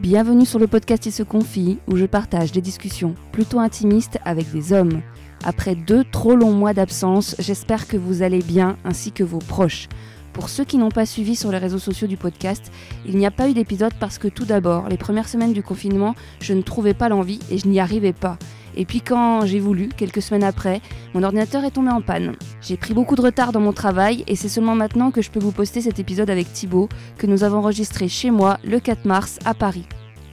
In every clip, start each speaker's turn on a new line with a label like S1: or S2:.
S1: Bienvenue sur le podcast Il se confie, où je partage des discussions plutôt intimistes avec des hommes. Après deux trop longs mois d'absence, j'espère que vous allez bien ainsi que vos proches. Pour ceux qui n'ont pas suivi sur les réseaux sociaux du podcast, il n'y a pas eu d'épisode parce que tout d'abord, les premières semaines du confinement, je ne trouvais pas l'envie et je n'y arrivais pas. Et puis quand j'ai voulu, quelques semaines après, mon ordinateur est tombé en panne. J'ai pris beaucoup de retard dans mon travail et c'est seulement maintenant que je peux vous poster cet épisode avec Thibaut que nous avons enregistré chez moi le 4 mars à Paris.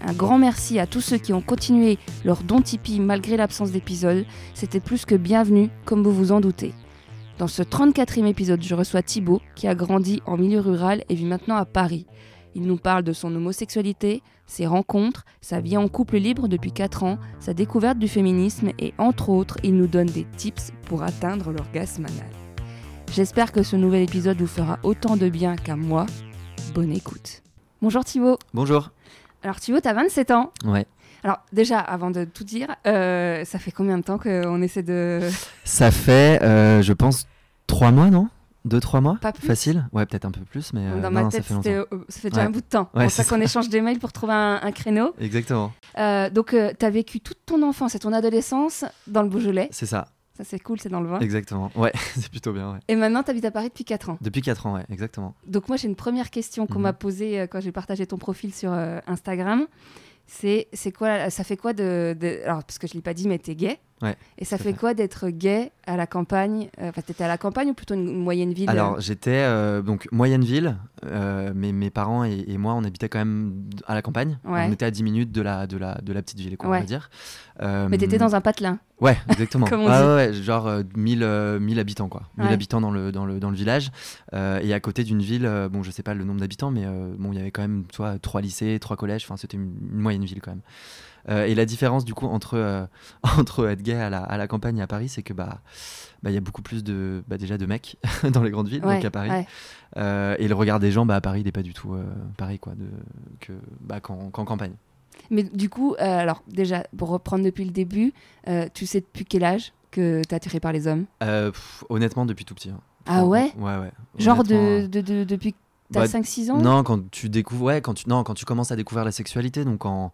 S1: Un grand merci à tous ceux qui ont continué leur don Tipeee malgré l'absence d'épisode. C'était plus que bienvenu, comme vous vous en doutez. Dans ce 34e épisode, je reçois Thibaut qui a grandi en milieu rural et vit maintenant à Paris. Il nous parle de son homosexualité, ses rencontres, sa vie en couple libre depuis 4 ans, sa découverte du féminisme et entre autres, il nous donne des tips pour atteindre l'orgasme anal. J'espère que ce nouvel épisode vous fera autant de bien qu'à moi. Bonne écoute. Bonjour Thibaut.
S2: Bonjour.
S1: Alors Thibaut, t'as 27 ans.
S2: Ouais.
S1: Alors déjà, avant de tout dire, euh, ça fait combien de temps qu'on essaie de...
S2: Ça fait, euh, je pense, trois mois, non Deux, trois mois
S1: Pas plus.
S2: Facile Ouais, peut-être un peu plus, mais euh,
S1: Dans
S2: non,
S1: ma
S2: non,
S1: tête,
S2: ça fait
S1: c'était-
S2: longtemps.
S1: euh, ça fait déjà
S2: Ouais.
S1: un bout de temps.
S2: Ouais,
S1: c'est pour ça
S2: c'est
S1: qu'on échange des mails pour trouver un, un créneau.
S2: Exactement.
S1: Euh, donc, euh, t'as vécu toute ton enfance et ton adolescence dans le Beaujolais.
S2: C'est ça,
S1: Ça, c'est cool, c'est dans le vin.
S2: exactement. Ouais, c'est plutôt bien, ouais.
S1: Et maintenant, t'habites à Paris depuis 4 ans.
S2: Depuis quatre ans, ouais, exactement.
S1: Donc, moi, j'ai une première question qu'on
S2: Mhm.
S1: m'a posée euh, quand j'ai partagé ton profil sur euh, Instagram. C'est c'est quoi, ça fait quoi de, de- Alors, parce que je ne l'ai pas dit, mais t'es gay.
S2: Ouais,
S1: et ça
S2: tout à
S1: fait
S2: fait.
S1: quoi d'être gay à la campagne Euh, Enfin, t'étais à la campagne ou plutôt une, une moyenne ville euh,
S2: Alors, j'étais euh, donc moyenne ville, euh, mais mes parents et, et moi, on habitait quand même à la campagne.
S1: Ouais.
S2: On était à 10 minutes de la, de la, de la petite ville, quoi, on
S1: Ouais.
S2: va dire. Euh,
S1: Mais t'étais dans un patelin.
S2: Ouais, exactement.
S1: Comme on
S2: Ouais,
S1: dit.
S2: ouais, ouais, genre euh, 1000, euh, 1000 habitants, quoi. 1000
S1: Ouais.
S2: habitants dans le, dans le, dans le village. Euh, et à côté d'une ville, euh, bon, je sais pas le nombre d'habitants, mais euh, bon, il y avait quand même, soit trois lycées, trois collèges, enfin, c'était une, une moyenne ville quand même. Euh, et la différence, du coup, entre, euh, entre être gay à la, à la campagne et à Paris, c'est que, bah, bah, il y a beaucoup plus de, bah, déjà de mecs dans les grandes villes,
S1: Ouais,
S2: donc à Paris.
S1: ouais.
S2: Euh, et le regard des gens, bah, à Paris, il n'est pas du tout euh, pareil, quoi, de, que, bah, qu'en, qu'en campagne.
S1: Mais du coup, euh, alors déjà, pour reprendre depuis le début, euh, tu sais depuis quel âge que t'es attiré par les hommes
S2: Euh, pff, honnêtement, depuis tout petit. hein.
S1: Ah ouais
S2: Ouais, ouais.
S1: Genre
S2: Honnêtement, euh,
S1: de, de- de- depuis que t'as
S2: bah,
S1: 5-6 ans
S2: Non, quand tu découvres, ouais, quand tu, non, quand tu commences à découvrir la sexualité, donc en,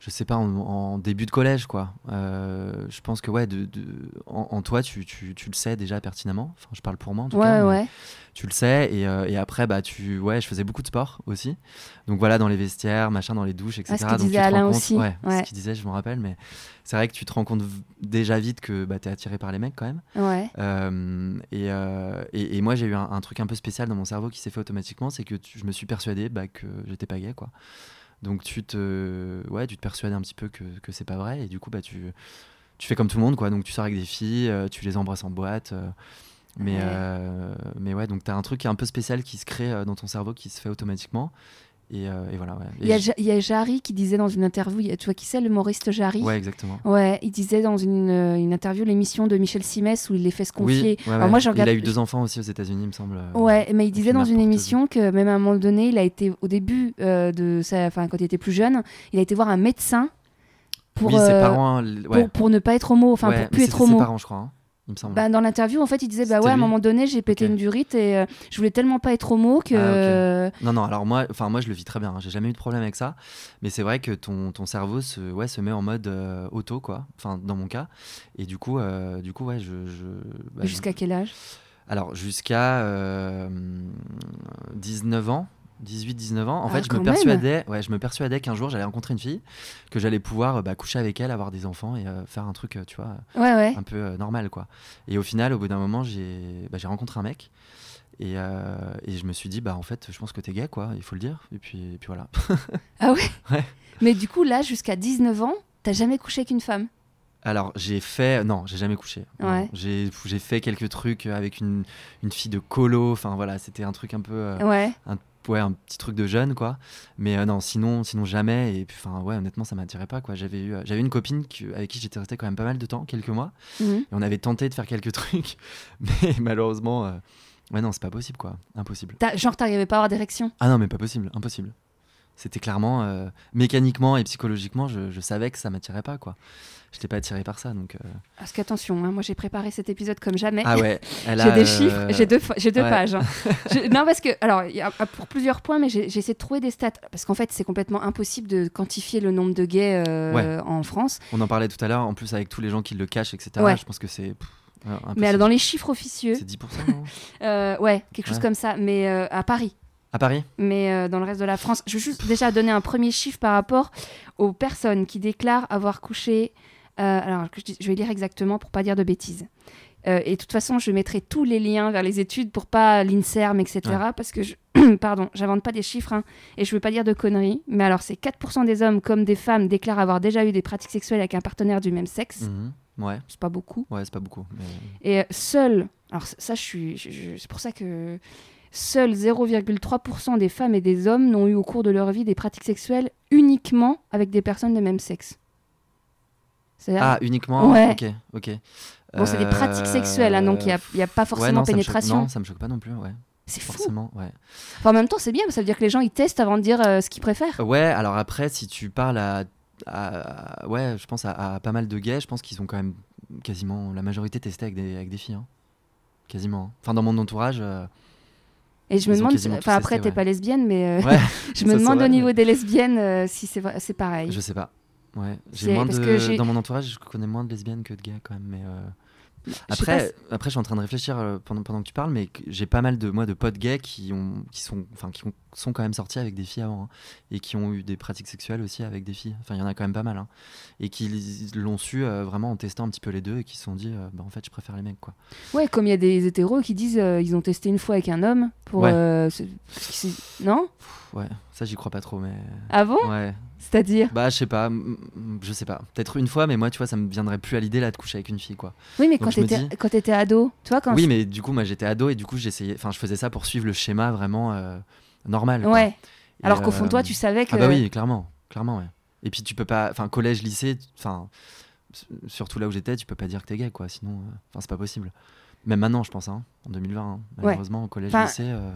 S2: je sais pas, en, en début de collège, quoi. Euh, je pense que ouais, de, de- en, en toi, tu, tu, tu le sais déjà pertinemment. Enfin, je parle pour moi en tout
S1: Ouais,
S2: cas. mais
S1: ouais.
S2: Tu le sais et, euh, et après, bah, tu, ouais, je faisais beaucoup de sport aussi. Donc voilà, dans les vestiaires, machin, dans les douches, etc.
S1: Ah, ce que
S2: donc tu
S1: disait
S2: te rends
S1: Alain
S2: compte-
S1: aussi,
S2: Ouais,
S1: ouais.
S2: Ce qu'il disait, je me rappelle, mais c'est vrai que tu te rends compte v- déjà vite que bah, t'es attiré par les mecs quand même.
S1: ouais.
S2: Euh, et, euh, et- et moi, j'ai eu un, un truc un peu spécial dans mon cerveau qui s'est fait automatiquement, c'est que tu- je me suis persuadé bah, que j'étais pas gay, quoi. Donc tu te, ouais, tu te persuades un petit peu que, que c'est pas vrai, et du coup, bah, tu, tu fais comme tout le monde, quoi. Donc tu sors avec des filles, euh, tu les embrasses en boîte. euh, mais,
S1: Ouais.
S2: euh, mais ouais, donc t'as un truc un peu spécial qui se crée euh, dans ton cerveau, qui se fait automatiquement. Et, euh, et voilà, ouais. Et
S1: Il y, a
S2: j-
S1: Ja- il y a Jarry qui disait dans une interview, il y a- tu vois qui c'est, l'humoriste Jarry
S2: Ouais, exactement.
S1: Ouais, il disait dans une, euh, une interview l'émission de Michel Simès où il les fait se confier.
S2: ouais,
S1: Alors
S2: ouais.
S1: moi, je regarde-
S2: Il a eu deux enfants aussi aux États-Unis, il me semble. euh,
S1: Ouais, mais il
S2: une
S1: disait dans
S2: mère
S1: une
S2: porteuse.
S1: émission que même à un moment donné, il a été au début euh, de sa, enfin quand il était plus jeune, il a été voir un médecin pour
S2: oui, ses
S1: euh,
S2: parents. l-
S1: pour,
S2: ouais.
S1: pour ne pas être homo, enfin
S2: Ouais,
S1: pour
S2: mais
S1: plus
S2: c'était
S1: être
S2: ses
S1: homo.
S2: parents, je crois, hein, il me semble.
S1: Bah, dans l'interview, en fait, il disait bah
S2: C'était
S1: ouais, à un
S2: lui
S1: moment donné, j'ai pété
S2: Ok.
S1: une durite et euh, je voulais tellement pas être homo que euh,
S2: Ah, Non, non, alors moi, enfin moi je le vis très bien, hein, j'ai jamais eu de problème avec ça, mais c'est vrai que ton, ton cerveau se, ouais, se met en mode euh, auto, quoi, enfin dans mon cas, et du coup, euh, du coup ouais, je... je- bah, je-
S1: jusqu'à quel âge
S2: Alors jusqu'à euh, 19 ans. 18-19 ans, en
S1: Ah,
S2: fait, je
S1: quand
S2: me,
S1: même.
S2: persuadais, ouais, je me persuadais qu'un jour j'allais rencontrer une fille, que j'allais pouvoir euh, bah, coucher avec elle, avoir des enfants et euh, faire un truc, euh, tu vois,
S1: Ouais ouais.
S2: un peu euh, normal quoi. Et au final, au bout d'un moment, j'ai bah, j'ai rencontré un mec et, euh, et je me suis dit bah en fait, je pense que t'es gay quoi, il faut le dire. Et puis, et puis voilà.
S1: Mais du coup là, jusqu'à 19 ans, t'as jamais couché avec une femme
S2: Alors j'ai fait non, j'ai jamais couché. Non.
S1: Ouais.
S2: J'ai j'ai fait quelques trucs avec une, une fille de colo. Enfin voilà, c'était un truc un peu euh,
S1: Ouais.
S2: ouais un petit truc de jeune quoi. Mais euh, non, sinon sinon jamais. Et puis enfin ouais, honnêtement ça m'attirait pas quoi. J'avais eu euh, j'avais une copine qui- avec qui j'étais resté quand même pas mal de temps, quelques mois.
S1: Mhm.
S2: Et on avait tenté de faire quelques trucs, mais malheureusement euh, ouais non c'est pas possible quoi, impossible.
S1: T'as- Genre t'arrivais pas à avoir d'érection.
S2: Ah non, mais pas possible, impossible. c'était clairement euh, mécaniquement et psychologiquement, je, je savais que ça m'attirait pas quoi. Je n'étais pas attiré par ça donc. euh,
S1: Parce qu'attention, hein, moi j'ai préparé cet épisode comme jamais.
S2: Ah ouais. elle
S1: Eh, J'ai
S2: a,
S1: des chiffres,
S2: euh,
S1: j'ai deux, fo- j'ai deux
S2: ouais.
S1: pages. hein. Je- non, parce que, alors, il y a- ah, pour plusieurs points, mais j'ai j'ai essayé de trouver des stats. Parce qu'en fait, c'est complètement impossible de quantifier le nombre de gays euh,
S2: Ouais.
S1: en France.
S2: On en parlait tout à l'heure. En plus avec tous les gens qui le cachent, etc.
S1: Ouais.
S2: Je pense que c'est. pff,
S1: Mais
S2: euh,
S1: alors,
S2: impossible.
S1: dans les chiffres officieux,
S2: C'est 10%. non
S1: euh, ouais, quelque chose
S2: Ouais.
S1: comme ça, mais euh, à Paris.
S2: à Paris.
S1: Mais euh, dans le reste de la France, je veux juste déjà donner un premier chiffre par rapport aux personnes qui déclarent avoir couché. euh, alors, que je, dis- je vais lire exactement pour pas dire de bêtises. Euh, et de toute façon, je mettrai tous les liens vers les études pour pas l'INSERM, etc.
S2: Ouais.
S1: Parce que, je, pardon, j'invente pas des chiffres hein, et je veux pas dire de conneries. Mais alors, c'est 4% des hommes comme des femmes déclarent avoir déjà eu des pratiques sexuelles avec un partenaire du même sexe.
S2: Mhm. Ouais.
S1: C'est pas beaucoup.
S2: Ouais, c'est pas beaucoup. mais-
S1: Et euh, seul, alors c- ça, je suis, je- je- c'est pour ça que seuls 0,3% des femmes et des hommes n'ont eu au cours de leur vie des pratiques sexuelles uniquement avec des personnes de même sexe. C'est-à-dire,
S2: Ah, uniquement
S1: Ouais.
S2: Ok, ok. Euh,
S1: bon, c'est des pratiques sexuelles, hein, donc il n'y a, il y a pas forcément pénétration.
S2: non, ça me choque pas non plus, ouais.
S1: c'est fou.
S2: Forcément, ouais.
S1: Enfin, en même temps, c'est bien, parce que ça veut dire que les gens ils testent avant de dire euh, ce qu'ils préfèrent.
S2: Ouais, alors après, si tu parles à. à- ouais, je pense à, à pas mal de gays, je pense qu'ils ont quand même quasiment la majorité testé avec des, avec des filles. hein. Quasiment. hein. Enfin, dans mon entourage. euh,
S1: Et je me
S2: Ils ont
S1: demande,
S2: quasiment tous
S1: enfin après,
S2: testé,
S1: t'es
S2: ouais.
S1: pas lesbienne, mais euh,
S2: Ouais,
S1: je me
S2: ça, c'est
S1: demande au
S2: vrai,
S1: niveau
S2: mais-
S1: des lesbiennes euh, si c'est vrai- c'est pareil.
S2: je sais pas. Ouais, j'ai
S1: C'est-
S2: moins
S1: parce
S2: de.
S1: que j'ai-
S2: Dans mon entourage, je connais moins de lesbiennes que de gays quand même, mais. euh,
S1: Je sais pas
S2: Après, après, je suis en train de réfléchir euh, pendant, pendant que tu parles, mais que- j'ai pas mal de moi de potes gays qui ont, qui sont, enfin, qui ont- sont quand même sortis avec des filles avant hein, et qui ont eu des pratiques sexuelles aussi avec des filles. Enfin, il y en a quand même pas mal, hein. et qui l- l'ont su euh, vraiment en testant un petit peu les deux et qui se sont dit, euh, bah, en fait, je préfère les mecs, quoi.
S1: Ouais, comme il y a des hétéros qui disent euh, ils ont testé une fois avec un homme pour.
S2: Ouais.
S1: euh, se- parce que c'est- Non
S2: Pff, ouais, ça, j'y crois pas trop, mais
S1: Ah bon
S2: ouais,
S1: C'est-à-dire
S2: bah, je sais pas, m- m- je sais pas. Peut-être une fois, mais moi, tu vois, ça me viendrait plus à l'idée là de coucher avec une fille, quoi.
S1: Oui, mais
S2: Donc
S1: quand
S2: je me
S1: t'étais
S2: dis-
S1: quand t'étais ado, tu vois, quand.
S2: Oui, mais du coup, moi, j'étais ado et du coup, j'essayais, enfin, je faisais ça pour suivre le schéma vraiment euh, normal. quoi.
S1: Ouais,
S2: Et,
S1: alors qu'au fond
S2: euh,
S1: de toi, tu savais que.
S2: Ah bah oui, clairement, clairement ouais. Et puis tu peux pas, enfin collège, lycée, tu- enfin s- surtout là où j'étais, tu peux pas dire que t'es gay quoi, sinon, euh, enfin c'est pas possible. Même maintenant, je pense, hein, en 2020, hein. malheureusement, au collège,
S1: Enfin,
S2: lycée, euh,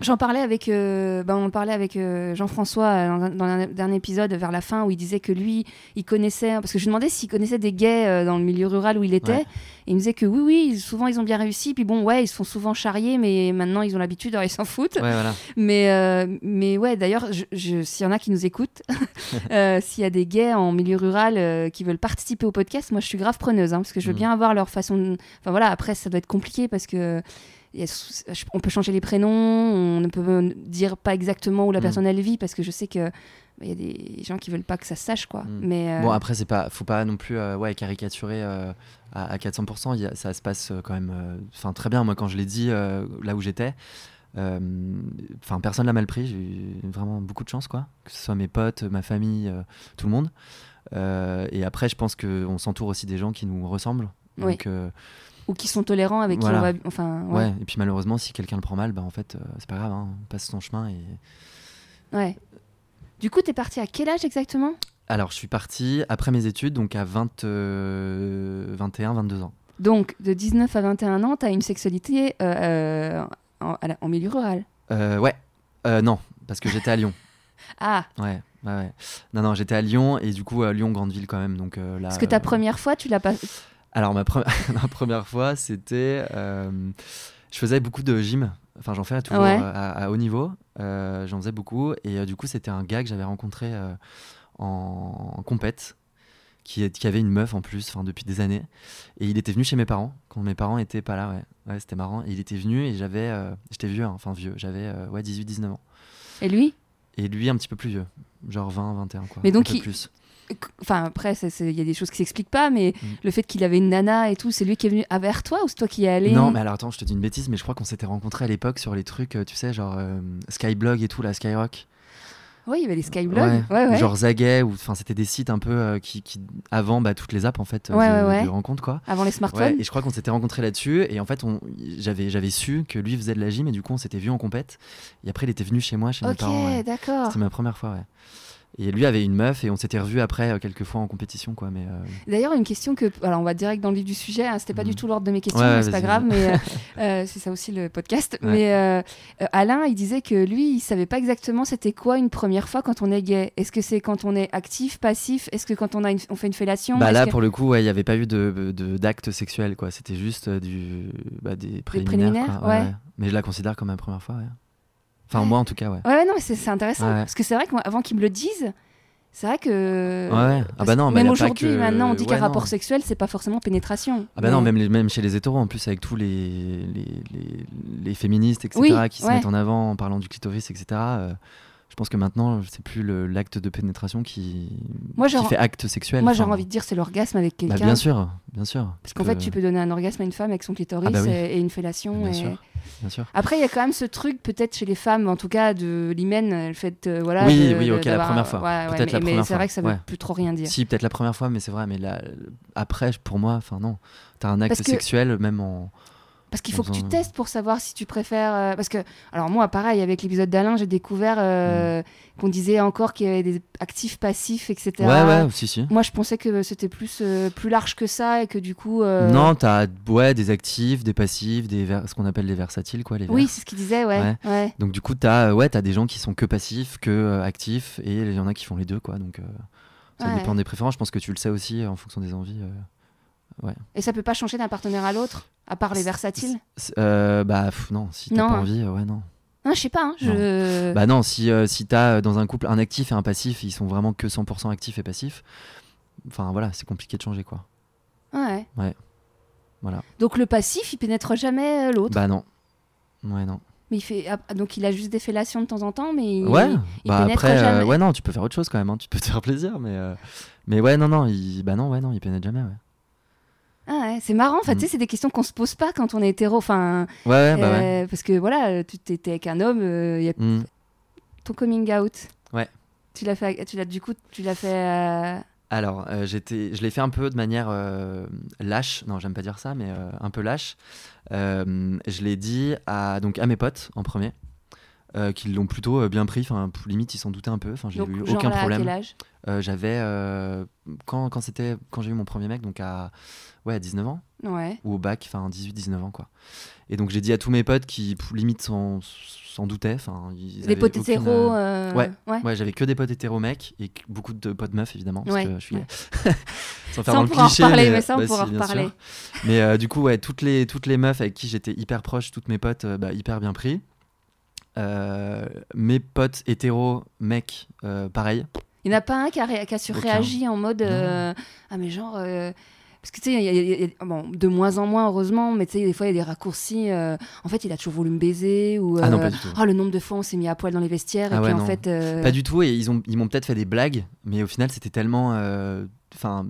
S1: J'en parlais avec. euh, ben, on en parlait avec euh, Jean-François euh, dans, un- dans un dernier épisode vers la fin où il disait que lui, il connaissait. Parce que je lui demandais s'il connaissait des gays euh, dans le milieu rural où il était.
S2: Ouais.
S1: Et il me disait que oui, oui, ils- souvent ils ont bien réussi. Puis bon, ouais, ils se font souvent charrier, mais maintenant ils ont l'habitude, alors ils s'en foutent.
S2: ouais voilà.
S1: Mais, euh, mais ouais, d'ailleurs, je, je- s'il y en a qui nous écoutent, euh, s'il y a des gays en milieu rural euh, qui veulent participer au podcast, moi je suis grave preneuse, hein, parce que je veux
S2: Mm.
S1: bien avoir leur façon de... Enfin voilà, après ça doit être compliqué parce que... il y a sou- je- on peut changer les prénoms, on ne peut dire pas exactement où la
S2: Mm.
S1: personne elle vit, parce que je sais que... bah, Il y a des gens qui veulent pas que ça se sache, quoi.
S2: Mm.
S1: Mais, euh,
S2: Bon après c'est pas, faut pas non plus euh, ouais caricaturer euh, à, à 400%, il y a- ça se passe euh, quand même, euh, enfin très bien. Moi quand je l'ai dit euh, là où j'étais. euh, Enfin, personne l'a mal pris. J'ai eu vraiment beaucoup de chance, quoi. Que ce soit mes potes, ma famille, euh, tout le monde. Euh, et après, je pense qu'on s'entoure aussi des gens qui nous ressemblent. Donc,
S1: Oui.
S2: euh,
S1: Ou qui sont tolérants avec
S2: Voilà.
S1: qui on va... Enfin,
S2: ouais. Et puis malheureusement, si quelqu'un le prend mal, bah en fait, euh, c'est pas grave, hein, on passe son chemin. Et...
S1: ouais. ouais. Du coup, t'es parti à quel âge exactement
S2: Alors, je suis parti après mes études, donc à 20, euh, 21, 22 ans.
S1: Donc, de 19 à 21 ans, tu as une sexualité euh, euh, en, à la- en milieu rural.
S2: Euh, ouais. Euh, non, parce que j'étais à Lyon.
S1: Ah,
S2: Ouais, ouais, ouais. Non, non, j'étais à Lyon et du coup, à Lyon, grande ville quand même. Donc, euh, là,
S1: parce que ta
S2: euh,
S1: première fois, tu l'as pas.
S2: Alors, ma, pre- ma première fois, c'était. euh, je faisais beaucoup de gym. Enfin, j'en fais toujours
S1: Ouais.
S2: euh, à, à haut niveau. Euh, j'en faisais beaucoup. Et euh, du coup, c'était un gars que j'avais rencontré euh, en, en compète, qui, est- qui avait une meuf en plus, enfin, depuis des années. Et il était venu chez mes parents, quand mes parents étaient pas là, ouais. Ouais, c'était marrant. Et il était venu et j'avais. euh, J'étais vieux, hein, enfin, vieux. J'avais euh, ouais, 18-19 ans.
S1: Et lui
S2: Et lui, un petit peu plus vieux. Genre 20, 21, quoi.
S1: Mais donc,
S2: un peu
S1: il-
S2: plus.
S1: Enfin, après, c'est- c'est- il y a des choses qui s'expliquent pas, mais
S2: Mm.
S1: le fait qu'il avait une nana et tout, c'est lui qui est venu à vers toi ou c'est toi qui es allé
S2: Non, mais alors attends, je te dis une bêtise, mais je crois qu'on s'était rencontrés à l'époque sur les trucs, euh, tu sais, genre euh, Skyblog et tout, la Skyrock.
S1: Ouais, il y avait les skyblogs.
S2: Ouais.
S1: Ouais, ouais.
S2: Genre Zagay, ou enfin, c'était des sites un peu euh, qui, qui, avant, bah, toutes les apps en fait, euh,
S1: Ouais, ouais,
S2: de,
S1: ouais.
S2: de rencontres quoi.
S1: Avant les
S2: Ouais,
S1: smartphones.
S2: et je crois qu'on s'était rencontrés là-dessus, et en fait, on, j'avais, j'avais su que lui faisait de la gym, et du coup, on s'était vu en compète. Et après, il était venu chez moi, chez mes
S1: ok,
S2: parents. ouais.
S1: d'accord.
S2: C'était ma première fois, ouais. Et lui avait une meuf et on s'était revus après euh, quelques fois en compétition quoi. Mais euh,
S1: D'ailleurs, une question que. Alors, on va direct dans le vif du sujet. hein, C'était pas
S2: Mhm.
S1: du tout l'ordre de mes questions,
S2: Ouais,
S1: mais c'est pas
S2: vas-y.
S1: grave. Mais euh, euh, c'est ça aussi le podcast.
S2: Ouais.
S1: Mais euh, euh, Alain, il disait que lui, il savait pas exactement c'était quoi une première fois quand on est gay. Est-ce que c'est quand on est actif, passif Est-ce que quand on, a une- on fait une fellation
S2: bah
S1: Est-ce
S2: là
S1: que-
S2: pour le coup ouais, il n'y avait pas eu de de- d'acte sexuel quoi. C'était juste euh, du bah, des préliminaires.
S1: préliminaires,
S2: quoi.
S1: ouais.
S2: Mais je la considère comme ma première fois. ouais. Enfin moi en tout cas ouais.
S1: Ouais, ouais, non, mais c'est c'est intéressant.
S2: Ouais, ouais.
S1: Parce que c'est vrai que moi, avant qu'ils me le disent, c'est vrai que.
S2: Ouais, ouais. Ah
S1: Euh, parce
S2: bah non,
S1: que
S2: bah
S1: même
S2: y a pas
S1: aujourd'hui,
S2: que-
S1: maintenant, on dit
S2: ouais,
S1: qu'un
S2: non.
S1: rapport sexuel, c'est pas forcément pénétration.
S2: Ah bah non,
S1: Mais-
S2: même, les- même chez les hétéros, en plus avec tous les, les, les- les féministes, etc.,
S1: Oui,
S2: qui
S1: ouais.
S2: se mettent en avant en parlant du clitoris, etc., euh, je pense que maintenant, c'est plus le- l'acte de pénétration qui,
S1: Moi,
S2: qui
S1: j'aurais-
S2: fait acte sexuel.
S1: Moi, j'aurais
S2: enfin,
S1: envie de dire, c'est l'orgasme avec
S2: bah,
S1: quelqu'un.
S2: bien sûr, bien sûr.
S1: Parce qu'en fait, tu peux donner un orgasme à une femme avec son clitoris
S2: Ah bah oui.
S1: et et une fellation.
S2: Bien
S1: et-
S2: sûr. Bien sûr.
S1: Après, il y a quand même ce truc, peut-être chez les femmes, en tout cas, de l'hymen, euh, le fait. euh, voilà,
S2: Oui,
S1: de-
S2: oui,
S1: de-
S2: ok, la
S1: d'avoir-
S2: première fois.
S1: ouais, ouais,
S2: Peut-être
S1: mais-
S2: la
S1: Mais
S2: première
S1: c'est
S2: fois.
S1: vrai que ça veut
S2: Ouais.
S1: plus trop rien dire.
S2: Si, peut-être la première fois, mais c'est vrai, mais là, après, je- pour moi, enfin non, t'as un acte
S1: Parce que-
S2: sexuel, même en.
S1: Parce qu'il faut que tu
S2: Dans un-
S1: testes pour savoir si tu préfères. euh, parce que, alors moi, pareil, avec l'épisode d'Alain, j'ai découvert euh,
S2: Mm.
S1: qu'on disait encore qu'il y avait des actifs, passifs, etc.
S2: Ouais, ouais, si, si.
S1: Moi, je pensais que c'était plus, euh, plus large que ça et que du coup. euh,
S2: Non, t'as ouais, des actifs, des passifs, des ver- ce qu'on appelle les versatiles, quoi, les
S1: Oui,
S2: vers.
S1: c'est ce qu'il disait, ouais. ouais.
S2: Ouais. Donc du coup, t'as euh, ouais, t'as des gens qui sont que passifs, que euh, actifs, et il y en a qui font les deux, quoi. Donc euh, ça
S1: Ouais.
S2: dépend des préférences. Je pense que tu le sais aussi euh, en fonction des envies. euh.
S1: Et ça peut pas changer d'un partenaire à l'autre, à part les versatiles
S2: C'est- euh, bah pff, non, si t'as
S1: Non,
S2: pas
S1: hein.
S2: envie, euh, ouais non.
S1: Non, je sais pas. hein, je...
S2: Bah non, si euh, si t'as euh, dans un couple un actif et un passif, ils sont vraiment que 100% actifs et passifs. Enfin voilà, c'est compliqué de changer quoi.
S1: Ouais.
S2: Ouais. Voilà.
S1: Donc le passif, il pénètre jamais euh, l'autre.
S2: Bah non. Ouais non.
S1: Mais il fait ah, donc il a juste des fellations de temps en temps, mais il-
S2: Bah. ouais.
S1: il
S2: bah
S1: pénètre
S2: après, euh,
S1: jamais.
S2: ouais non, tu peux faire autre chose quand même. hein, Tu peux te faire plaisir, mais euh, mais ouais non non, il... bah non ouais non, il pénètre jamais. Ouais.
S1: Ah ouais, c'est marrant. En fait,
S2: Mm.
S1: tu sais, c'est des questions qu'on se pose pas quand on est hétéro. Enfin,
S2: Ouais, ouais, bah ouais.
S1: euh, parce que voilà, tu t'étais avec un homme. euh, il y a
S2: Mm.
S1: ton coming out.
S2: Ouais.
S1: Tu l'as fait. Tu l'as du coup, tu l'as fait. euh,
S2: Alors, euh, j'étais, je l'ai fait un peu de manière euh, lâche. Non, j'aime pas dire ça, mais euh, un peu lâche. Euh, je l'ai dit à donc à mes potes en premier, euh, qui l'ont plutôt euh, bien pris. Enfin, p- limite, ils s'en doutaient un peu. Enfin, j'ai
S1: donc,
S2: eu
S1: genre
S2: aucun
S1: là, À quel
S2: problème.
S1: âge
S2: Euh, j'avais euh, quand quand c'était quand j'ai eu mon premier mec, donc à ouais à 19 ans
S1: Ouais.
S2: ou au bac, enfin 18-19 ans quoi. Et donc j'ai dit à tous mes potes qui p- limite s'en, s'en doutaient. Enfin, ils
S1: Les
S2: avaient
S1: potes
S2: aucune,
S1: hétéros.
S2: euh,
S1: euh,
S2: ouais.
S1: ouais.
S2: Ouais, j'avais que des potes hétéro mecs et que- beaucoup de potes meufs évidemment parce
S1: Ouais,
S2: que je suis
S1: ouais.
S2: sans
S1: Ça, on pourra en reparler, mais ça, on
S2: bah
S1: pourra en
S2: si, bien sûr.
S1: reparler.
S2: Mais euh, du coup, ouais, toutes les toutes les meufs avec qui j'étais hyper proche, toutes mes potes euh, bah, hyper bien pris. Euh, mes potes hétéro mecs euh, pareil.
S1: Il n'y en a pas un qui a, ré- qui a
S2: Aucun.
S1: surréagi en mode euh, Ah, mais genre. euh, parce que tu sais, il y a- il y a- il y a- bon, de moins en moins, heureusement, mais tu sais, des fois, il y a des raccourcis. euh, en fait, il a toujours voulu me baiser. Ou,
S2: Ah non,
S1: euh,
S2: pas du tout.
S1: Ah, le nombre de fois on s'est mis à poil dans les vestiaires. et
S2: Ah
S1: puis,
S2: ouais,
S1: en
S2: non.
S1: fait. euh,
S2: Pas du tout et ils ont ils m'ont peut-être fait des blagues, mais au final c'était tellement euh, enfin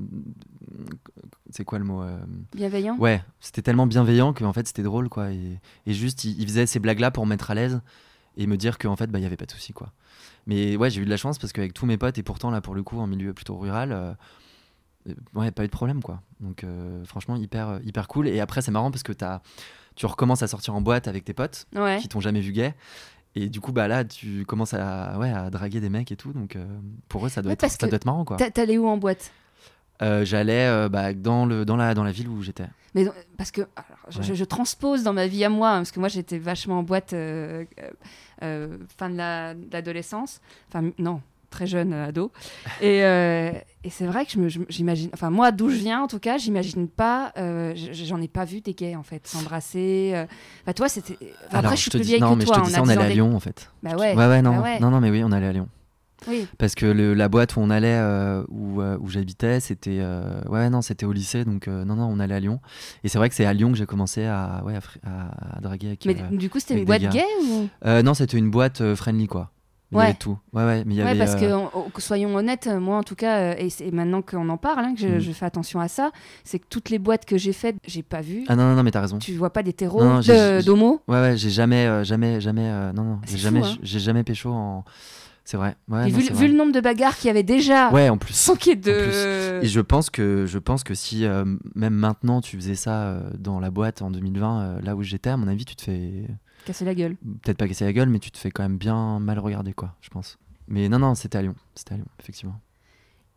S2: c'est quoi le mot euh,
S1: Bienveillant.
S2: Ouais, c'était tellement bienveillant que en fait c'était drôle quoi. Et, et juste, il, il faisait ces blagues là pour me mettre à l'aise et me dire qu'en fait bah il y avait pas de souci quoi. Mais ouais, j'ai eu de la chance parce qu'avec tous mes potes et pourtant là pour le coup en milieu plutôt rural, euh, euh, ouais pas eu de problème quoi. Donc euh, franchement hyper euh, hyper cool. Et après c'est marrant parce que t'as tu recommences à sortir en boîte avec tes potes
S1: Ouais.
S2: qui t'ont jamais vu gay. Et du coup, bah là, tu commences à, ouais, à draguer des mecs et tout. Donc, euh, pour eux, ça doit,
S1: Ouais,
S2: être,
S1: parce
S2: ça
S1: que
S2: doit être marrant, quoi.
S1: T'a- T'allais où en boîte
S2: Euh, J'allais euh, bah, dans, le, dans, la, dans la ville où j'étais.
S1: mais non, parce que alors, je,
S2: Ouais.
S1: je- je transpose dans ma vie à moi, hein, parce que moi j'étais vachement en boîte euh, euh, euh, fin de la- de l'adolescence, enfin non, très jeune euh, ado. Et, euh, et c'est vrai que je me- je- j'imagine, enfin moi d'où je viens en tout cas, j'imagine pas, euh, j- j'en ai pas vu des gays en fait s'embrasser. euh. Enfin toi c'était, enfin, après
S2: Alors,
S1: je suis
S2: te
S1: plus
S2: dis-
S1: vieille
S2: non,
S1: que
S2: mais
S1: toi.
S2: je te dis
S1: on a
S2: ça, on
S1: 10 ans
S2: allait à
S1: d'é-
S2: Lyon en fait.
S1: Bah ouais.
S2: ouais, non,
S1: bah ouais.
S2: non, non, mais oui, on allait à Lyon.
S1: Oui.
S2: Parce que le- la boîte où on allait, euh, où, euh, où j'habitais, c'était euh, ouais, non, c'était au lycée, donc euh, non, non, on allait à Lyon. Et c'est vrai que c'est à Lyon que j'ai commencé à, ouais, à, fri- à- à draguer avec.
S1: Mais
S2: euh,
S1: du coup c'était
S2: avec
S1: une
S2: des
S1: boîte
S2: gars.
S1: gay ou
S2: euh, non, c'était une boîte euh, friendly quoi. Il
S1: Ouais.
S2: y avait de tout. Ouais, ouais, mais il y
S1: Ouais,
S2: avait.
S1: parce que,
S2: euh,
S1: on- que soyons honnêtes, euh, moi en tout cas, euh, et, c'est- et maintenant qu'on en parle, hein, que je,
S2: Mm.
S1: je fais attention à ça, c'est que toutes les boîtes que j'ai faites, j'ai pas vu.
S2: Ah non, non, non, mais t'as raison.
S1: Tu vois pas d'hétéros,
S2: Non, non, j'ai-
S1: de-
S2: j'ai-
S1: d'homo
S2: Ouais, ouais, j'ai jamais, euh, jamais, jamais, euh, non, non,
S1: C'est
S2: j'ai
S1: fou,
S2: jamais,
S1: hein.
S2: j'ai jamais pécho en. C'est vrai. Ouais,
S1: Et
S2: non,
S1: vu,
S2: c'est
S1: vu
S2: vrai.
S1: le nombre de bagarres qu'il y avait déjà,
S2: Ouais, en plus.
S1: sans qu'il y ait
S2: En
S1: de.
S2: Et je pense que je pense que si euh, même maintenant tu faisais ça euh, dans la boîte en 2020, euh, là où j'étais, à mon avis, tu te fais
S1: Casser la gueule.
S2: peut-être pas casser la gueule, mais tu te fais quand même bien mal regarder, quoi. Je pense. Mais non, non, c'était à Lyon. C'était à Lyon, effectivement.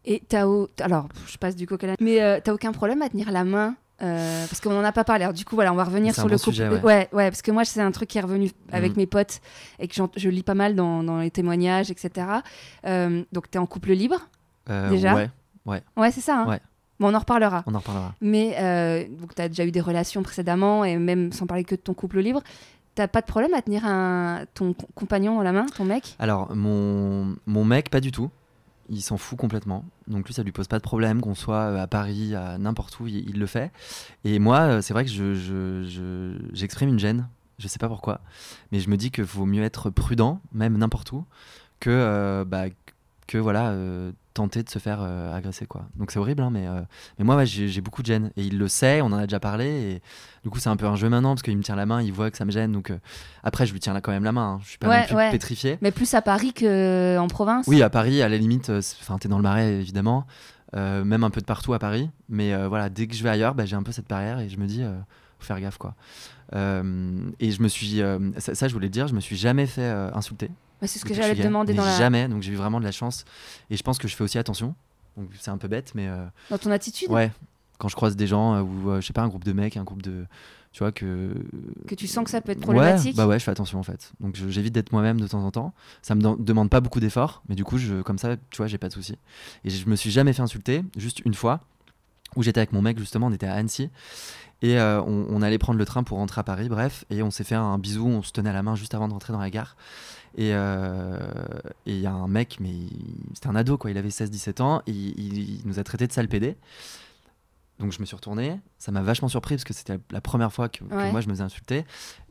S1: Et t'as. au- Alors, je passe du coq à l'âne. Mais euh, t'as aucun problème à tenir la main euh, Parce qu'on n'en a pas parlé. Alors, du coup, voilà, on va revenir
S2: C'est
S1: sur
S2: un
S1: le
S2: bon sujet,
S1: couple.
S2: ouais.
S1: ouais, parce que moi, c'est un truc qui est revenu avec
S2: Mhm.
S1: mes potes et que j'en- je lis pas mal dans, dans les témoignages, etc. Euh, donc, t'es en couple libre
S2: Euh,
S1: Déjà
S2: Ouais,
S1: Ouais, c'est ça. hein
S2: Ouais.
S1: Bon, on en reparlera.
S2: on en reparlera.
S1: Mais euh, donc, tu as déjà eu des relations précédemment, et même sans parler que de ton couple libre, t'as pas de problème à tenir un, ton co- compagnon dans la main, ton mec
S2: Alors, mon, mon mec, pas du tout. Il s'en fout complètement. Donc, lui, ça lui pose pas de problème qu'on soit euh, à Paris, à n'importe où, il, il le fait. Et moi, euh, c'est vrai que je- je- je- j'exprime une gêne. Je sais pas pourquoi. Mais je me dis que vaut mieux être prudent, même n'importe où, que, euh, bah, que voilà, euh, tenter de se faire euh, agresser. quoi. Donc, c'est horrible, hein, mais, euh, mais moi, ouais, j'ai j'ai beaucoup de gêne. Et il le sait, on en a déjà parlé. Et du coup, c'est un peu un jeu maintenant, parce qu'il me tient la main, il voit que ça me gêne. Donc, euh, après, je lui tiens là quand même la main. hein. Je suis pas
S1: Ouais,
S2: non plus
S1: ouais.
S2: pétrifié.
S1: Mais plus à Paris qu'en province
S2: Oui, à Paris, à la limite, euh, c'est- enfin, t'es dans le marais évidemment, euh, même un peu de partout à Paris. Mais euh, voilà, dès que je vais ailleurs, bah, j'ai un peu cette barrière et je me dis, euh, faut faire gaffe quoi. Euh, et je me suis, euh, ça, ça, je voulais le dire, je me suis jamais fait euh, insulter.
S1: Mais C'est ce que
S2: depuis je
S1: j'allais
S2: suis
S1: te
S2: gay,
S1: demander
S2: mais
S1: dans, la-
S2: Jamais, donc j'ai eu vraiment de la chance. Et je pense que je fais aussi attention. Donc c'est un peu bête, mais euh,
S1: dans ton attitude
S2: ouais, quand je croise des gens euh, ou euh, je sais pas un groupe de mecs, un groupe de, tu vois que
S1: Que tu sens que ça peut être
S2: Ouais,
S1: problématique
S2: bah ouais, je fais attention en fait. Donc je- j'évite d'être moi-même de temps en temps. Ça me dan- demande pas beaucoup d'efforts, mais du coup, je, comme ça, tu vois, j'ai pas de soucis. Et je me suis jamais fait insulter, juste une fois, où j'étais avec mon mec justement, on était à Annecy. Et euh, on, on allait prendre le train pour rentrer à Paris, bref. Et on s'est fait un bisou, on se tenait à la main juste avant de rentrer dans la gare. Et euh, et il y a un mec, mais il- c'était un ado quoi, il avait 16-17 ans, et il, il- il nous a traité de sale PD. Donc je me suis retourné, ça m'a vachement surpris parce que c'était la- la première fois que-
S1: Ouais.
S2: que moi je me faisais insulter.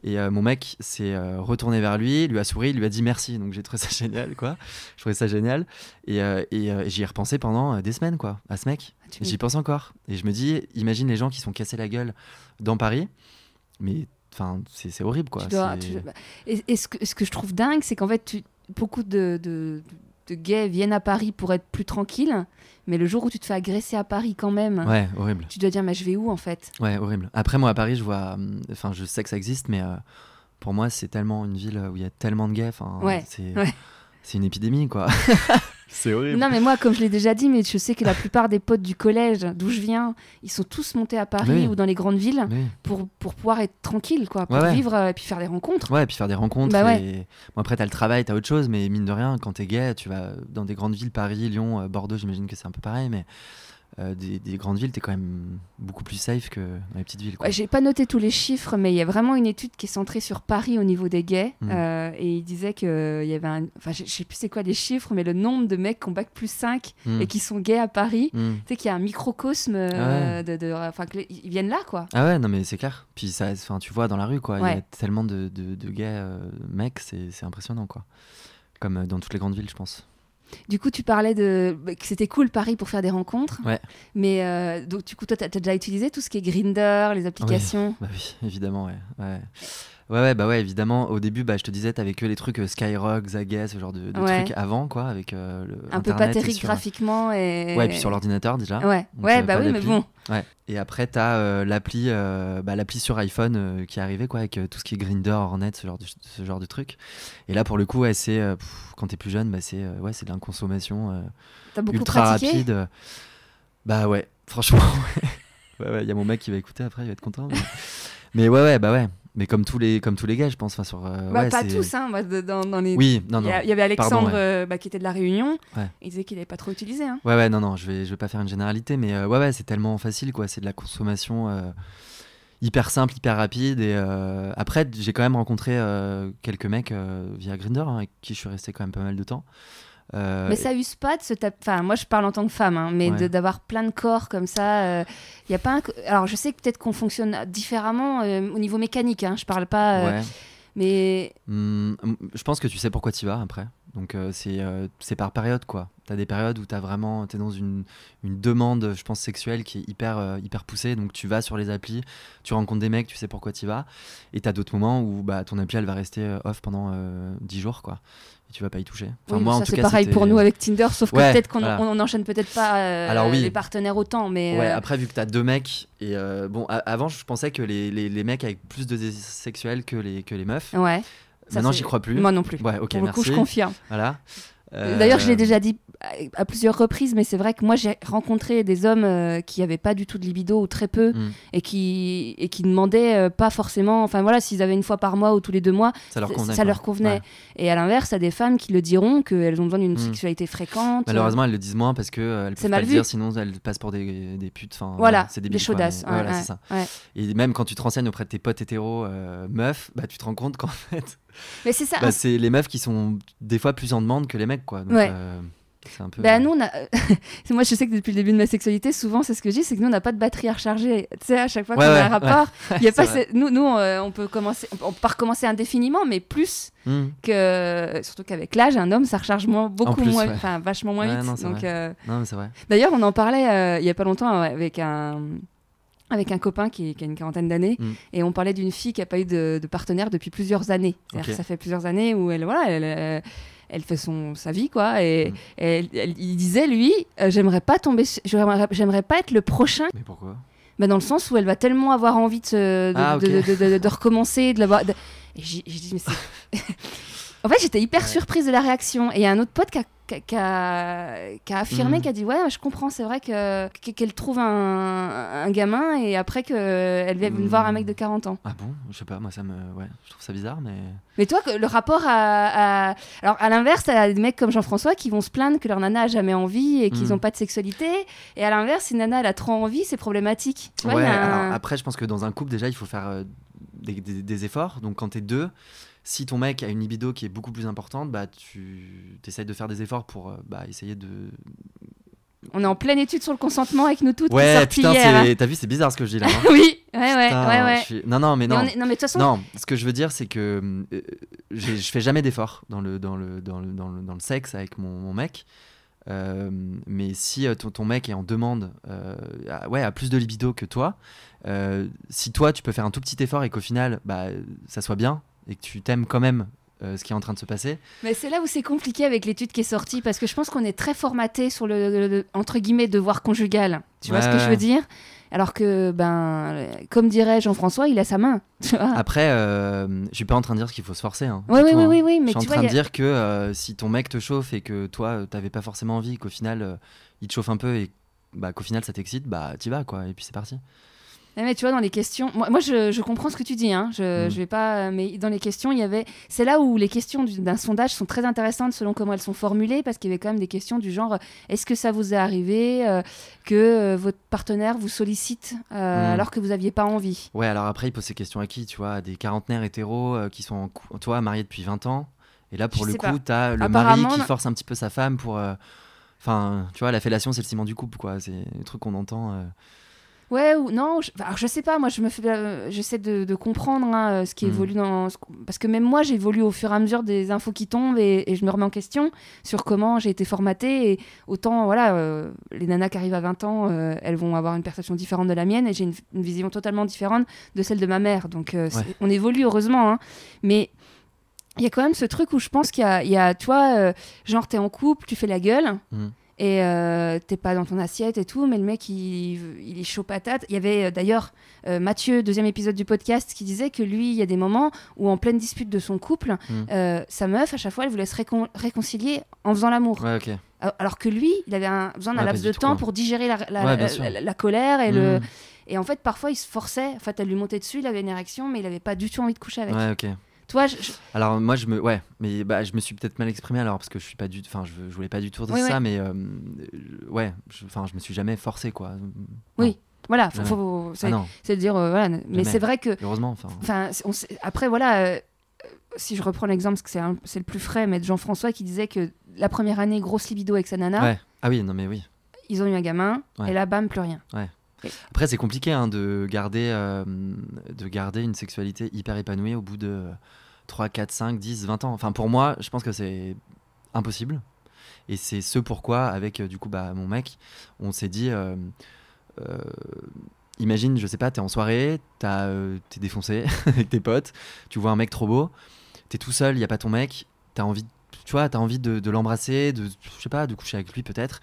S2: Et euh, mon mec s'est euh, retourné vers lui, lui a souri, il lui a dit merci. Donc j'ai trouvé ça génial, quoi. Je trouvais ça génial. Et, euh, et, euh, j'y ai repensé pendant euh, des semaines, quoi, à ce mec.
S1: Ah, tu
S2: Et
S1: me-
S2: J'y pense encore. Et je me dis, imagine les gens qui sont cassés la gueule dans Paris. Mais enfin, c'est c'est horrible, quoi.
S1: tu dois-
S2: C'est-
S1: tu- Et, et ce, que, ce que je trouve dingue, c'est qu'en fait, tu- beaucoup de, de- de gays viennent à Paris pour être plus tranquilles, mais le jour où tu te fais agresser à Paris quand même,
S2: Ouais, horrible.
S1: tu dois dire, mais je vais où en fait
S2: Ouais, horrible. Après, moi, à Paris, je vois. hum, Enfin, je sais que ça existe, mais euh, pour moi, c'est tellement une ville où il y a tellement de gays. Enfin,
S1: Ouais,
S2: c'est
S1: ouais.
S2: c'est une épidémie, quoi. c'est horrible.
S1: Non, mais moi, comme je l'ai déjà dit, mais je sais que la plupart des potes du collège d'où je viens, ils sont tous montés à Paris
S2: Oui.
S1: ou dans les grandes villes
S2: Oui.
S1: pour, pour pouvoir être tranquille, quoi, pour
S2: Ouais, ouais.
S1: vivre euh, et puis faire des rencontres.
S2: Ouais, et puis faire des rencontres.
S1: Bah ouais.
S2: et- Bon, après, t'as le travail, t'as autre chose, mais mine de rien, quand t'es gay, tu vas dans des grandes villes, Paris, Lyon, euh, Bordeaux, j'imagine que c'est un peu pareil, mais euh, des, des grandes villes, t'es quand même beaucoup plus safe que dans les petites villes. Quoi.
S1: Ouais, J'ai pas noté tous les chiffres, mais il y a vraiment une étude qui est centrée sur Paris au niveau des gays.
S2: Mm.
S1: euh, et il disait que euh, il y avait un. Enfin, je je sais plus c'est quoi les chiffres, mais le nombre de mecs qui ont bac plus 5
S2: Mm.
S1: et qui sont gays à Paris,
S2: Mm.
S1: tu sais qu'il y a un microcosme. euh, de, de- enfin, que les- ils viennent là, quoi.
S2: Ah ouais, non, mais c'est clair. Puis ça, enfin, tu vois, dans la rue, quoi, il y a
S1: Ouais.
S2: tellement de, de, de gays euh, mecs, c'est c'est impressionnant, quoi. Comme euh, dans toutes les grandes villes, je pense.
S1: Du coup, tu parlais de bah, que c'était cool Paris pour faire des rencontres.
S2: Ouais.
S1: Mais euh, donc, du coup, toi, tu as, déjà utilisé tout ce qui est Grinder, les applications.
S2: Bah oui, évidemment, ouais. Ouais, ouais, ouais, bah ouais, évidemment. Au début, bah, je te disais, t'avais que les trucs euh, Skyrock, Zagay, ce genre de, de
S1: Ouais.
S2: trucs avant, quoi, avec euh, le
S1: Un peu
S2: Internet et
S1: patérique
S2: sur-
S1: graphiquement. Et...
S2: Ouais, et puis sur l'ordinateur déjà.
S1: Ouais,
S2: Donc,
S1: ouais
S2: euh,
S1: bah
S2: pas
S1: oui, mais
S2: d'appli.
S1: bon.
S2: Ouais. Et après, t'as euh, l'appli, euh, bah, l'appli sur iPhone euh, qui est arrivée, quoi, avec euh, tout ce qui est Grinder, Hornet, ce genre de, ce genre de truc. Et là, pour le coup, ouais, c'est euh, pff, quand t'es plus jeune, bah, c'est euh, ouais, c'est de l'inconsommation euh,
S1: T'as beaucoup
S2: ultra
S1: pratiqué.
S2: rapide. euh, Bah ouais, franchement, ouais. Ouais, ouais, il y a mon mec qui va écouter après, il va être content. Mais, mais ouais, ouais, bah ouais. Mais comme tous les, comme tous les gars, je pense. Enfin, sur, euh,
S1: Bah,
S2: ouais,
S1: pas
S2: c'est-
S1: tous, hein. bah, de- dans, dans les...
S2: Oui, non,
S1: il,
S2: non.
S1: y a- il y avait Alexandre
S2: Pardon, ouais.
S1: euh, bah, qui était de la Réunion.
S2: Ouais.
S1: Il disait qu'il n'avait pas trop utilisé. Hein.
S2: Ouais, ouais, non, non, je vais, je vais pas faire une généralité, mais euh, ouais, ouais, c'est tellement facile, quoi. C'est de la consommation euh, hyper simple, hyper rapide. Et euh, après, j'ai quand même rencontré euh, quelques mecs euh, via Grinder, avec qui je suis resté quand même pas mal de temps. Euh,
S1: mais ça use pas de se taper. Enfin, moi, je parle en tant que femme, hein, mais
S2: Ouais.
S1: de- d'avoir plein de corps comme ça. euh, Il y a pas un co- Alors, je sais que peut-être qu'on fonctionne différemment euh, au niveau mécanique. Hein, je parle
S2: et-
S1: pas. euh,
S2: ouais.
S1: Mais
S2: Hum, hum, je pense que tu sais pourquoi tu vas après. Donc euh, c'est euh, c'est par période quoi. T'as des périodes où t'as vraiment t'es dans une, une demande, je pense sexuelle qui est hyper euh, hyper poussée. Donc tu vas sur les applis, tu rencontres des mecs, tu sais pourquoi tu vas. Et t'as d'autres moments où bah ton appli elle va rester euh, off pendant euh, 10 jours quoi. Et tu vas pas y toucher. Enfin
S1: Oui,
S2: moi
S1: ça,
S2: en tout
S1: c'est
S2: cas
S1: pareil
S2: c'était-
S1: pour nous avec Tinder, sauf que
S2: Ouais,
S1: peut-être qu'on
S2: voilà.
S1: on n'enchaîne peut-être pas euh,
S2: Alors oui.
S1: les partenaires autant, mais
S2: Ouais,
S1: euh,
S2: après, vu que t'as deux mecs, et euh, bon, a- avant, je pensais que les, les, les mecs avec plus de désir sexuel que les, que les meufs.
S1: ouais, ça,
S2: Maintenant,
S1: c'est-
S2: j'y crois plus.
S1: moi non plus.
S2: Ouais, ok,
S1: Pour le
S2: merci.
S1: coup, je confirme.
S2: Voilà. Euh,
S1: D'ailleurs, je l'ai déjà dit à, à plusieurs reprises, mais c'est vrai que moi, j'ai rencontré des hommes euh, qui n'avaient pas du tout de libido ou très peu
S2: Mm.
S1: et, qui, et qui demandaient euh, pas forcément. Enfin voilà, s'ils avaient une fois par mois ou tous les deux mois,
S2: Ça leur convenait.
S1: ça
S2: quoi.
S1: leur convenait.
S2: Ouais.
S1: Et à l'inverse, à des femmes qui le diront qu'elles ont besoin d'une
S2: Mm.
S1: sexualité fréquente.
S2: Malheureusement, elles le disent moins parce que euh, elles
S1: euh, C'est
S2: peuvent pas
S1: mal
S2: le
S1: vu.
S2: dire, sinon elles passent pour des, des putes. Enfin,
S1: Voilà,
S2: c'est
S1: des
S2: débile, quoi,
S1: chaudasses,
S2: mais-
S1: ouais,
S2: voilà,
S1: ouais,
S2: c'est ça.
S1: ouais.
S2: Et même quand tu te renseignes auprès de tes potes hétéros euh, meufs, bah tu te rends compte qu'en fait,
S1: Mais c'est ça.
S2: bah, c'est les meufs qui sont des fois plus en demande que les mecs, quoi. Donc,
S1: Ouais.
S2: euh, c'est un peu.
S1: Ben nous, on a... c'est- moi je sais que depuis le début de ma sexualité, souvent c'est ce que je dis, c'est que nous on n'a pas de batterie à recharger. Tu sais, à chaque fois
S2: Ouais,
S1: qu'on
S2: ouais,
S1: a un rapport, il y a
S2: c'est
S1: pas.
S2: vrai.
S1: ce- Nous, nous euh, on peut commencer, on peut- on peut pas recommencer indéfiniment, mais plus
S2: Hmm.
S1: que surtout qu'avec l'âge, un homme ça recharge moins, beaucoup
S2: plus,
S1: moins,
S2: ouais.
S1: enfin vachement moins
S2: Ouais,
S1: vite.
S2: non, c'est
S1: Donc
S2: vrai.
S1: euh,
S2: Non, mais c'est vrai.
S1: d'ailleurs, on en parlait euh, il y a pas longtemps avec un avec un copain qui, qui a une quarantaine d'années
S2: Mm.
S1: et on parlait d'une fille qui a pas eu de, de partenaire depuis plusieurs années. C'est-à-dire
S2: Ok.
S1: que ça fait plusieurs années où elle voilà, elle, euh, elle fait son sa vie quoi et,
S2: Mm.
S1: et elle- elle- il disait lui, euh, j'aimerais pas tomber, su- j'aimerais j'aimerais pas être le prochain
S2: Mais pourquoi
S1: bah, dans le sens où elle va tellement avoir envie de, se- de,
S2: Ah,
S1: de-
S2: ok.
S1: de- de- de- de recommencer, de l'avoir. de- Et j'ai j'ai dit, mais c'est. en fait, j'étais hyper
S2: Ouais.
S1: surprise de la réaction. Et il y a un autre pote qui a, qui a- qui a- qui a affirmé,
S2: Mhm.
S1: qui a dit, ouais, je comprends, c'est vrai que que- qu'elle trouve un, un gamin et après qu'elle vienne
S2: Mhm.
S1: voir un mec de 40 ans.
S2: Ah bon Je sais pas, moi ça me. Ouais, je trouve ça bizarre, mais.
S1: Mais toi, que- le rapport à. à- Alors, à l'inverse, t'as des mecs comme Jean-François qui vont se plaindre que leur nana a jamais envie et qu'ils
S2: Mhm.
S1: n'ont pas de sexualité. Et à l'inverse, si nana, elle a trop envie, c'est problématique. Tu vois, il
S2: ouais, euh,
S1: y a un-
S2: alors après, je pense que dans un couple, déjà, il faut faire euh, des, des- des efforts. Donc, quand t'es deux, si ton mec a une libido qui est beaucoup plus importante, bah, tu essayes de faire des efforts pour euh, bah, essayer de.
S1: On est en pleine étude sur le consentement avec nous toutes qui est
S2: Ouais,
S1: sortie
S2: putain,
S1: hier.
S2: c'est- t'as vu, c'est bizarre ce que je dis là. hein.
S1: oui, ouais, ouais,
S2: Putain,
S1: ouais, ouais.
S2: je suis- Non, non, mais
S1: Mais
S2: non.
S1: on est- Non, mais de toute façon,
S2: Non, ce que je veux dire, c'est que euh, j'ai- je fais jamais d'efforts dans le, dans, le, dans, le, dans, le, dans le sexe avec mon, mon mec. Euh, mais si euh, ton, ton mec est en demande, euh, à- ouais, a plus de libido que toi, euh, si toi tu peux faire un tout petit effort et qu'au final bah, ça soit bien et que tu t'aimes quand même euh, ce qui est en train de se passer,
S1: mais c'est là où c'est compliqué avec l'étude qui est sortie parce que je pense qu'on est très formaté sur le, le- le- entre guillemets devoir conjugal. Tu vois
S2: Ouais,
S1: ce que je veux
S2: ouais.
S1: dire Alors que ben, euh, comme dirait Jean-François, il a sa main. Tu vois
S2: après euh, je suis pas en train de dire qu'il faut se forcer. hein,
S1: Ah. oui,
S2: du
S1: oui,
S2: tout,
S1: oui,
S2: hein.
S1: oui, oui,
S2: je
S1: mais
S2: suis en
S1: tu
S2: train
S1: vois, il
S2: de
S1: y a-
S2: dire que euh, si ton mec te chauffe et que toi euh, t'avais pas forcément envie, qu'au final euh, il te chauffe un peu et bah, qu'au final ça t'excite, bah t'y vas quoi, et puis c'est parti.
S1: Ouais, mais tu vois, dans les questions, moi, moi, je, je comprends ce que tu dis, hein. je,
S2: Mm.
S1: je vais pas, mais dans les questions, il y avait, c'est là où les questions du- d'un sondage sont très intéressantes selon comment elles sont formulées, parce qu'il y avait quand même des questions du genre, euh, est-ce que ça vous est arrivé euh, que euh, votre partenaire vous sollicite euh,
S2: Mm.
S1: alors que vous aviez pas envie
S2: Ouais, alors après, il pose ces questions à qui, tu vois, à des quarantenaires hétéros euh, qui sont, en cou- toi, mariés depuis 20 ans. Et là, pour
S1: Je
S2: le
S1: sais
S2: coup, t'as le mari
S1: Apparemment,
S2: qui
S1: non.
S2: force un petit peu sa femme pour. euh, Enfin, tu vois, la fellation, c'est le ciment du couple, quoi. C'est le truc qu'on entend. euh.
S1: Ouais ou non je, bah, Alors je sais pas, moi je me fais, euh, j'essaie de, de comprendre hein, euh, ce qui
S2: Mm.
S1: évolue dans, ce qu'on- parce que même moi j'évolue au fur et à mesure des infos qui tombent et, et je me remets en question sur comment j'ai été formatée et autant voilà euh, les nanas qui arrivent à 20 ans, euh, elles vont avoir une perception différente de la mienne et j'ai une, une vision totalement différente de celle de ma mère. Donc euh, c'est-
S2: Ouais.
S1: on évolue heureusement, hein. mais il y a quand même ce truc où je pense qu'il y a, il y a tu vois, euh, genre t'es en couple, tu fais la gueule.
S2: Mm.
S1: Et euh, t'es pas dans ton assiette et tout, mais le mec il, il est chaud patate. Il y avait euh, d'ailleurs euh, Mathieu, deuxième épisode du podcast, qui disait que lui, il y a des moments où en pleine dispute de son couple,
S2: Mm.
S1: euh, sa meuf à chaque fois elle voulait se récon- réconcilier en faisant l'amour.
S2: Ouais, ok.
S1: A- Alors que lui, il avait un, besoin d'un
S2: Ouais,
S1: laps
S2: pas du
S1: de
S2: tout,
S1: temps
S2: quoi.
S1: pour digérer la, la-
S2: Ouais, bien
S1: la-
S2: sûr.
S1: la- la colère et le.
S2: Mm.
S1: Et en fait, parfois il se forçait. En fait, elle lui montait dessus, il avait une érection, mais il avait pas du tout envie de coucher avec.
S2: Ouais, ok.
S1: Toi, je- je-
S2: Alors moi je me ouais mais bah je me suis peut-être mal exprimé alors parce que je suis pas du enfin je, je voulais pas du tout dire
S1: Oui,
S2: ça mais euh, euh, ouais je- enfin je me suis jamais forcé quoi
S1: Oui, voilà, faut-
S2: Ouais.
S1: faut-
S2: ah
S1: c'est
S2: non
S1: c'est de dire euh, voilà. Mais
S2: Jamais.
S1: c'est vrai que
S2: heureusement enfin
S1: Enfin, c'est- on sait- après, voilà, euh, euh, si je reprends l'exemple, parce que c'est un- c'est le plus frais, mais de Jean-François qui disait que la première année, grosse libido avec sa nana,
S2: ouais ah oui non mais oui
S1: ils ont eu un gamin,
S2: Ouais.
S1: et là, bam, plus rien.
S2: Après, c'est compliqué hein, de, garder, euh, de garder une sexualité hyper épanouie au bout de euh, 3, 4, 5, 10, 20 ans. Enfin, pour moi, je pense que c'est impossible. Et c'est ce pourquoi, avec euh, du coup bah, mon mec, on s'est dit euh, euh, imagine, je sais pas, t'es en soirée, t'as, euh, t'es défoncé avec tes potes, tu vois un mec trop beau, t'es tout seul, y a pas ton mec, t'as envie, tu vois, t'as envie de, de l'embrasser, de, je sais pas, de coucher avec lui peut-être.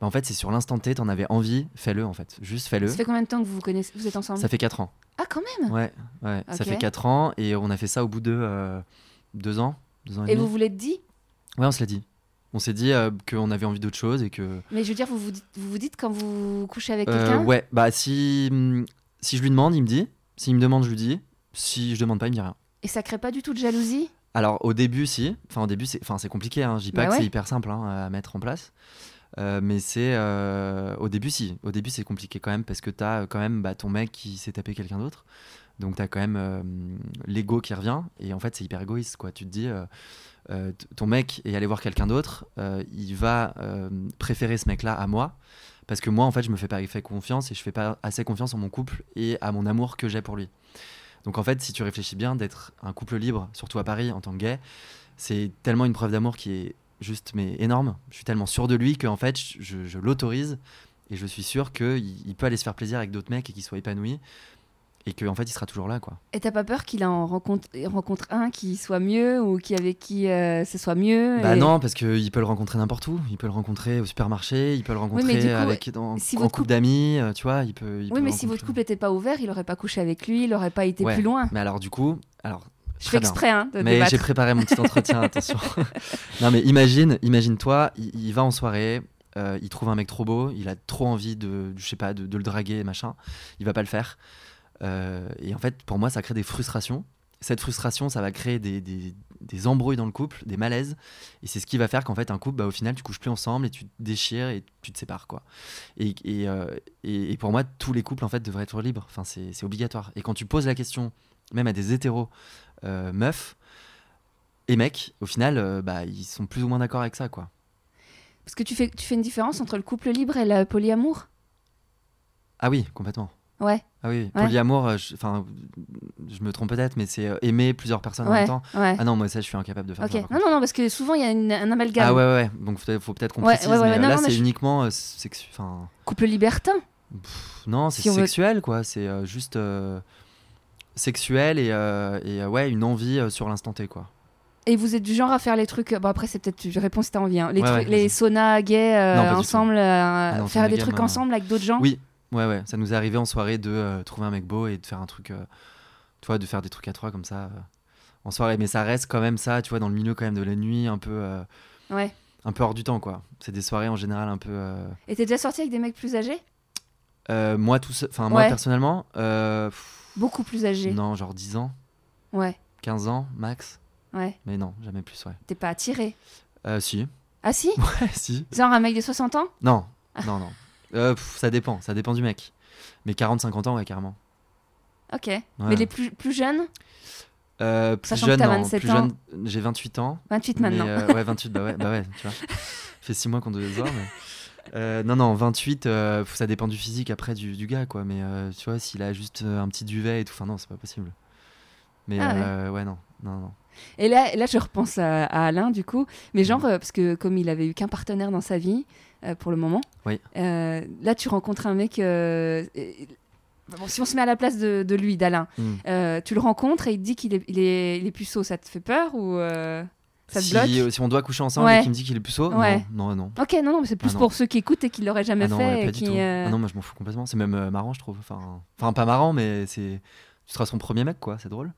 S2: Bah, en fait, c'est sur l'instant T, t'en avais envie, fais-le en fait, juste fais-le.
S1: Ça fait combien de temps que vous vous connaissez Vous êtes ensemble
S2: Ça fait 4 ans.
S1: Ah, quand même
S2: Ouais, ouais. Ça
S1: Ok.
S2: fait 4 ans et on a fait ça au bout de 2 ans. euh, Deux ans et,
S1: Et
S2: demi.
S1: vous vous l'êtes dit
S2: Ouais, on se l'a dit. On s'est dit euh, qu'on avait envie d'autre chose et que.
S1: Mais je veux dire, vous vous dites, vous vous dites quand vous couchez avec
S2: Euh,
S1: quelqu'un
S2: ouais, bah si, hum, si je lui demande, il me dit. S'il me demande, je lui dis. Si je demande pas, il me dit rien.
S1: et ça crée pas du tout de jalousie
S2: Alors au début, si. Enfin, au début, c'est enfin, c'est compliqué. Hein. Je dis pas
S1: Bah
S2: que
S1: ouais.
S2: c'est hyper simple hein, à mettre en place. Euh, mais c'est. euh, au début, si. Au début, c'est compliqué quand même parce que t'as euh, quand même bah, ton mec qui s'est tapé quelqu'un d'autre. Donc t'as quand même euh, l'ego qui revient. Et en fait, c'est hyper égoïste, quoi. Tu te dis. euh, euh, t- ton mec est allé voir quelqu'un d'autre, euh, il va euh, préférer ce mec-là à moi, parce que moi, en fait, je me fais pas fait confiance et je fais pas assez confiance en mon couple et à mon amour que j'ai pour lui. Donc en fait, si tu réfléchis bien, d'être un couple libre, surtout à Paris en tant que gay, c'est tellement une preuve d'amour qui est juste mais énorme. Je suis tellement sûr de lui que en fait, je, je- je l'autorise et je suis sûr qu'il il peut aller se faire plaisir avec d'autres mecs et qu'il soit épanoui et qu'en en fait, il sera toujours là, quoi.
S1: Et t'as pas peur qu'il en rencontre, il rencontre un qui soit mieux ou qui avec qui euh, ce soit mieux
S2: Bah
S1: et-
S2: non, parce qu'il peut le rencontrer n'importe où. Il peut le rencontrer au supermarché, il peut le rencontrer
S1: mais du coup,
S2: avec, dans-
S1: si
S2: en
S1: votre
S2: couple,
S1: couple-
S2: d'amis, euh, tu vois. Il peut, il peut
S1: Oui,
S2: le
S1: mais si votre
S2: rencontrer.
S1: couple n'était pas ouvert, il aurait pas couché avec lui, il aurait pas été
S2: Ouais.
S1: plus loin.
S2: Mais alors, du coup, alors,
S1: Je
S2: très
S1: fais
S2: bien.
S1: exprès hein, de
S2: Mais j'ai
S1: débattre.
S2: préparé mon petit entretien, attention. non, mais imagine, imagine-toi, il, il va en soirée, euh, il trouve un mec trop beau, il a trop envie de, je sais pas, de, de le draguer, machin. Il va pas le faire. Euh, et en fait, pour moi, ça crée des frustrations. Cette frustration, ça va créer des, des- des embrouilles dans le couple, des malaises. Et c'est ce qui va faire qu'en fait, un couple, bah, au final, tu couches plus ensemble et tu te déchires et tu te sépares, quoi. Et, et, euh, et- et pour moi, tous les couples, en fait, devraient être libres. Enfin, c'est c'est obligatoire. Et quand tu poses la question, même à des hétéros euh, meufs, et mecs, au final, euh, bah, ils sont plus ou moins d'accord avec ça, quoi.
S1: Parce que tu fais, tu fais une différence entre le couple libre et le polyamour
S2: Ah oui, complètement.
S1: Ouais,
S2: Ah oui,
S1: Ouais.
S2: polyamour, euh, je- enfin, je me trompe peut-être, mais c'est euh, aimer plusieurs personnes en
S1: ouais,
S2: même temps.
S1: ouais.
S2: Ah non, moi ça, je suis incapable de faire
S1: ok.
S2: ça. par
S1: Non,
S2: contre.
S1: non, non, parce que souvent il y a une- un amalgame.
S2: ah ouais, ouais, ouais. donc faut, faut peut-être qu'on
S1: Ouais,
S2: précise,
S1: ouais, ouais,
S2: mais, euh,
S1: non,
S2: là,
S1: non, mais
S2: c'est
S1: je-
S2: uniquement euh, sexu- enfin,
S1: Couple libertin.
S2: pff, non, c'est
S1: Si on veut-
S2: sexuel, quoi. C'est euh, juste euh, sexuel et, euh, et, euh, ouais, une envie euh, sur l'instant T, quoi.
S1: Et vous êtes du genre à faire les trucs. Bon, après, c'est peut-être. Je réponds si t'as envie. hein. Les,
S2: Ouais,
S1: trucs,
S2: ouais,
S1: les
S2: vas-y.
S1: saunas gays euh,
S2: Non, pas du tout. Ah
S1: ensemble, euh,
S2: non,
S1: faire
S2: sauna
S1: des
S2: gay,
S1: trucs
S2: moi, non.
S1: ensemble avec d'autres gens.
S2: Oui, ouais, ouais. Ça nous est arrivé en soirée de euh, trouver un mec beau et de faire un truc, euh, tu vois, de faire des trucs à trois comme ça euh, en soirée. Mais ça reste quand même ça, tu vois, dans le milieu quand même de la nuit, un peu, euh,
S1: Ouais.
S2: un peu hors du temps, quoi. C'est des soirées en général un peu. euh,
S1: Et t'es déjà sorti avec des mecs plus âgés
S2: euh, moi, tout seul- enfin, moi
S1: Ouais.
S2: personnellement, euh, pff,
S1: Beaucoup plus âgés.
S2: non, genre 10 ans,
S1: Ouais,
S2: 15 ans max.
S1: ouais.
S2: Mais non, jamais plus, ouais.
S1: T'es pas attiré.
S2: Euh, si,
S1: Ah si
S2: ouais, si.
S1: Genre un mec de 60 ans
S2: Non,
S1: Ah.
S2: non, non. Euh, pff, ça dépend, ça dépend du mec. Mais 40-50 ans, ouais, carrément.
S1: Ok.
S2: Ouais.
S1: Mais les plus, plus jeunes
S2: Euh, plus
S1: Sachant que
S2: jeune,
S1: t'as
S2: non,
S1: 27
S2: plus jeune, j'ai 28 ans.
S1: 28
S2: Mais,
S1: maintenant.
S2: euh, ouais, 28, bah ouais, bah ouais, tu vois. Ça fait 6 mois qu'on devait se voir, mais. Euh, non, non, 28, euh, faut- ça dépend du physique après du, du gars, quoi. Mais euh, tu vois, s'il a juste euh, un petit duvet et tout, enfin non, c'est pas possible. Mais
S1: Ah ouais.
S2: euh, ouais. non, non, non.
S1: Et là, là, je repense à, à Alain, du coup. Mais
S2: Mhm.
S1: genre, euh, parce que comme il avait eu qu'un partenaire dans sa vie, euh, pour le moment,
S2: Oui.
S1: euh, là, tu rencontres un mec. euh, et- bon, si on se met à la place de, de lui, d'Alain,
S2: Mm.
S1: euh, tu le rencontres et il te dit qu'il est, il est, il est puceau, ça te fait peur ou euh, ça te
S2: si,
S1: bloque
S2: euh, si on doit coucher ensemble
S1: Ouais.
S2: et qu'il me dit qu'il est puceau,
S1: Ouais.
S2: non, non, non.
S1: Ok, non, non, mais c'est plus
S2: Ah non.
S1: pour ceux qui écoutent et qui l'auraient jamais
S2: Ah non, ouais,
S1: fait.
S2: pas
S1: et
S2: du
S1: qui,
S2: tout.
S1: euh,
S2: Ah non, moi je m'en fous complètement. C'est même euh, marrant, je trouve. Enfin, enfin, pas marrant, mais c'est. Tu seras son premier mec, quoi, c'est drôle.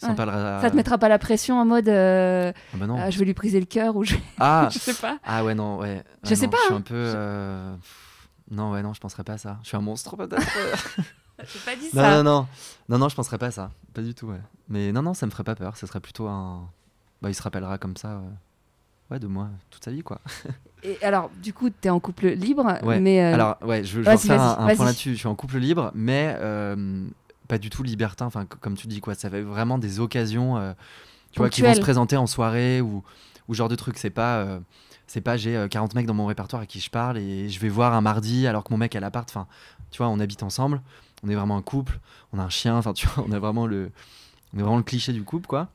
S2: Il s'en
S1: Ouais.
S2: parlera-
S1: Ça te mettra pas la pression en mode euh,
S2: Ah bah euh, non.
S1: euh, je vais lui briser le cœur ou je,
S2: Ah,
S1: je sais pas.
S2: Ah ouais, non, ouais.
S1: Je
S2: Ouais,
S1: sais
S2: non,
S1: pas,
S2: Je suis
S1: hein.
S2: un peu.
S1: Je-
S2: euh, pff, Non, ouais, non, je penserais pas à ça. Je suis un monstre, peut-être.
S1: J'ai pas dit
S2: non,
S1: ça.
S2: non, non. Non, non, je penserais pas à ça. Pas du tout, ouais. Mais non, non, ça me ferait pas peur. Ce serait plutôt un. Bah, il se rappellera comme ça. euh, Ouais, de moi, toute sa vie, quoi.
S1: Et alors, du coup, t'es en couple libre,
S2: Ouais.
S1: mais euh,
S2: Alors, ouais, je, je veux
S1: vas-y,
S2: refaire
S1: vas-y,
S2: un, un
S1: vas-y.
S2: point là-dessus. Je suis en couple libre, mais euh, pas du tout libertin. Enfin, c- comme tu dis, quoi. Ça fait vraiment des occasions, euh, tu vois, qui vont
S1: Ponctuelles.
S2: se présenter en soirée ou, ou genre de truc. C'est pas, euh, c'est pas j'ai euh, 40 mecs dans mon répertoire à qui je parle et je vais voir un mardi alors que mon mec a l'appart. Enfin, tu vois, on habite ensemble. On est vraiment un couple. On a un chien. Enfin, tu vois, on a vraiment le, on est vraiment le cliché du couple, quoi.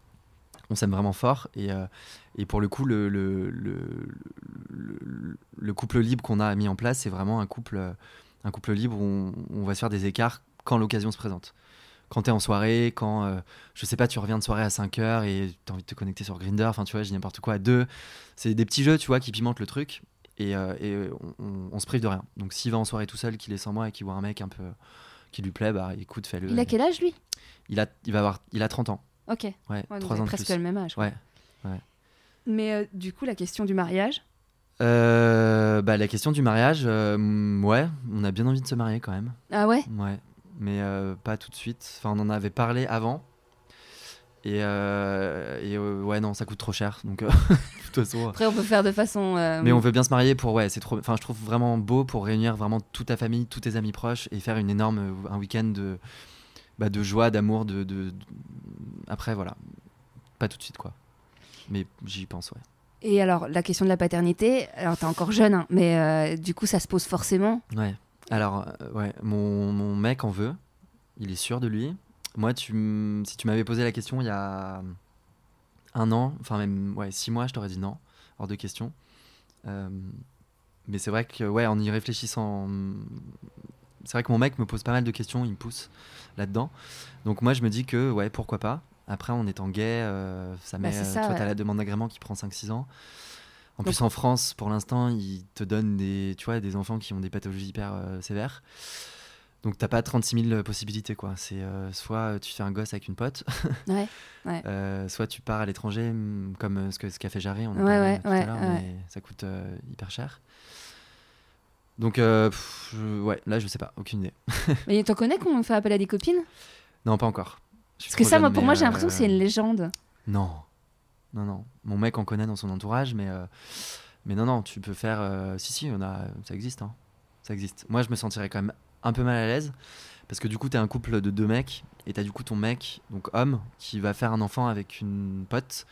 S2: On s'aime vraiment fort et, euh, et pour le coup, le, le, le, le- le- le couple libre qu'on a mis en place, c'est vraiment un couple, euh, un couple libre où on, on va se faire des écarts quand l'occasion se présente. Quand t'es en soirée, quand, euh, je sais pas, tu reviens de soirée à 5h et t'as envie de te connecter sur Grinder, enfin tu vois, j'ai n'importe quoi à 2. C'est des petits jeux, tu vois, qui pimentent le truc et, euh, et, euh, on, on- on se prive de rien. Donc s'il va en soirée tout seul, qu'il est sans moi et qu'il voit un mec un peu qui lui plaît, bah écoute, fais-le.
S1: il a quel âge lui
S2: il, a, il va avoir, il a 30 ans.
S1: Ok,
S2: Ouais,
S1: Ouais, donc
S2: 3
S1: vous
S2: ans
S1: avez
S2: de
S1: presque
S2: plus.
S1: le même âge.
S2: Ouais.
S1: Mais euh, du coup, la question du mariage,
S2: Euh, bah, la question du mariage, euh, mm, ouais, on a bien envie de se marier quand même.
S1: Ah ouais
S2: Ouais, mais euh, pas tout de suite. Enfin, on en avait parlé avant. Et, euh, et, euh, ouais, non, ça coûte trop cher. Donc, euh, de toute façon. euh,
S1: Après, on peut faire de façon. euh,
S2: Mais on veut bien se marier pour ouais, c'est trop. Enfin, je trouve vraiment beau pour réunir vraiment toute ta famille, tous tes amis proches et faire une énorme euh, un week-end de bah, de joie, d'amour, de, de- de- après voilà, pas tout de suite quoi. Mais j'y pense ouais.
S1: Et alors, la question de la paternité, alors t'es encore jeune, hein, mais euh, du coup, ça se pose forcément.
S2: Ouais. Alors euh, ouais, mon, mon mec en veut, il est sûr de lui. Moi, tu m- si tu m'avais posé la question il y a un an, enfin même ouais six mois, je t'aurais dit non, hors de question. Euh, mais c'est vrai que ouais, en y réfléchissant, c'est vrai que mon mec me pose pas mal de questions, il me pousse là-dedans. Donc moi, je me dis que ouais, pourquoi pas. Après, en étant gay, euh, ça
S1: Bah,
S2: met.
S1: c'est
S2: euh,
S1: ça,
S2: toi,
S1: ouais.
S2: t'as la demande d'agrément qui prend 5-6 ans. En
S1: Donc-
S2: plus, en France, pour l'instant, ils te donnent des, tu vois, des enfants qui ont des pathologies hyper euh, sévères. Donc t'as pas 36 000 possibilités quoi. C'est euh, soit tu fais un gosse avec une pote,
S1: Ouais, ouais.
S2: euh, soit tu pars à l'étranger hum, comme euh, ce que ce qu'a fait Jarry. On en a
S1: Ouais,
S2: parlé
S1: ouais,
S2: tout
S1: ouais,
S2: à l'heure,
S1: ouais.
S2: mais ça coûte euh, hyper cher. Donc euh, pff, je- ouais, là je sais pas, aucune idée.
S1: Mais t'en connais qu'on fait appel à des copines
S2: Non, pas encore. Je suis
S1: Parce que
S2: trop
S1: ça,
S2: jeune,
S1: moi, pour
S2: mais,
S1: moi, j'ai
S2: euh,
S1: l'impression que c'est une légende.
S2: Non, non, non. Mon mec en connaît dans son entourage, mais euh, mais non, non. Tu peux faire. euh, Si, si, on a. Ça existe, hein. Ça existe. Moi, je me sentirais quand même un peu mal à l'aise parce que du coup, t'es un couple de deux mecs et t'as du coup ton mec, donc homme, qui va faire un enfant avec une pote.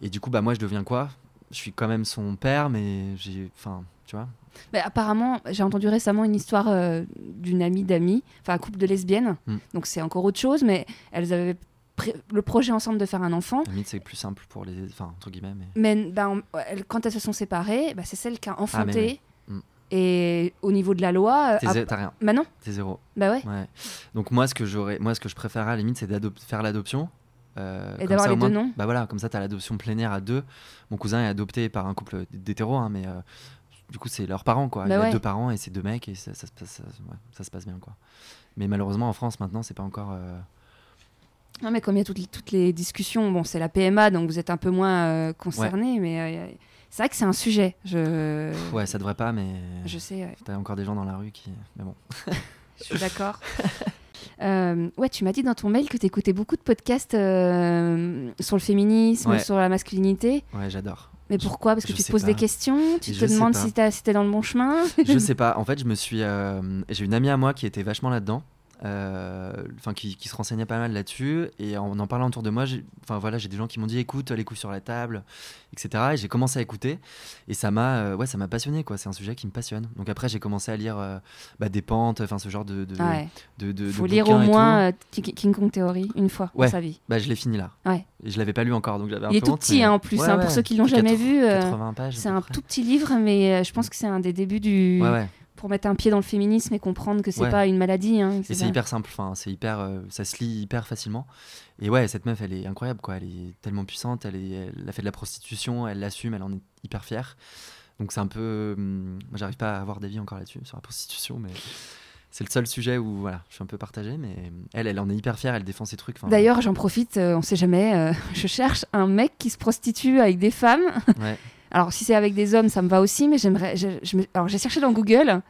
S2: Et du coup, bah moi, je deviens quoi Je suis quand même son père, mais j'ai. Enfin, tu vois.
S1: Mais apparemment, j'ai entendu récemment une histoire euh, d'une amie d'amis, enfin un couple de lesbiennes.
S2: Mm.
S1: Donc c'est encore autre chose, mais elles avaient pré- le projet ensemble de faire un enfant.
S2: La limite, c'est plus simple pour les. Enfin, entre guillemets, mais.
S1: Mais ben, on- elles- quand elles se sont séparées, bah, c'est celle qui a enfanté.
S2: Ah, mais ouais. Mm.
S1: Et au niveau de la loi, euh,
S2: T'es
S1: ah,
S2: zé- T'as rien.
S1: bah non,
S2: T'es zéro.
S1: bah ouais.
S2: Ouais. Donc moi, ce que j'aurais, moi, ce que je préférerais à la limite, c'est d'adop- faire l'adoption. euh,
S1: Et
S2: comme
S1: d'avoir
S2: ça, au
S1: les deux
S2: moins-
S1: noms.
S2: Bah voilà, comme ça, t'as l'adoption plénière à deux. Mon cousin est adopté par un couple d'hétéros, hein, mais euh, du coup, c'est leurs parents, quoi.
S1: Bah
S2: Il
S1: ouais.
S2: a deux parents et c'est deux mecs et ça, ça se passe, ça- ouais, ça se passe bien, quoi. Mais malheureusement, en France, maintenant, c'est pas encore. euh,
S1: Non, mais comme il y a toutes, les- toutes les discussions, bon, c'est la PMA, donc vous êtes un peu moins euh, concernés, mais euh, c'est vrai que c'est un sujet. Je,
S2: Ouais, ça devrait pas, mais.
S1: je sais, ouais,
S2: T'as encore des gens dans la rue qui. Mais bon.
S1: je suis d'accord. Euh, ouais, tu m'as dit dans ton mail que tu écoutais beaucoup de podcasts euh, sur le féminisme,
S2: Ouais.
S1: sur la masculinité.
S2: Ouais, j'adore.
S1: Mais pourquoi Parce que
S2: je
S1: tu te
S2: sais
S1: poses des
S2: pas.
S1: questions, tu
S2: Je
S1: te
S2: sais
S1: demandes
S2: pas.
S1: si t'as- si t'es dans le bon chemin.
S2: je sais pas. En fait, je me suis. euh, J'ai une amie à moi qui était vachement là-dedans. euh, Enfin, qui, qui se renseignait pas mal là-dessus. Et en en parlant autour de moi, j'ai- enfin voilà, j'ai des gens qui m'ont dit écoute les coups sur la table, etc. Et j'ai commencé à écouter. Et ça m'a, euh, ouais, ça m'a passionné quoi. C'est un sujet qui me passionne. Donc après, j'ai commencé à lire euh, bah, des pentes, enfin ce genre de. de,
S1: Ah ouais.
S2: de, de- de
S1: Faut lire au
S2: bouquins et tout.
S1: moins euh, Ki- Ki- King Kong Theory une fois
S2: Ouais.
S1: dans sa vie.
S2: Bah, je l'ai fini là.
S1: Ouais.
S2: Et je l'avais pas lu encore, donc j'avais un
S1: Il est
S2: peu
S1: tout
S2: honte,
S1: petit
S2: mais-
S1: hein, en plus,
S2: Ouais,
S1: hein,
S2: ouais.
S1: pour ceux qui l'ont
S2: C'est
S1: jamais
S2: 80
S1: vu. euh,
S2: 80 pages. à
S1: c'est
S2: peu
S1: un
S2: près.
S1: tout petit livre, mais euh, je pense que c'est un des débuts du.
S2: Ouais, ouais.
S1: pour mettre un pied dans le féminisme et comprendre que c'est
S2: Ouais.
S1: pas une maladie. hein,
S2: Et
S1: c'est
S2: c'est
S1: pas-
S2: hyper simple, enfin, c'est hyper, euh, ça se lit hyper facilement. Et ouais, cette meuf, elle est incroyable, quoi. Elle est tellement puissante, elle, est, elle a fait de la prostitution, elle l'assume, elle en est hyper fière. Donc c'est un peu, hum, moi j'arrive pas à avoir d'avis encore là-dessus sur la prostitution, mais c'est le seul sujet où voilà, je suis un peu partagé. Mais hum, elle, elle en est hyper fière, elle défend ses trucs. enfin,
S1: D'ailleurs, j'en profite, euh, on sait jamais, euh, je cherche un mec qui se prostitue avec des femmes.
S2: ouais.
S1: Alors, si c'est avec des hommes, ça me va aussi, mais j'aimerais. je- je me- Alors, j'ai cherché dans Google,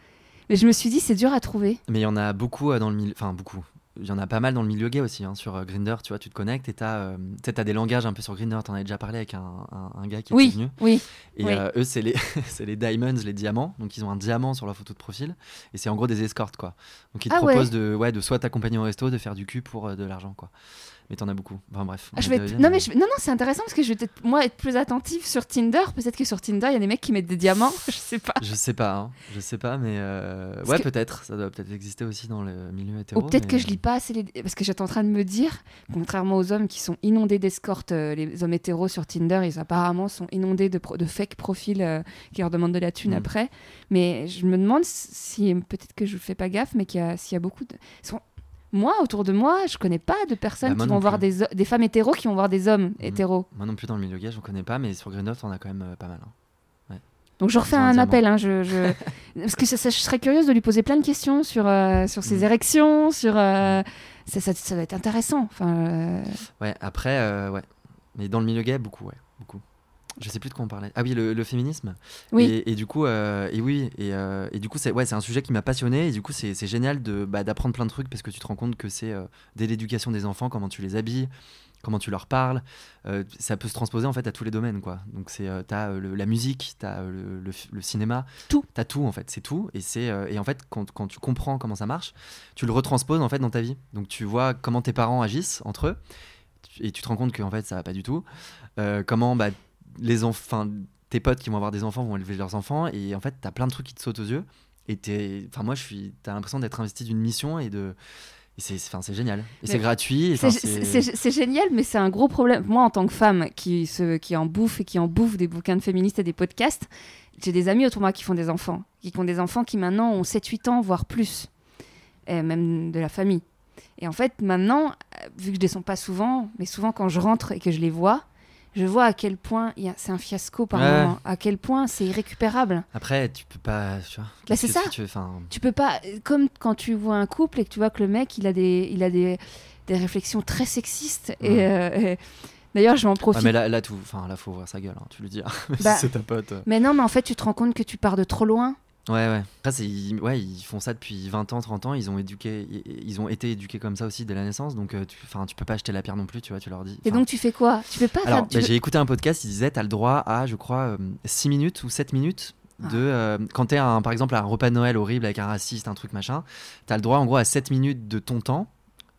S1: mais je me suis dit, c'est dur à trouver.
S2: Mais il y en a beaucoup euh, dans le milieu. Enfin, beaucoup. Il y en a pas mal dans le milieu gay aussi. hein, sur euh, Grindr, tu vois, tu te connectes et t'as euh, tu sais, t'as des langages un peu sur Grindr. T'en avais déjà parlé avec un, un- un gars qui
S1: Oui,
S2: est venu.
S1: oui,
S2: Et
S1: oui.
S2: euh, eux, c'est les, c'est les diamonds, les diamants. Donc, ils ont un diamant sur leur photo de profil. Et c'est en gros des escortes, quoi. Donc, ils te
S1: Ah ouais.
S2: proposent de, ouais, de soit t'accompagner au resto, de faire du cul pour euh, de l'argent, quoi. Mais t'en as beaucoup. Enfin, bref.
S1: Ah, je
S2: on
S1: vais
S2: y
S1: être-
S2: revient,
S1: Non, mais je vais- non, non, c'est intéressant parce que je vais peut-être, moi, être plus attentive sur Tinder. Peut-être que sur Tinder, il y a des mecs qui mettent des diamants, je sais pas.
S2: Je sais pas, hein. je sais pas, mais euh,
S1: Parce
S2: ouais,
S1: que-
S2: peut-être. Ça doit peut-être exister aussi dans le milieu hétéro.
S1: Ou peut-être
S2: mais,
S1: que je lis pas assez les... Parce que j'étais en train de me dire, contrairement aux hommes qui sont inondés d'escortes, euh, les hommes hétéros sur Tinder, ils apparemment sont inondés de, pro- de fake profils euh, qui leur demandent de la thune
S2: Mm.
S1: après. Mais je me demande si, peut-être que je fais pas gaffe, mais qu'il y a- s'il y a beaucoup de... ils sont- Moi, autour de moi, je connais pas de personnes
S2: Bah, moi
S1: qui
S2: non
S1: vont voir
S2: plus. Mm.
S1: des, ho- des femmes hétéros qui vont voir des hommes hétéros.
S2: Moi non plus, dans le milieu gay, j'en connais pas, mais sur Grindr, t'en as quand même euh, pas mal. hein.
S1: Donc je refais
S2: Ils ont un
S1: un
S2: diamant.
S1: appel, hein, je, je- parce que ça, ça- je serais curieuse de lui poser plein de questions sur, euh, sur ses
S2: Mm.
S1: érections, sur... euh, Ça, ça, ça va être intéressant. Enfin, euh,
S2: Ouais, après, euh, ouais. Mais dans le milieu gay, beaucoup, ouais. Beaucoup. je sais plus de quoi on parlait. Ah oui, le, le féminisme.
S1: Oui.
S2: Et, et du coup, euh, et oui, et, euh, et du coup, c'est ouais, c'est un sujet qui m'a passionné. Et du coup, c'est c'est génial de bah, d'apprendre plein de trucs parce que tu te rends compte que c'est euh, dès l'éducation des enfants, comment tu les habilles, comment tu leur parles, euh, ça peut se transposer en fait à tous les domaines, quoi. Donc c'est euh, t'as euh, le- la musique, t'as euh, le, le f- le cinéma,
S1: Tout.
S2: t'as tout en fait, c'est tout. Et c'est euh, et en fait quand, quand tu comprends comment ça marche, tu le retransposes en fait dans ta vie. Donc tu vois comment tes parents agissent entre eux tu- et tu te rends compte qu'en fait ça va pas du tout. Euh, comment bah, les enfants, tes potes qui vont avoir des enfants vont élever leurs enfants et en fait t'as plein de trucs qui te sautent aux yeux. Et t'es, enfin moi je suis, t'as l'impression d'être investi d'une mission et de, et c'est, enfin c'est génial. Et
S1: Mais
S2: c'est gratuit. et
S1: C'est-
S2: enfin,
S1: C'est c'est- c'est génial, mais c'est un gros problème. Moi, en tant que femme qui, se, qui en bouffe et qui en bouffe des bouquins de féministes et des podcasts, j'ai des amis autour de moi qui font des enfants, qui ont des enfants qui maintenant ont 7-8 ans, voire plus, euh, même de la famille. Et en fait, maintenant, euh, vu que je descends pas souvent, mais souvent quand je rentre et que je les vois, je vois à quel point il y a- c'est un fiasco par
S2: Ouais.
S1: moment, à quel point c'est irrécupérable.
S2: Après, tu peux pas. Tu vois,
S1: Bah, c'est
S2: qu'est-ce
S1: ça.
S2: que tu veux, enfin,
S1: Tu peux pas, comme quand tu vois un couple et que tu vois que le mec, il a des, il a des, des réflexions très sexistes.
S2: Mhm.
S1: Et, euh, et- d'ailleurs, je m'en
S2: ah,
S1: profite.
S2: mais là, là, tout, enfin, là, faut ouvrir sa gueule. hein, tu le dis. Même
S1: Bah.
S2: si c'est ta pote. euh.
S1: Mais non, mais en fait, tu te rends compte que tu pars de trop loin.
S2: Ouais, ouais. Après, c'est, ils, ouais, ils font ça depuis 20 ans, 30 ans. Ils ont éduqué, i- ils ont été éduqués comme ça aussi dès la naissance. Donc, euh, tu, enfin, tu peux pas acheter la pierre non plus. Tu vois, tu leur dis.
S1: Et
S2: Enfin,
S1: donc, tu fais quoi Tu peux pas
S2: alors,
S1: faire. tu
S2: bah,
S1: peux-
S2: j'ai écouté un podcast. Ils disaient, t'as le droit à, je crois, 6 minutes ou 7 minutes de
S1: Ah.
S2: euh, quand t'es un, par exemple à un repas de Noël horrible avec un raciste un truc machin t'as le droit en gros à 7 minutes de ton temps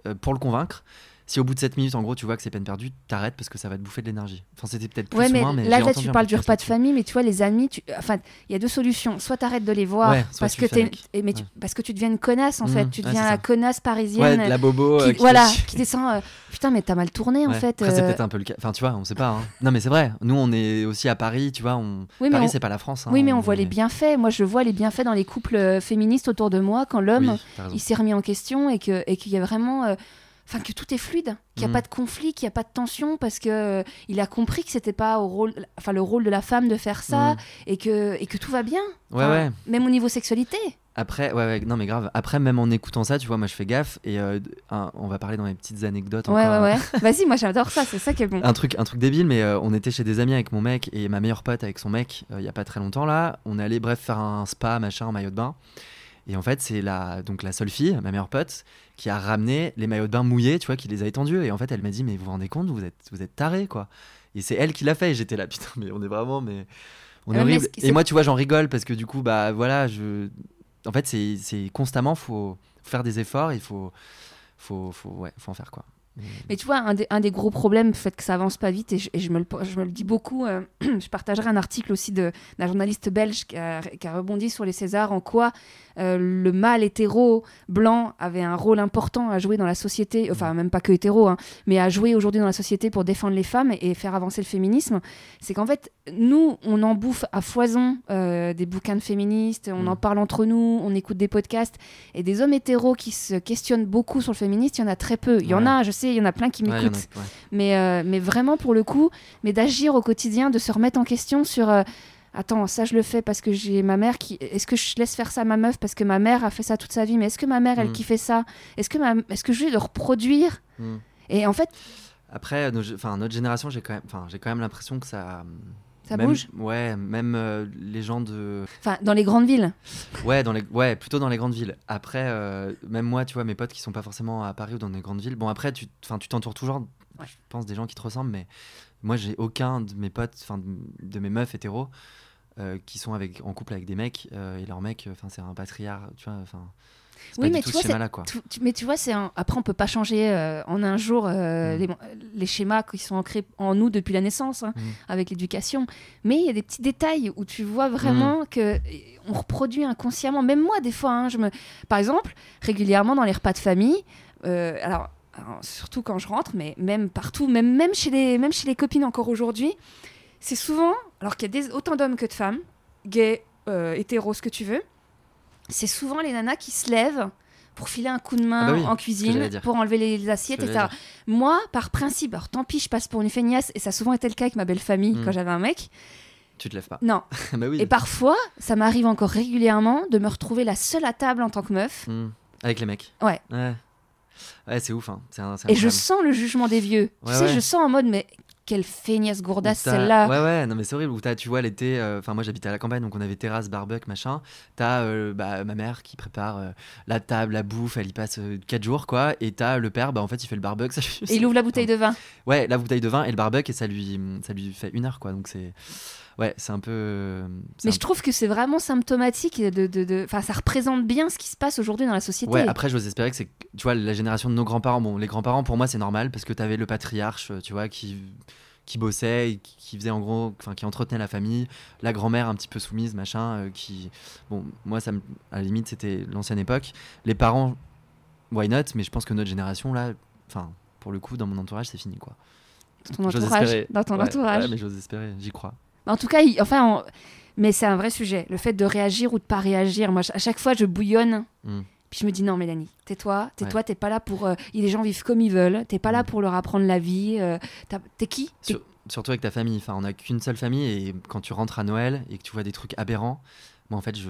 S2: euh, pour le convaincre si au bout de 7 minutes en gros tu vois que c'est peine perdue t'arrêtes parce que ça va te bouffer de l'énergie enfin c'était peut-être plus
S1: Ouais,
S2: ou
S1: mais,
S2: moins, mais
S1: là,
S2: j'ai
S1: là,
S2: entendu
S1: tu
S2: un
S1: parles du
S2: podcast
S1: repas de
S2: là-dessus.
S1: famille, mais tu vois, les amis, tu... enfin, il y a deux solutions. Soit t'arrêtes de les voir
S2: Ouais, soit
S1: parce,
S2: tu
S1: que
S2: fais
S1: t'es-
S2: avec.
S1: eh, mais tu-
S2: Ouais.
S1: parce que tu deviens une connasse, en
S2: Mhm,
S1: fait. Tu
S2: ouais,
S1: deviens
S2: c'est
S1: la
S2: ça.
S1: connasse
S2: Ouais,
S1: parisienne.
S2: de la bobo.
S1: qui,
S2: euh, qui-
S1: voilà,
S2: qui-
S1: qui descend. euh, Putain, mais t'as mal tourné, en
S2: Ouais.
S1: fait.
S2: Après, c'est
S1: euh,
S2: peut-être un peu le cas. Enfin, tu vois, on sait pas. hein. Non, mais c'est vrai. Nous, on est aussi à Paris, tu vois. On...
S1: Oui, mais
S2: Paris,
S1: on-
S2: c'est pas la France. hein.
S1: Oui, mais on voit
S2: est-
S1: les bienfaits. Moi, je vois les bienfaits dans les couples euh, féministes autour de moi quand l'homme,
S2: Oui, t'as raison.
S1: il s'est remis en question et que et qu'il y a vraiment euh, enfin que tout est fluide qu'il n'y a
S2: Mhm.
S1: pas de conflit qu'il n'y a pas de tension parce que euh, il a compris que c'était pas au rôle enfin le rôle de la femme de faire ça
S2: Mm.
S1: et que et que tout va bien
S2: Ouais,
S1: Enfin,
S2: ouais.
S1: même au niveau sexualité
S2: Après, ouais, ouais, non, mais grave. Après, même en écoutant ça, tu vois, moi, je fais gaffe. Et euh, un- on va parler dans les petites anecdotes.
S1: ouais
S2: encore,
S1: ouais ouais vas-y moi j'adore ça c'est ça qui est bon
S2: un truc un truc débile mais euh, on était chez des amis avec mon mec et ma meilleure pote avec son mec euh, il y a pas très longtemps là on allait bref faire un spa machin en maillot de bain et en fait c'est la donc la seule fille ma meilleure pote qui a ramené les maillots de bain mouillés tu vois qui les a étendus et en fait elle m'a dit mais vous vous rendez compte vous êtes vous êtes tarés quoi et c'est elle qui l'a fait et j'étais là putain mais on est vraiment mais on
S1: Ouais, Euh,
S2: est
S1: mais
S2: horrible
S1: est-ce que
S2: et
S1: c'est-
S2: moi tu vois j'en rigole parce que du coup bah voilà je en fait c'est c'est constamment faut faire des efforts il faut faut faut ouais faut en faire quoi
S1: mais tu vois un des, un des gros problèmes le fait que ça avance pas vite et je, et je me le je me le dis beaucoup euh, je partagerai un article aussi de d'un journaliste belge qui a, qui a rebondi sur les Césars en quoi euh, le mâle hétéro blanc avait un rôle important à jouer dans la société, enfin même pas que hétéro, hein, mais à jouer aujourd'hui dans la société pour défendre les femmes et faire avancer le féminisme. C'est qu'en fait, nous, on en bouffe à foison euh, des bouquins de féministes, on
S2: Mm.
S1: en parle entre nous, on écoute des podcasts, et des hommes hétéros qui se questionnent beaucoup sur le féminisme, il y en a très peu. Il y en
S2: Ouais.
S1: a, je sais, il y en a plein qui
S2: Ouais, il y en
S1: m'écoutent
S2: a- ouais.
S1: mais, euh, mais vraiment pour le coup, mais d'agir au quotidien, de se remettre en question sur euh, attends, ça je le fais parce que j'ai ma mère qui. Est-ce que je laisse faire ça à ma meuf parce que ma mère a fait ça toute sa vie, mais est-ce que ma mère elle
S2: Mm.
S1: qui fait ça Est-ce que, ma... est que je vais le reproduire
S2: Hmm.
S1: Et en fait,
S2: Après, nos gé- enfin, notre génération, j'ai quand même, enfin, j'ai quand même l'impression que ça. mm,
S1: ça
S2: même-
S1: bouge.
S2: Ouais, même euh, les gens de.
S1: Enfin, dans les grandes villes.
S2: Ouais, dans les, ouais, plutôt dans les grandes villes. Après, euh, même moi, tu vois, mes potes qui sont pas forcément à Paris ou dans les grandes villes. Bon, après, tu, enfin, tu t'entoures toujours,
S1: Ouais.
S2: je pense, des gens qui te ressemblent, mais moi, j'ai aucun de mes potes, enfin, de, de mes meufs hétéros. euh, qui sont avec, en couple avec des mecs euh, et leur mec, euh, enfin c'est un patriarche, tu vois, enfin. c'est
S1: Oui,
S2: pas
S1: mais
S2: du tout
S1: tu vois,
S2: ce schéma-là, quoi.
S1: Tu- tu- mais tu vois, c'est un- après, on peut pas changer euh, en un jour euh,
S2: Mm.
S1: les, les schémas qui sont ancrés en nous depuis la naissance, hein,
S2: Mm.
S1: avec l'éducation. Mais il y a des petits détails où tu vois
S2: Mm.
S1: vraiment que eh, on reproduit inconsciemment. Même moi, des fois, hein, je me, par exemple, régulièrement dans les repas de famille, euh, alors, alors, surtout quand je rentre, mais même partout, même même chez les même chez les copines encore aujourd'hui, c'est souvent, alors qu'il y a des- autant d'hommes que de femmes, gays, euh, hétéros, ce que tu veux, c'est souvent les nanas qui se lèvent pour filer un coup de main
S2: Ah bah oui,
S1: en
S2: que
S1: cuisine,
S2: j'allais dire.
S1: pour enlever les, les assiettes,
S2: Ce que
S1: etc.
S2: j'allais dire.
S1: Moi, par principe, alors tant pis, je passe pour une feignasse, et ça a souvent été le cas avec ma belle famille
S2: Mm.
S1: quand j'avais un mec.
S2: Tu te lèves pas.
S1: Non.
S2: bah oui.
S1: Et parfois, ça m'arrive encore régulièrement de me retrouver la seule à table en tant que meuf.
S2: Hmm. Avec les mecs.
S1: Ouais.
S2: Ouais, Ouais, c'est ouf, hein. C'est un, c'est un
S1: Et je
S2: problème.
S1: sens le jugement des vieux. tu
S2: Ouais,
S1: sais,
S2: ouais.
S1: je sens en mode, mais quelle feignasse gourdasse
S2: Ou t'as-
S1: celle-là.
S2: Ouais, ouais, non, mais c'est horrible. Où t'as, tu vois, l'été, euh, enfin, moi j'habitais à la campagne, donc on avait terrasse, barbecue, machin. T'as euh, bah, ma mère qui prépare euh, la table, la bouffe, elle y passe 4 jours, quoi. Et t'as le père, bah en fait, il fait le barbecue. Ça,
S1: Et il ouvre la bouteille de vin.
S2: Ouais, la bouteille de vin et le barbecue, et ça lui, ça lui fait une heure, quoi. Donc c'est. Ouais, c'est un peu. euh, c'est
S1: Mais
S2: un
S1: je trouve que c'est vraiment symptomatique. de- de- de- Enfin, ça représente bien ce qui se passe aujourd'hui dans la société.
S2: Ouais, après, j'ose espérer que c'est, tu vois, la génération de nos grands-parents. Bon, les grands-parents, pour moi, c'est normal parce que tu avais le patriarche, euh, tu vois, qui, qui bossait, et qui qui faisait en gros, enfin, qui entretenait la famille, la grand-mère un petit peu soumise, machin, euh, qui, bon, moi, ça, me- à la limite, c'était l'ancienne époque. Les parents, why not Mais je pense que notre génération, là, enfin, pour le coup, dans mon entourage, c'est fini, quoi.
S1: dans ton
S2: J'ose
S1: entourage.
S2: espérer.
S1: Dans ton
S2: Ouais,
S1: entourage.
S2: ouais, mais j'ose espérer, j'y crois.
S1: En tout cas, il- enfin, on- mais c'est un vrai sujet. Le fait de réagir ou de pas réagir. Moi, ch- à chaque fois, je bouillonne.
S2: Mm.
S1: Puis je me dis non, Mélanie, tais-toi, tais-toi, t'es pas là pour. euh, les gens vivent comme ils veulent. T'es pas là
S2: Mm.
S1: pour leur apprendre la vie. euh, t'as- t'es qui T'es-
S2: Sur- surtout avec ta famille. Enfin, on n'a qu'une seule famille et quand tu rentres à Noël et que tu vois des trucs aberrants, moi en fait je,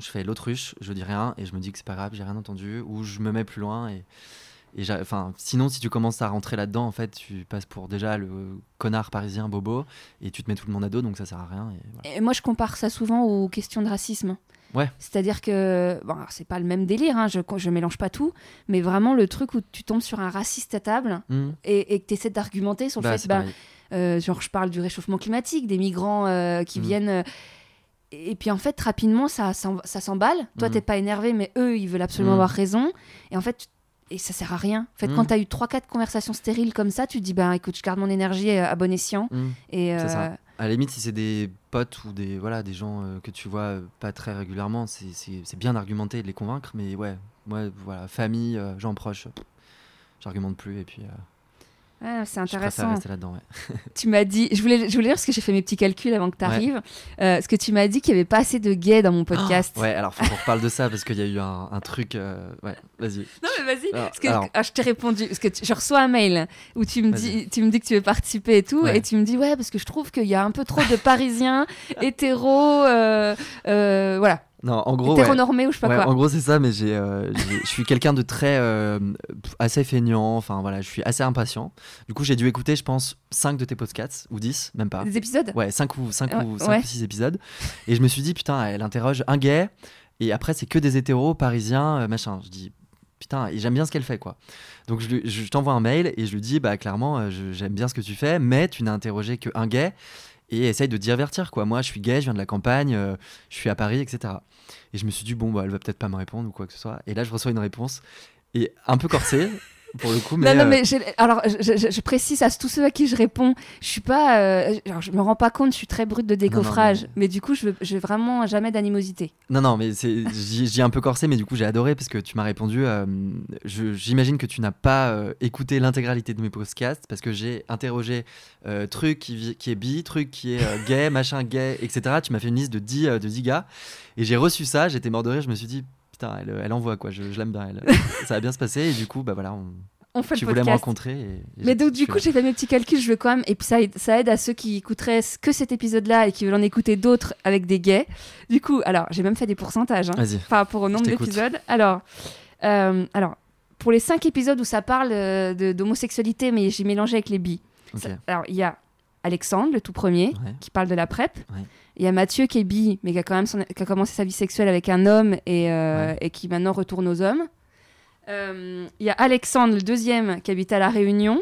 S2: je fais l'autruche, je dis rien et je me dis que c'est pas grave, j'ai rien entendu ou je me mets plus loin et, et j'a- enfin sinon si tu commences à rentrer là-dedans en fait tu passes pour déjà le connard parisien bobo et tu te mets tout le monde à dos donc ça sert à rien. Et voilà.
S1: Et moi, je compare ça souvent aux questions de racisme.
S2: Ouais.
S1: C'est-à-dire que, bon, alors, c'est pas le même délire, hein, je, je mélange pas tout, mais vraiment le truc où tu tombes sur un raciste à table
S2: Hmm.
S1: et, et que tu essaies d'argumenter sur le
S2: Bah,
S1: fait,
S2: c'est
S1: bah,
S2: pareil.
S1: euh, genre je parle du réchauffement climatique, des migrants euh, qui
S2: Mm.
S1: viennent. euh, et puis en fait, rapidement, ça, s'en- ça s'emballe. Toi,
S2: Mm.
S1: t'es pas énervé, mais eux, ils veulent absolument
S2: Mm.
S1: avoir raison. Et en fait, tu- et ça sert à rien. En fait,
S2: Mm.
S1: quand t'as eu 3-4 conversations stériles comme ça, tu te dis, bah écoute, je garde mon énergie euh, à bon escient.
S2: Hmm.
S1: Et,
S2: C'est ça.
S1: euh,
S2: À la limite, si c'est des potes ou des, voilà, des gens euh, que tu vois euh, pas très régulièrement, c'est- c'est c'est bien d'argumenter et de les convaincre, mais ouais, moi, voilà, famille, euh, gens proches, euh, pff, j'argumente plus et puis euh,
S1: ouais, c'est
S2: je préfère
S1: intéressant.
S2: rester là-dedans. ouais.
S1: Tu m'as dit, je voulais, je voulais dire parce que j'ai fait mes petits calculs avant que tu arrives, ce que tu m'as dit qu'il n'y avait pas assez de gays dans mon podcast.
S2: Oh, Ouais, alors faut qu'on reparle de ça parce qu'il y a eu un, un truc, euh, ouais, vas-y.
S1: Non mais vas-y,
S2: Alors,
S1: parce que
S2: alors.
S1: ah, je t'ai répondu, parce que tu- je reçois un mail où tu me dis, tu me dis que tu veux participer et tout,
S2: Ouais.
S1: et tu me dis ouais parce que je trouve qu'il y a un peu trop de Parisiens hétéros, euh, euh, voilà,
S2: Non, en gros, ouais.
S1: hétéronormés ou je sais pas
S2: Ouais,
S1: quoi.
S2: en gros, c'est ça, mais j'ai, euh, j'ai- je suis quelqu'un de très euh, pff, assez feignant, enfin voilà, je suis assez impatient. Du coup, j'ai dû écouter, je pense, 5 de tes podcasts ou 10, même pas.
S1: Des épisodes.
S2: Ouais, 5 ou 5
S1: Ouais,
S2: ou, cinq
S1: ouais.
S2: ou six épisodes. Et je me suis dit, putain, elle interroge un gay, et après, c'est que des hétéros, parisiens, euh, machin. Je dis, putain, et j'aime bien ce qu'elle fait, quoi. Donc, je, lui- je- je t'envoie un mail, et je lui dis, bah, clairement, euh, je- j'aime bien ce que tu fais, mais tu n'as interrogé que un gay, et essaye de divertir, quoi. Moi, je suis gay, je viens de la campagne, euh, je suis à Paris, etc. Et je me suis dit, bon, bah, elle va peut-être pas me répondre ou quoi que ce soit. Et là, je reçois une réponse, et un peu corsée, pour le coup, mais.
S1: non, non,
S2: euh,
S1: mais j'ai- alors je, je- je précise à tous ceux à qui je réponds, je suis pas, euh, alors, je me rends pas compte, je suis très brute de décoffrage,
S2: mais-
S1: mais... du coup je veux, je veux vraiment jamais d'animosité.
S2: Non, non, mais c'est, j'y j'y ai un peu corsé, mais du coup j'ai adoré parce que tu m'as répondu. euh, je- j'imagine que tu n'as pas euh, écouté l'intégralité de mes podcasts parce que j'ai interrogé euh, truc qui, vi- qui est bi, truc qui est euh, gay, machin gay, etc. Tu m'as fait une liste de 10, euh, de 10 gars et j'ai reçu ça. J'étais mort de rire. Je me suis dit, putain, elle, elle envoie quoi. Je, je l'aime bien, elle. ça va bien se passer. Et du coup, bah voilà, on-
S1: On fait
S2: tu
S1: le
S2: voulais me
S1: podcast.
S2: rencontrer. et- et
S1: Mais
S2: j'ai-
S1: donc,
S2: je
S1: du
S2: suis
S1: coup,
S2: là.
S1: j'ai fait mes petits calculs, je veux quand même. Et puis, ça aide, ça aide à ceux qui écouteraient ce- que cet épisode-là et qui veulent en écouter d'autres avec des gays. Du coup, alors, j'ai même fait des pourcentages hein,
S2: Vas-y.
S1: par rapport au nombre
S2: Ah, t'écoute.
S1: d'épisodes. Alors, euh, alors, pour les cinq épisodes où ça parle euh, de- d'homosexualité, mais j'ai mélangé avec les bi.
S2: Ok.
S1: Ça- Alors, il y a Alexandre, le tout premier,
S2: Ouais.
S1: qui parle de la PrEP.
S2: Ouais.
S1: Il y a Mathieu qui est bi, mais qui a quand même son- qui a commencé sa vie sexuelle avec un homme et, euh, et qui maintenant retourne aux hommes. Euh, il y a Alexandre, le deuxième, qui habite à La Réunion,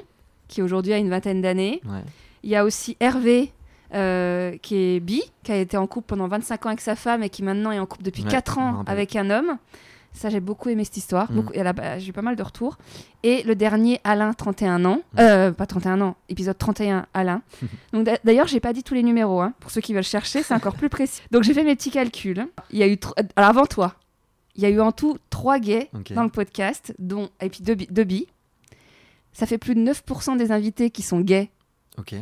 S1: qui aujourd'hui a une vingtaine d'années.
S2: Ouais.
S1: Il y a aussi Hervé, euh, qui est bi, qui a été en couple pendant 25 ans avec sa femme et qui maintenant est en couple depuis
S2: Ouais,
S1: 4
S2: je me
S1: ans
S2: rappelle.
S1: avec un homme. Ça, j'ai beaucoup aimé cette histoire.
S2: Mhm.
S1: beaucoup- et là, bah, j'ai eu pas mal de retours. Et le dernier, Alain, 31 ans.
S2: Mm.
S1: Euh, pas 31 ans, épisode 31, Alain. Donc d'a- D'ailleurs, j'ai pas dit tous les numéros. hein. Pour ceux qui veulent chercher, c'est encore plus précis. Donc j'ai fait mes petits calculs. Il y a eu. tro- Alors avant toi, il y a eu en tout 3 gays
S2: Ok.
S1: dans le podcast, dont. Et puis 2 bi. Ça fait plus de 9% des invités qui sont gays
S2: Ok.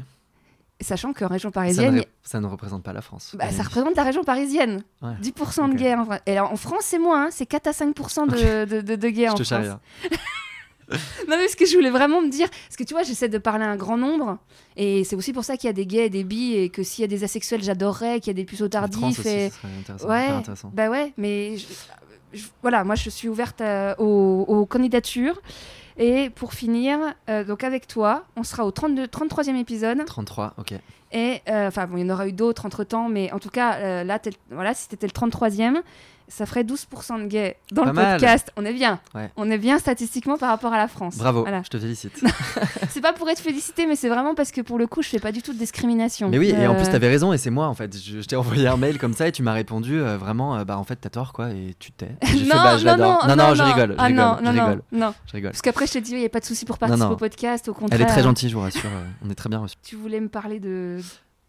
S1: sachant qu'en région
S2: Ça ne,
S1: parisienne,
S2: ré- ça ne représente pas la France.
S1: bah, ça
S2: Ouais.
S1: représente la région parisienne.
S2: Ouais.
S1: 10% de
S2: Ok.
S1: gays en vrai. Et alors, en France, c'est moins, hein, c'est 4 à 5% de, de, de- de gays en
S2: Je te
S1: France.
S2: charrie. hein.
S1: Non, mais ce que je voulais vraiment me dire, parce que tu vois, j'essaie de parler à un grand nombre, et c'est aussi pour ça qu'il y a des gays et des bi, et que s'il y a des asexuels, j'adorerais, qu'il y a des puceaux
S2: Les trans
S1: tardifs.
S2: aussi,
S1: Et...
S2: ce serait intéressant,
S1: Ouais.
S2: hyper intéressant.
S1: Bah ouais, mais je- je- voilà, moi je suis ouverte à- aux, aux euh, candidatures. Et pour finir, euh, donc avec toi, on sera au 32, 33e épisode.
S2: 33, ok.
S1: Et euh, enfin, bon, il y en aura eu d'autres entre temps, mais en tout cas, euh, là, t'es le- voilà, si t'étais le 33e, ça ferait 12% de gays dans
S2: Pas
S1: le
S2: mal.
S1: podcast. On est bien.
S2: Ouais.
S1: On est bien statistiquement par rapport à la France.
S2: Bravo,
S1: Voilà.
S2: je te félicite.
S1: C'est pas pour être félicité, mais c'est vraiment parce que pour le coup, je fais pas du tout de discrimination.
S2: Mais oui, et en
S1: Euh,
S2: plus, t'avais raison, et c'est moi en fait. Je, je t'ai envoyé un mail comme ça, et tu m'as répondu euh, vraiment, euh, bah en fait, t'as tort quoi, et tu t'es. J'ai fait,
S1: non,
S2: bah, je
S1: non, non,
S2: l'adore. non, non, je rigole, je
S1: Ah
S2: rigole,
S1: non,
S2: je
S1: non, non,
S2: rigole,
S1: non.
S2: je rigole.
S1: Parce qu'après, je t'ai dit, il n'y a pas de souci pour
S2: Non,
S1: participer
S2: non.
S1: au podcast, au contraire.
S2: Elle est très gentille, je vous rassure, euh, on est très bien reçus.
S1: Tu voulais me parler de.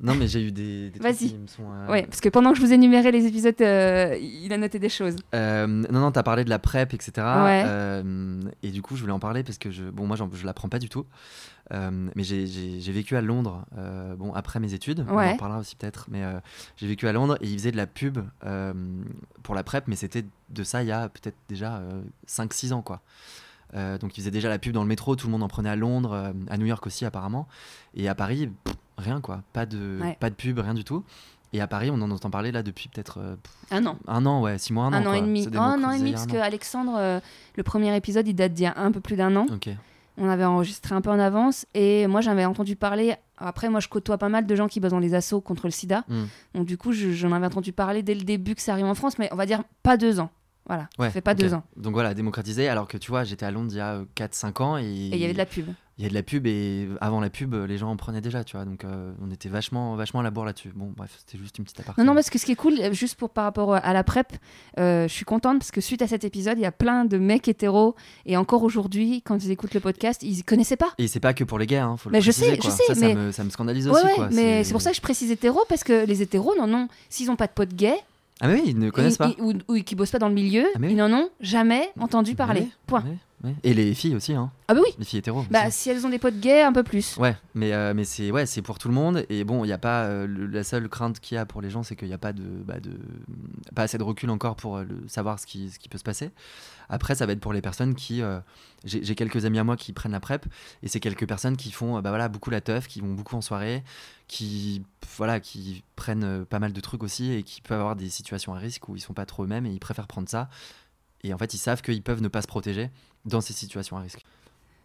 S2: Non, mais j'ai eu des. des trucs
S1: Vas-y.
S2: qui me sont, euh,
S1: Ouais, parce que pendant que je vous énumérais les épisodes, euh, il a noté des choses.
S2: Euh, non, non, t'as parlé de la PrEP, etc.
S1: Ouais.
S2: Euh, et du coup, je voulais en parler parce que je, bon, moi, j'en- je l'apprends pas du tout. Euh, mais j'ai- j'ai j'ai vécu à Londres, euh, bon, après mes études. On
S1: Ouais.
S2: en parlera aussi peut-être. Mais euh, j'ai vécu à Londres et ils faisaient de la pub euh, pour la PrEP, mais c'était de ça il y a peut-être déjà 5-6 ans, quoi. Euh, donc, ils faisaient déjà la pub dans le métro, tout le monde en prenait à Londres, euh, à New York aussi, apparemment. Et à Paris, pff, rien, quoi. Pas de,
S1: Ouais.
S2: pas de pub, rien du tout. Et à Paris, on en entend parler là depuis peut-être euh,
S1: Un an.
S2: un an, ouais, six mois, un,
S1: Un, an
S2: quoi.
S1: et demi.
S2: C'est des
S1: Oh,
S2: mots
S1: un
S2: qu'on
S1: an et
S2: disait
S1: demi,
S2: il y a
S1: parce
S2: un
S1: que Alexandre, euh, le premier épisode, il date d'il y a un peu plus d'un an.
S2: an. Ok.
S1: On avait enregistré un peu en avance et moi j'avais entendu parler. Après, moi je côtoie pas mal de gens qui bossent dans les assauts contre le sida.
S2: Mm.
S1: Donc, du coup, je- j'en avais entendu parler dès le début que ça arrive en France, mais on va dire pas deux ans. Voilà,
S2: Ouais,
S1: ça fait pas
S2: ok.
S1: deux ans.
S2: Donc voilà, démocratiser, alors que tu vois, j'étais à Londres il y a euh, 4-5 ans et
S1: Et il y avait de la pub.
S2: il y a de la pub et avant la pub, euh, les gens en prenaient déjà, tu vois. Donc euh, on était vachement, vachement à la bourre là-dessus. Bon, bref, c'était juste une petite aparté.
S1: Non, non, parce que ce qui est cool, euh, juste pour par rapport euh, à la PrEP, euh, je suis contente parce que suite à cet épisode, il y a plein de mecs hétéros et encore aujourd'hui, quand ils écoutent le podcast, ils connaissaient pas.
S2: Et c'est pas que pour les gays, hein, faut le
S1: Mais je
S2: préciser,
S1: sais, je
S2: quoi.
S1: sais,
S2: ça, ça
S1: mais-
S2: me, ça me scandalise
S1: ouais,
S2: aussi,
S1: ouais,
S2: quoi.
S1: mais c'est pour ça que je précise hétéro parce que les hétéros n'en ont, s'ils n'ont pas de potes gays
S2: Ah, mais oui, ils ne connaissent
S1: ils-
S2: pas.
S1: ils- ou, ou qui bossent pas dans le milieu,
S2: Ah, mais oui.
S1: ils n'en ont jamais entendu
S2: Mais
S1: parler.
S2: oui,
S1: Point.
S2: oui, oui. Et les filles aussi, hein.
S1: Ah, bah oui,
S2: Les filles hétéros. aussi.
S1: bah si elles ont des potes gays, un peu plus.
S2: Ouais, mais, euh, mais c'est ouais, c'est pour tout le monde. Et bon, il n'y a pas. euh, le- la seule crainte qu'il y a pour les gens, c'est qu'il n'y a pas, de, bah, de, pas assez de recul encore pour euh, le, savoir ce qui, ce qui peut se passer. Après, ça va être pour les personnes qui. euh, J'ai j'ai quelques amis à moi qui prennent la PrEP. Et c'est quelques personnes qui font euh, bah, voilà, beaucoup la teuf, qui vont beaucoup en soirée, qui, pff, voilà, qui prennent euh, pas mal de trucs aussi et qui peuvent avoir des situations à risque où ils sont pas trop eux-mêmes et ils préfèrent prendre ça. Et en fait, ils savent qu'ils peuvent ne pas se protéger dans ces situations à risque.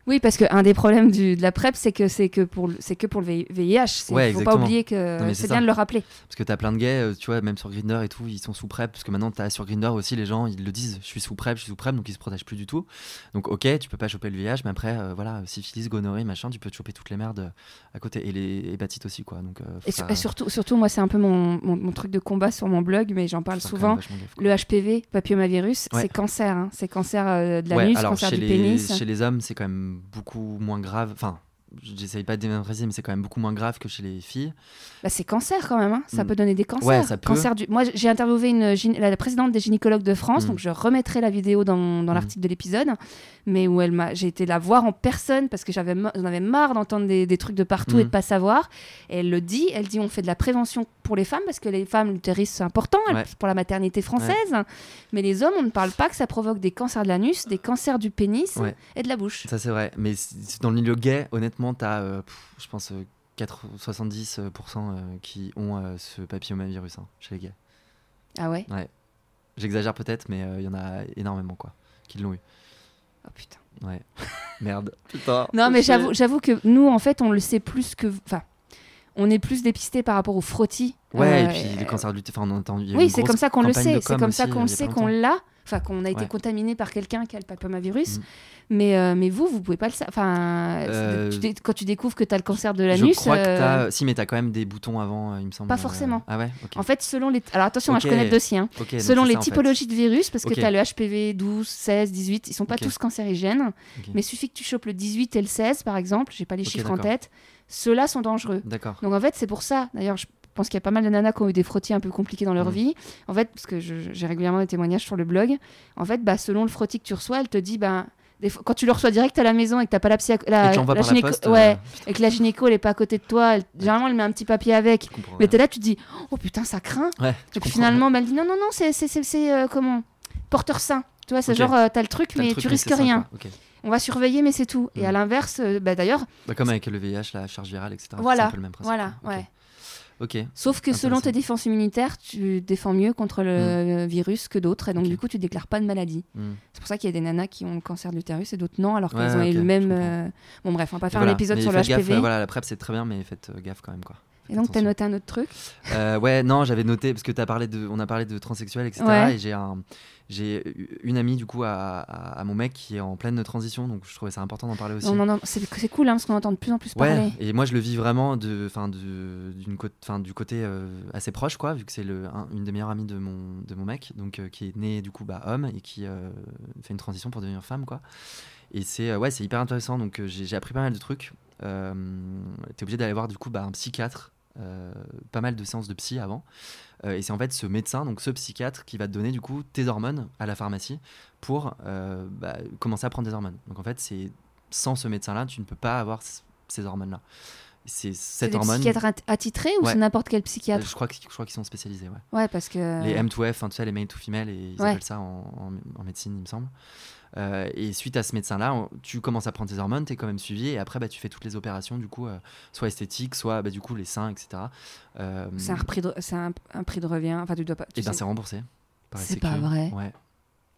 S1: Oui, parce qu'un des problèmes du- de la PrEP, c'est que c'est que pour le- c'est que pour le V- VIH. c'est-
S2: Ouais,
S1: faut
S2: exactement.
S1: pas oublier que
S2: Non, mais
S1: c'est
S2: c'est
S1: bien
S2: ça.
S1: de le rappeler.
S2: Parce que t'as plein de gays, euh, tu vois, même sur Grinder et tout, ils sont sous PrEP. Parce que maintenant, t'as sur Grinder aussi, les gens, ils le disent, je suis sous PrEP, je suis sous PrEP, donc ils se protègent plus du tout. Donc, ok, tu peux pas choper le VIH, mais après, euh, voilà, syphilis, gonorrhée, machin, tu peux te choper toutes les merdes euh, à côté. Et les hépatites aussi, quoi. Donc, euh, faut
S1: Et, sur-
S2: faire-
S1: et surtout, surtout, moi, c'est un peu mon, mon- mon truc de combat sur mon blog, mais j'en
S2: faut
S1: parle
S2: faire quand
S1: souvent.
S2: même vachement gaffe, quoi.
S1: Le HPV, papillomavirus,
S2: Ouais.
S1: c'est cancer. hein. C'est cancer euh, de
S2: Ouais,
S1: l'anus,
S2: alors
S1: cancer
S2: chez
S1: du
S2: les,
S1: pénis.
S2: Chez les hommes, c'est quand même beaucoup moins grave. Enfin, j'essaye pas de démocratiser, mais c'est quand même beaucoup moins grave que chez les filles.
S1: Bah, c'est cancer quand même. hein. Ça
S2: Mm.
S1: peut donner des cancers.
S2: Ouais, ça peut.
S1: Cancer du... Moi, j'ai interviewé une gyn- la présidente des gynécologues de France,
S2: Mm.
S1: donc je remettrai la vidéo dans, mon- dans
S2: Mm.
S1: l'article de l'épisode, mais où elle m'a... j'ai été la voir en personne parce que j'avais ma- j'en avais marre d'entendre des, des trucs de partout et de
S2: Mm.
S1: pas savoir. Et elle le dit, elle dit on fait de la prévention pour les femmes parce que les femmes, l'utérus, c'est important elle-
S2: Ouais.
S1: pour la maternité française. Mais les hommes, on ne parle pas que ça provoque des cancers de l'anus, des cancers du pénis
S2: Ouais.
S1: et de la bouche.
S2: Ça, c'est vrai. Mais c- c- dans le milieu gay, honnêtement, t'as, euh, pff, je pense, euh, 4 70% euh, qui ont euh, ce papillomavirus hein, chez les gays.
S1: Ah ouais
S2: J'exagère peut-être, mais euh, il y en a énormément, quoi, qui l'ont eu.
S1: Oh putain.
S2: Ouais. Merde. Putain.
S1: Non, mais
S2: Chier.
S1: j'avoue, j'avoue que nous, en fait, on le sait plus que. Enfin, on est plus dépisté par rapport aux frottis.
S2: Ouais,
S1: Euh,
S2: et puis
S1: euh,
S2: le cancer du... Enfin, on a entendu... il y a eu
S1: Oui,
S2: une
S1: c'est
S2: grosse
S1: comme ça qu'on le
S2: campagne
S1: sait.
S2: de
S1: C'est
S2: com
S1: comme ça
S2: aussi,
S1: qu'on
S2: euh,
S1: le
S2: il y a
S1: sait
S2: pas
S1: qu'on
S2: longtemps.
S1: l'a. Enfin, qu'on a été
S2: Ouais.
S1: contaminé par quelqu'un qui a le papillomavirus.
S2: Mm.
S1: Mais, euh, mais vous, vous pouvez pas le savoir. Enfin, c'est-
S2: Euh,
S1: tu dé- quand tu découvres que tu as le cancer de
S2: Je
S1: l'anus.
S2: crois que
S1: euh,
S2: t'as... Si, mais t'as quand même des boutons avant, euh, il me semble.
S1: Pas
S2: euh,
S1: forcément.
S2: Ah ouais Ok.
S1: En fait, selon les. Alors attention, hein, je
S2: Ok.
S1: connais le dossier. hein.
S2: Ok, donc
S1: selon
S2: c'est
S1: les
S2: ça, en fait.
S1: typologies de virus, parce que
S2: Ok.
S1: tu as le HPV 12, 16, 18, ils sont pas
S2: Ok.
S1: tous cancérigènes.
S2: Ok.
S1: Mais suffit que tu chopes le 18 et le 16, par exemple, j'ai pas les
S2: Ok,
S1: chiffres en
S2: d'accord.
S1: tête, ceux-là sont dangereux.
S2: D'accord.
S1: Donc en fait, c'est pour ça. D'ailleurs, je pense qu'il y a pas mal de nanas qui ont eu des frottis un peu compliqués dans leur
S2: Mhm.
S1: vie. En fait, parce que je- je- j'ai régulièrement des témoignages sur le blog. En fait, bah, selon le frottis que tu reçois, elle te dit, ben des fois- quand tu le reçois direct à la maison et que t'as pas la psy, la,
S2: et tu envoies
S1: euh, la
S2: par la
S1: gynéco,
S2: poste.
S1: ouais,
S2: euh, putain,
S1: et que la gynéco elle est pas à côté de toi, elle- généralement elle met un petit papier avec.
S2: je comprends,
S1: Mais
S2: ouais.
S1: t'es là, tu te dis, oh putain, ça craint.
S2: Ouais,
S1: Et
S2: tu
S1: puis
S2: comprends.
S1: finalement, bah, elle dit, non, non, non, c'est c'est- c'est- c'est, euh, comment porteur sain. Tu vois, c'est
S2: Ok.
S1: genre, euh, t'as le truc,
S2: T'as le
S1: mais
S2: truc,
S1: tu
S2: c'est
S1: risques
S2: ça,
S1: rien.
S2: quoi. Ok.
S1: On va surveiller, mais c'est tout. Et
S2: Mhm.
S1: à l'inverse, euh, bah, d'ailleurs,
S2: Bah, comme avec le VIH, la charge virale, etc.
S1: Voilà,
S2: C'est un peu le même principe.
S1: voilà,
S2: Ok.
S1: ouais.
S2: Ok.
S1: Sauf que selon
S2: Intéressant. Mm.
S1: tes défenses immunitaires, tu défends mieux contre le virus que d'autres, et donc
S2: Ok.
S1: du coup, tu déclares pas de maladie.
S2: Hmm.
S1: C'est pour ça qu'il y a des nanas qui ont le cancer de l'utérus et d'autres non, alors qu'elles
S2: Ouais,
S1: ont
S2: ok,
S1: eu le
S2: je
S1: même.
S2: comprends.
S1: euh, Bon, bref, on va pas faire
S2: Voilà.
S1: un épisode
S2: Mais
S1: sur le
S2: faites gaffe,
S1: HPV.
S2: euh, voilà, la PrEP c'est très bien, mais faites euh, gaffe quand même quoi.
S1: Et donc, t'as
S2: Attention.
S1: noté un autre truc
S2: Euh, ouais, non, j'avais noté parce que t'as parlé de, on a parlé de transsexuel, etc.
S1: Ouais.
S2: Et j'ai un, j'ai eu- une amie du coup à, à- à mon mec qui est en pleine transition, donc je trouvais ça important d'en parler aussi.
S1: On en en- C'est c'est cool, hein, parce qu'on entend de plus en plus
S2: Ouais,
S1: parler.
S2: et moi je le vis vraiment de, enfin de, d'une côte, enfin du côté euh, assez proche quoi, vu que c'est le, un- une des meilleures amies de mon, de mon mec, donc euh, qui est né du coup bah, homme et qui euh, fait une transition pour devenir femme quoi. Et c'est, euh, ouais, c'est hyper intéressant. Donc euh, j'ai, j'ai appris pas mal de trucs. Euh, t'es obligé d'aller voir du coup bah, un psychiatre, euh, pas mal de séances de psy avant. Euh, et c'est en fait ce médecin, donc ce psychiatre, qui va te donner du coup tes hormones à la pharmacie pour euh, bah, commencer à prendre des hormones. Donc en fait, c'est sans ce médecin-là, tu ne peux pas avoir c- ces hormones-là. C'est
S1: C'est
S2: cette
S1: des
S2: hormone.
S1: psychiatres at- attitrés ou
S2: Ouais.
S1: c'est n'importe quel
S2: euh,
S1: psychiatre
S2: Je crois, que- je crois qu'ils sont spécialisés. Ouais.
S1: Euh, Ouais, parce que.
S2: Les M2F, enfin, tu sais, les male to female, et ils
S1: Ouais.
S2: appellent ça en, en- en médecine, il me semble. Euh, et suite à ce médecin-là, on- tu commences à prendre tes hormones, tu es quand même suivi, et après, bah, tu fais toutes les opérations, du coup, euh, soit esthétiques, soit bah, du coup les seins, etc. Euh,
S1: C'est un, prix de... c'est un, un prix de revient. Enfin, tu dois pas. tu
S2: et
S1: sais-
S2: bien, Eh ben, c'est remboursé. par la
S1: C'est
S2: sécu.
S1: pas vrai.
S2: Ouais.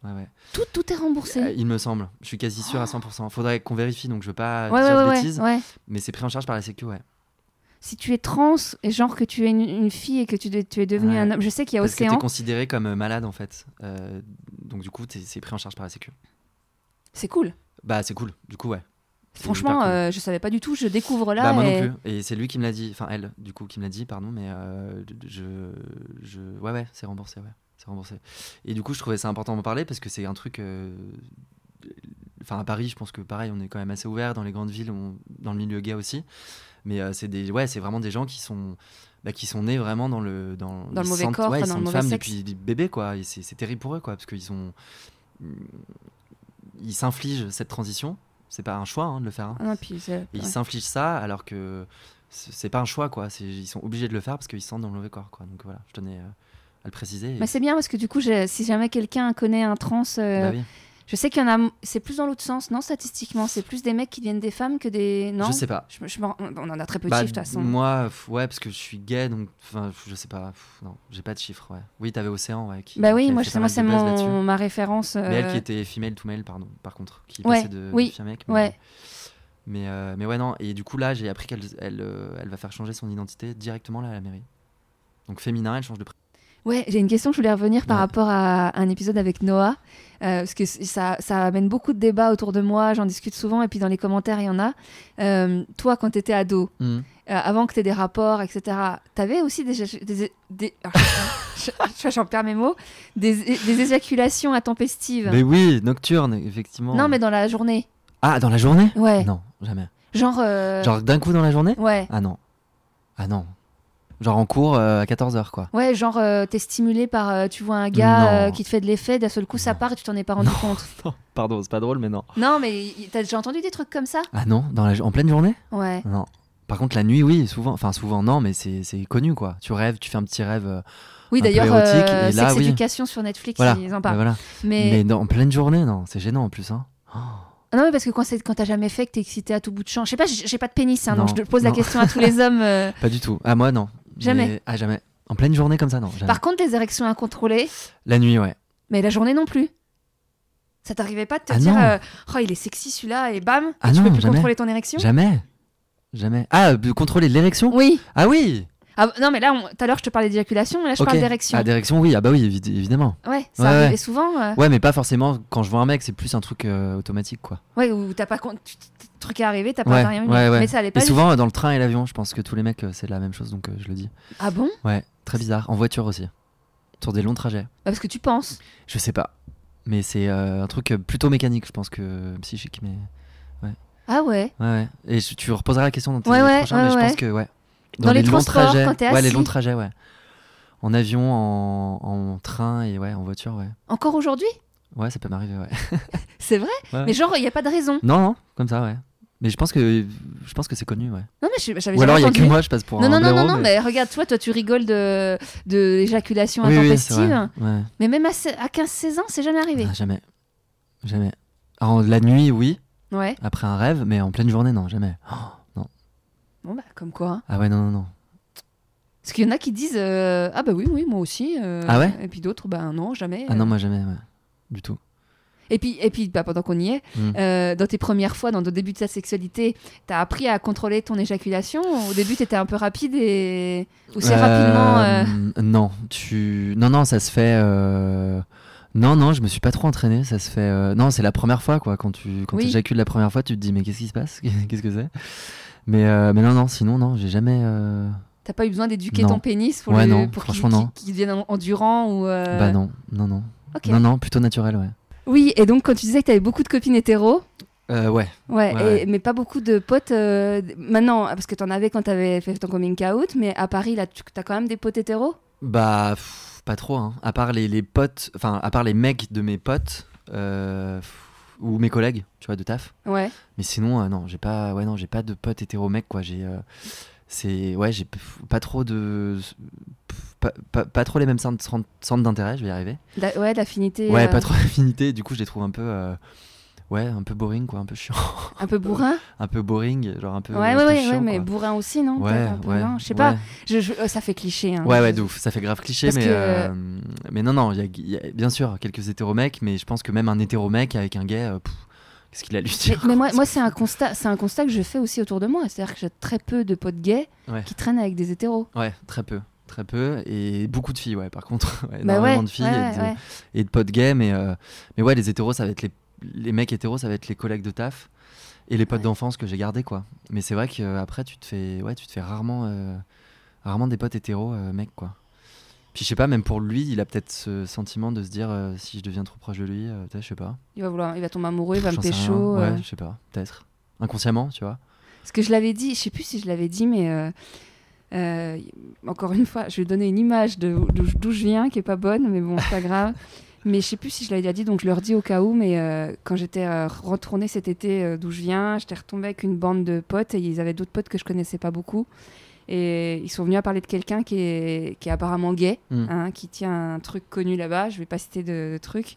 S2: Ouais, ouais.
S1: tout, tout est remboursé.
S2: Euh, il me semble. Je suis quasi sûr à 100%. Faudrait qu'on vérifie, donc je veux pas
S1: Ah. ouais, ouais,
S2: dire de
S1: ouais, ouais,
S2: bêtises.
S1: ouais.
S2: Mais c'est pris en charge par la Sécu, ouais.
S1: Si tu es trans et genre que tu es une, une fille et que tu, de- tu es devenu
S2: Ouais.
S1: un homme, je sais qu'il y a
S2: Parce que t'es
S1: Océan.
S2: considéré comme euh, malade, en fait. Euh, donc, du coup, t'es- c'est pris en charge par la Sécu.
S1: C'est cool.
S2: Bah, c'est cool. Du coup, ouais. C'est
S1: Franchement,
S2: hyper cool.
S1: euh, je savais pas du tout. Je découvre là.
S2: bah, moi
S1: et-
S2: non plus. Et c'est lui qui me l'a dit. Enfin, elle, du coup, qui me l'a dit, pardon. Mais euh, je, je. Ouais, ouais, c'est remboursé, ouais. C'est remboursé. Et du coup, je trouvais ça important d'en parler parce que c'est un truc. euh, Enfin, à Paris, je pense que pareil, on est quand même assez ouvert. Dans les grandes villes, on- dans le milieu gay aussi. Mais euh, c'est des, ouais, c'est vraiment des gens qui sont, bah, qui sont nés vraiment dans le, dans,
S1: Dans le
S2: ils
S1: mauvais
S2: sentent-
S1: corps,
S2: ouais,
S1: enfin,
S2: ils
S1: dans le
S2: sentent
S1: mauvais
S2: femme
S1: sexe.
S2: depuis bébé, quoi. Et c'est c'est terrible pour eux, quoi, parce qu'ils ont, ils s'infligent cette transition. C'est pas un choix hein, de le faire. hein.
S1: Ah non, puis c'est-
S2: Et ils
S1: ouais.
S2: s'infligent ça alors que c'est c'est pas un choix quoi. C'est- Ils sont obligés de le faire parce qu'ils se sentent dans le mauvais corps quoi. Donc voilà, je tenais euh, à le préciser. et-
S1: Mais Bah, c'est bien parce que du coup, j'ai- si jamais quelqu'un connaît un trans, euh,
S2: Bah oui.
S1: je sais qu'il y en a. C'est plus dans l'autre sens, non Statistiquement, c'est plus des mecs qui deviennent des femmes que des. Non
S2: Je sais pas.
S1: Je me- je me rends- On en a très peu de
S2: Bah,
S1: chiffres, de toute façon.
S2: moi, pff, ouais, parce que je suis gay donc enfin, je sais pas. Pff, non, j'ai pas de chiffres. Ouais. Oui, t'avais Océan ouais. Qui,
S1: Bah oui,
S2: qui avait
S1: moi,
S2: fait
S1: je-
S2: pas
S1: moi
S2: mal
S1: c'est
S2: de buzz là-dessus.
S1: mon- ma référence.
S2: Mais elle
S1: euh,
S2: qui était female to male, pardon, par contre, qui
S1: Ouais,
S2: passait de,
S1: oui,
S2: de fille à mec.
S1: ouais.
S2: Mais, euh, mais ouais, non. Et du coup, là, j'ai appris qu'elle elle, euh, elle va faire changer son identité directement là à la mairie. Donc féminin, elle change de prénom.
S1: Ouais, j'ai une question, je voulais revenir par
S2: Ouais.
S1: rapport à un épisode avec Noah, euh, parce que c- ça, ça amène beaucoup de débats autour de moi, j'en discute souvent, et puis dans les commentaires, il y en a. Euh, toi, quand t'étais ado,
S2: Mmh.
S1: euh, avant que t'aies des rapports, etc., t'avais aussi des... éja- des, des- ah, je- je- J'en perds mes mots, des, des éjaculations intempestives.
S2: Mais oui, nocturne, effectivement.
S1: Non, mais dans la journée.
S2: Ah, dans la journée
S1: Ouais.
S2: Non, jamais.
S1: Genre... euh,
S2: Genre d'un coup dans la journée
S1: Ouais.
S2: Ah non. Ah non. Genre en cours euh, à 14h quoi.
S1: Ouais, genre euh, t'es stimulé par, euh, tu vois un gars
S2: Non.
S1: euh, qui te fait de l'effet, d'un seul coup ça
S2: Non.
S1: part et tu t'en es pas rendu compte.
S2: Non, pardon, c'est pas drôle mais non.
S1: Non, mais y- t'as déjà entendu des trucs comme ça
S2: Ah non, dans la, jo- en pleine journée
S1: Ouais.
S2: Non. Par contre la nuit oui, souvent, enfin souvent non mais c'est c'est connu quoi. Tu rêves, tu fais un petit rêve. euh,
S1: Oui,
S2: un peu
S1: d'ailleurs,
S2: érotique,
S1: euh,
S2: et là,
S1: Sex
S2: oui.
S1: Education sur Netflix,
S2: voilà.
S1: ils en
S2: Bah,
S1: parlent.
S2: voilà.
S1: Mais,
S2: Mais dans- en pleine journée non, c'est gênant en plus hein. Oh.
S1: Ah non, mais parce que quand, c'est- quand t'as jamais fait, que t'es excité à tout bout de champ. Je sais pas, j'ai j'ai pas de pénis, hein, donc
S2: Non,
S1: je te pose la
S2: non.
S1: question à tous les hommes. euh.
S2: Pas du tout. Ah moi non.
S1: Jamais.
S2: Mais- ah jamais. En pleine journée comme ça non. jamais.
S1: Par contre, les érections incontrôlées,
S2: La nuit ouais.
S1: mais la journée non plus. Ça t'arrivait pas de te
S2: Ah
S1: dire,
S2: non.
S1: euh, oh, il est sexy celui-là, et bam,
S2: Ah
S1: tu
S2: non,
S1: peux plus
S2: jamais.
S1: contrôler ton érection
S2: Jamais. Jamais. Ah, de contrôler l'érection
S1: Oui.
S2: Ah oui
S1: Ah, non, mais là, on- tout à l'heure, je te parlais d'éjaculation, mais là, je
S2: Ok.
S1: parle d'érection.
S2: Ah, d'érection, oui. Ah bah oui, évi- évidemment.
S1: Ouais, ça
S2: Ouais,
S1: arrivait
S2: ouais.
S1: souvent. euh.
S2: Ouais, mais pas forcément quand je vois un mec, c'est plus un truc euh, automatique quoi.
S1: Ouais, ou t'as pas. con- tu- tu- tu- Truc est arrivé, t'as pas
S2: Ouais,
S1: rien eu.
S2: ouais, ouais.
S1: Mais ça allait pas.
S2: Et
S1: du-
S2: souvent euh, dans le train et l'avion, je pense que tous les mecs euh, c'est la même chose donc euh, je le dis.
S1: Ah bon
S2: Ouais, très bizarre. En voiture aussi. Sur des longs trajets.
S1: Bah, Parce que tu penses.
S2: Je sais pas. Mais c'est euh, un truc euh, plutôt mécanique, je pense que euh, psychique mais
S1: Ah ouais.
S2: ouais ouais. Et je- tu reposeras la question dans tes
S1: Ouais, ouais,
S2: prochains
S1: ouais,
S2: mais je pense
S1: ouais.
S2: que ouais.
S1: Dans les
S2: longs
S1: transports,
S2: trajets,
S1: quand t'es
S2: ouais, les
S1: assis.
S2: longs trajets, ouais. En avion, en, en train et ouais, en voiture, ouais.
S1: Encore aujourd'hui
S2: Ouais, ça peut m'arriver, ouais.
S1: C'est vrai
S2: Ouais.
S1: Mais genre, il n'y a pas de raison.
S2: Non, non, comme ça, ouais. Mais je pense que je pense que c'est connu, ouais.
S1: Non, mais je- j'avais
S2: Ou
S1: jamais
S2: alors il y a
S1: entendu.
S2: que moi, je passe pour
S1: Non,
S2: un
S1: non, non, non,
S2: blaireau,
S1: non, mais... regarde, toi, toi, tu rigoles de, de l'éjaculation
S2: Oui, oui, c'est
S1: intempestive.
S2: vrai. Ouais.
S1: mais même à, se- à 15-16 ans, c'est jamais arrivé.
S2: Ah, jamais. Jamais. Alors, Ah, la nuit, oui,
S1: Ouais.
S2: après un rêve, mais en pleine journée, non, jamais. Oh,
S1: Bon, bah, comme quoi. hein.
S2: Ah ouais, non, non, non.
S1: Parce qu'il y en a qui disent euh, Ah bah oui, oui, moi aussi. euh,
S2: Ah ouais
S1: Et puis d'autres, bah non, jamais.
S2: Ah non, moi jamais, ouais. du tout.
S1: Et puis, et puis bah, pendant qu'on y est,
S2: Mm.
S1: euh, dans tes premières fois, dans ton début de ta sexualité, t'as appris à contrôler ton éjaculation Au début, t'étais un peu rapide et. Ou c'est
S2: Euh,
S1: rapidement. euh,
S2: Non, tu. Non, non, ça se fait. euh, Non, non, je me suis pas trop entraîné. Ça se fait. euh, Non, c'est la première fois, quoi. Quand tu quand
S1: Oui.
S2: éjacules la première fois, tu te dis, mais qu'est-ce qui se passe Qu'est-ce que c'est mais, euh, mais non, non, sinon, non, j'ai jamais. euh,
S1: T'as pas eu besoin d'éduquer
S2: Non.
S1: ton pénis pour,
S2: Ouais,
S1: le-
S2: non,
S1: pour qu'il
S2: franchement, non.
S1: qu'il- qu'il devienne en- endurant ou euh,
S2: Bah non, non, non.
S1: ok.
S2: Non, non, plutôt naturel, ouais.
S1: Oui, et donc quand tu disais que t'avais beaucoup de copines hétéros,
S2: Euh, ouais.
S1: ouais,
S2: Ouais,
S1: et-
S2: ouais.
S1: mais pas beaucoup de potes euh, maintenant, parce que t'en avais quand t'avais fait ton coming out, mais à Paris, là, tu as quand même des potes hétéros
S2: Bah, pff, pas trop, hein. À part les, les potes, enfin, à part les mecs de mes potes euh, pff, ou mes collègues, tu vois, de taf.
S1: Ouais.
S2: Mais sinon, euh, non, j'ai pas, ouais, non, j'ai pas de potes hétéro mecs, quoi. J'ai, euh, c'est, ouais, j'ai pff, pas trop de, pff, pas, pas- pas trop les mêmes centres, centres- centres d'intérêt, je vais y arriver.
S1: D'a- ouais, d'affinité.
S2: ouais,
S1: euh,
S2: pas trop d'affinité. Du coup, je les trouve un peu, euh, ouais, un peu boring, quoi, un peu chiant,
S1: Un peu bourrin
S2: un peu boring, genre un peu,
S1: Ouais,
S2: Euh,
S1: ouais,
S2: un peu
S1: ouais,
S2: chiant,
S1: ouais, mais
S2: quoi.
S1: bourrin aussi, non
S2: Ouais,
S1: Peut-être un peu,
S2: ouais,
S1: non, Je sais pas,
S2: ouais.
S1: je, je- euh, ça fait cliché. Hein,
S2: Ouais, ouais,
S1: Je-
S2: de ouf, ça fait grave cliché,
S1: Parce
S2: mais,
S1: que-
S2: euh, mais non, non, il y a- il y, a bien sûr quelques hétéromecs, mais je pense que même un hétéromec avec un gay, euh, pff, qu'est-ce qu'il a lui
S1: Mais,
S2: dire
S1: mais moi, moi c'est un constat, c'est un constat que je fais aussi autour de moi. C'est-à-dire que j'ai très peu de potes gays
S2: Ouais.
S1: qui traînent avec des hétéros.
S2: Ouais, très peu, très peu, et beaucoup de filles, ouais, par contre, ouais,
S1: Bah
S2: énormément
S1: ouais,
S2: de filles
S1: ouais,
S2: et, de,
S1: ouais.
S2: et de potes gays, mais, euh, mais ouais, les hétéros, ça va être les, les mecs hétéros, ça va être les collègues de taf et les potes
S1: Ouais.
S2: d'enfance que j'ai gardés, quoi. Mais c'est vrai qu'après, tu te fais, ouais, tu te fais rarement, euh, rarement des potes hétéros, euh, mecs, quoi. Puis je sais pas, même pour lui, il a peut-être ce sentiment de se dire euh, si je deviens trop proche de lui, euh, peut-être, je sais pas.
S1: Il va vouloir, il va tomber amoureux, il va me
S2: J'en sais rien.
S1: pécho. euh,
S2: Ouais, je sais pas, peut-être. Inconsciemment, tu vois.
S1: Parce que je l'avais dit, je sais plus si je l'avais dit, mais euh, euh, encore une fois, je vais donner une image de- d'où je- d'où je viens qui est pas bonne, mais bon, c'est pas grave. Mais je sais plus si je l'avais déjà dit, donc je leur dis au cas où. Mais euh, quand j'étais euh, retournée cet été euh, d'où je viens, j'étais retombée avec une bande de potes et ils avaient d'autres potes que je connaissais pas beaucoup. Et ils sont venus à parler de quelqu'un qui est, qui est apparemment gay,
S2: Mm.
S1: hein, qui tient un truc connu là-bas. Je vais pas citer de, de truc.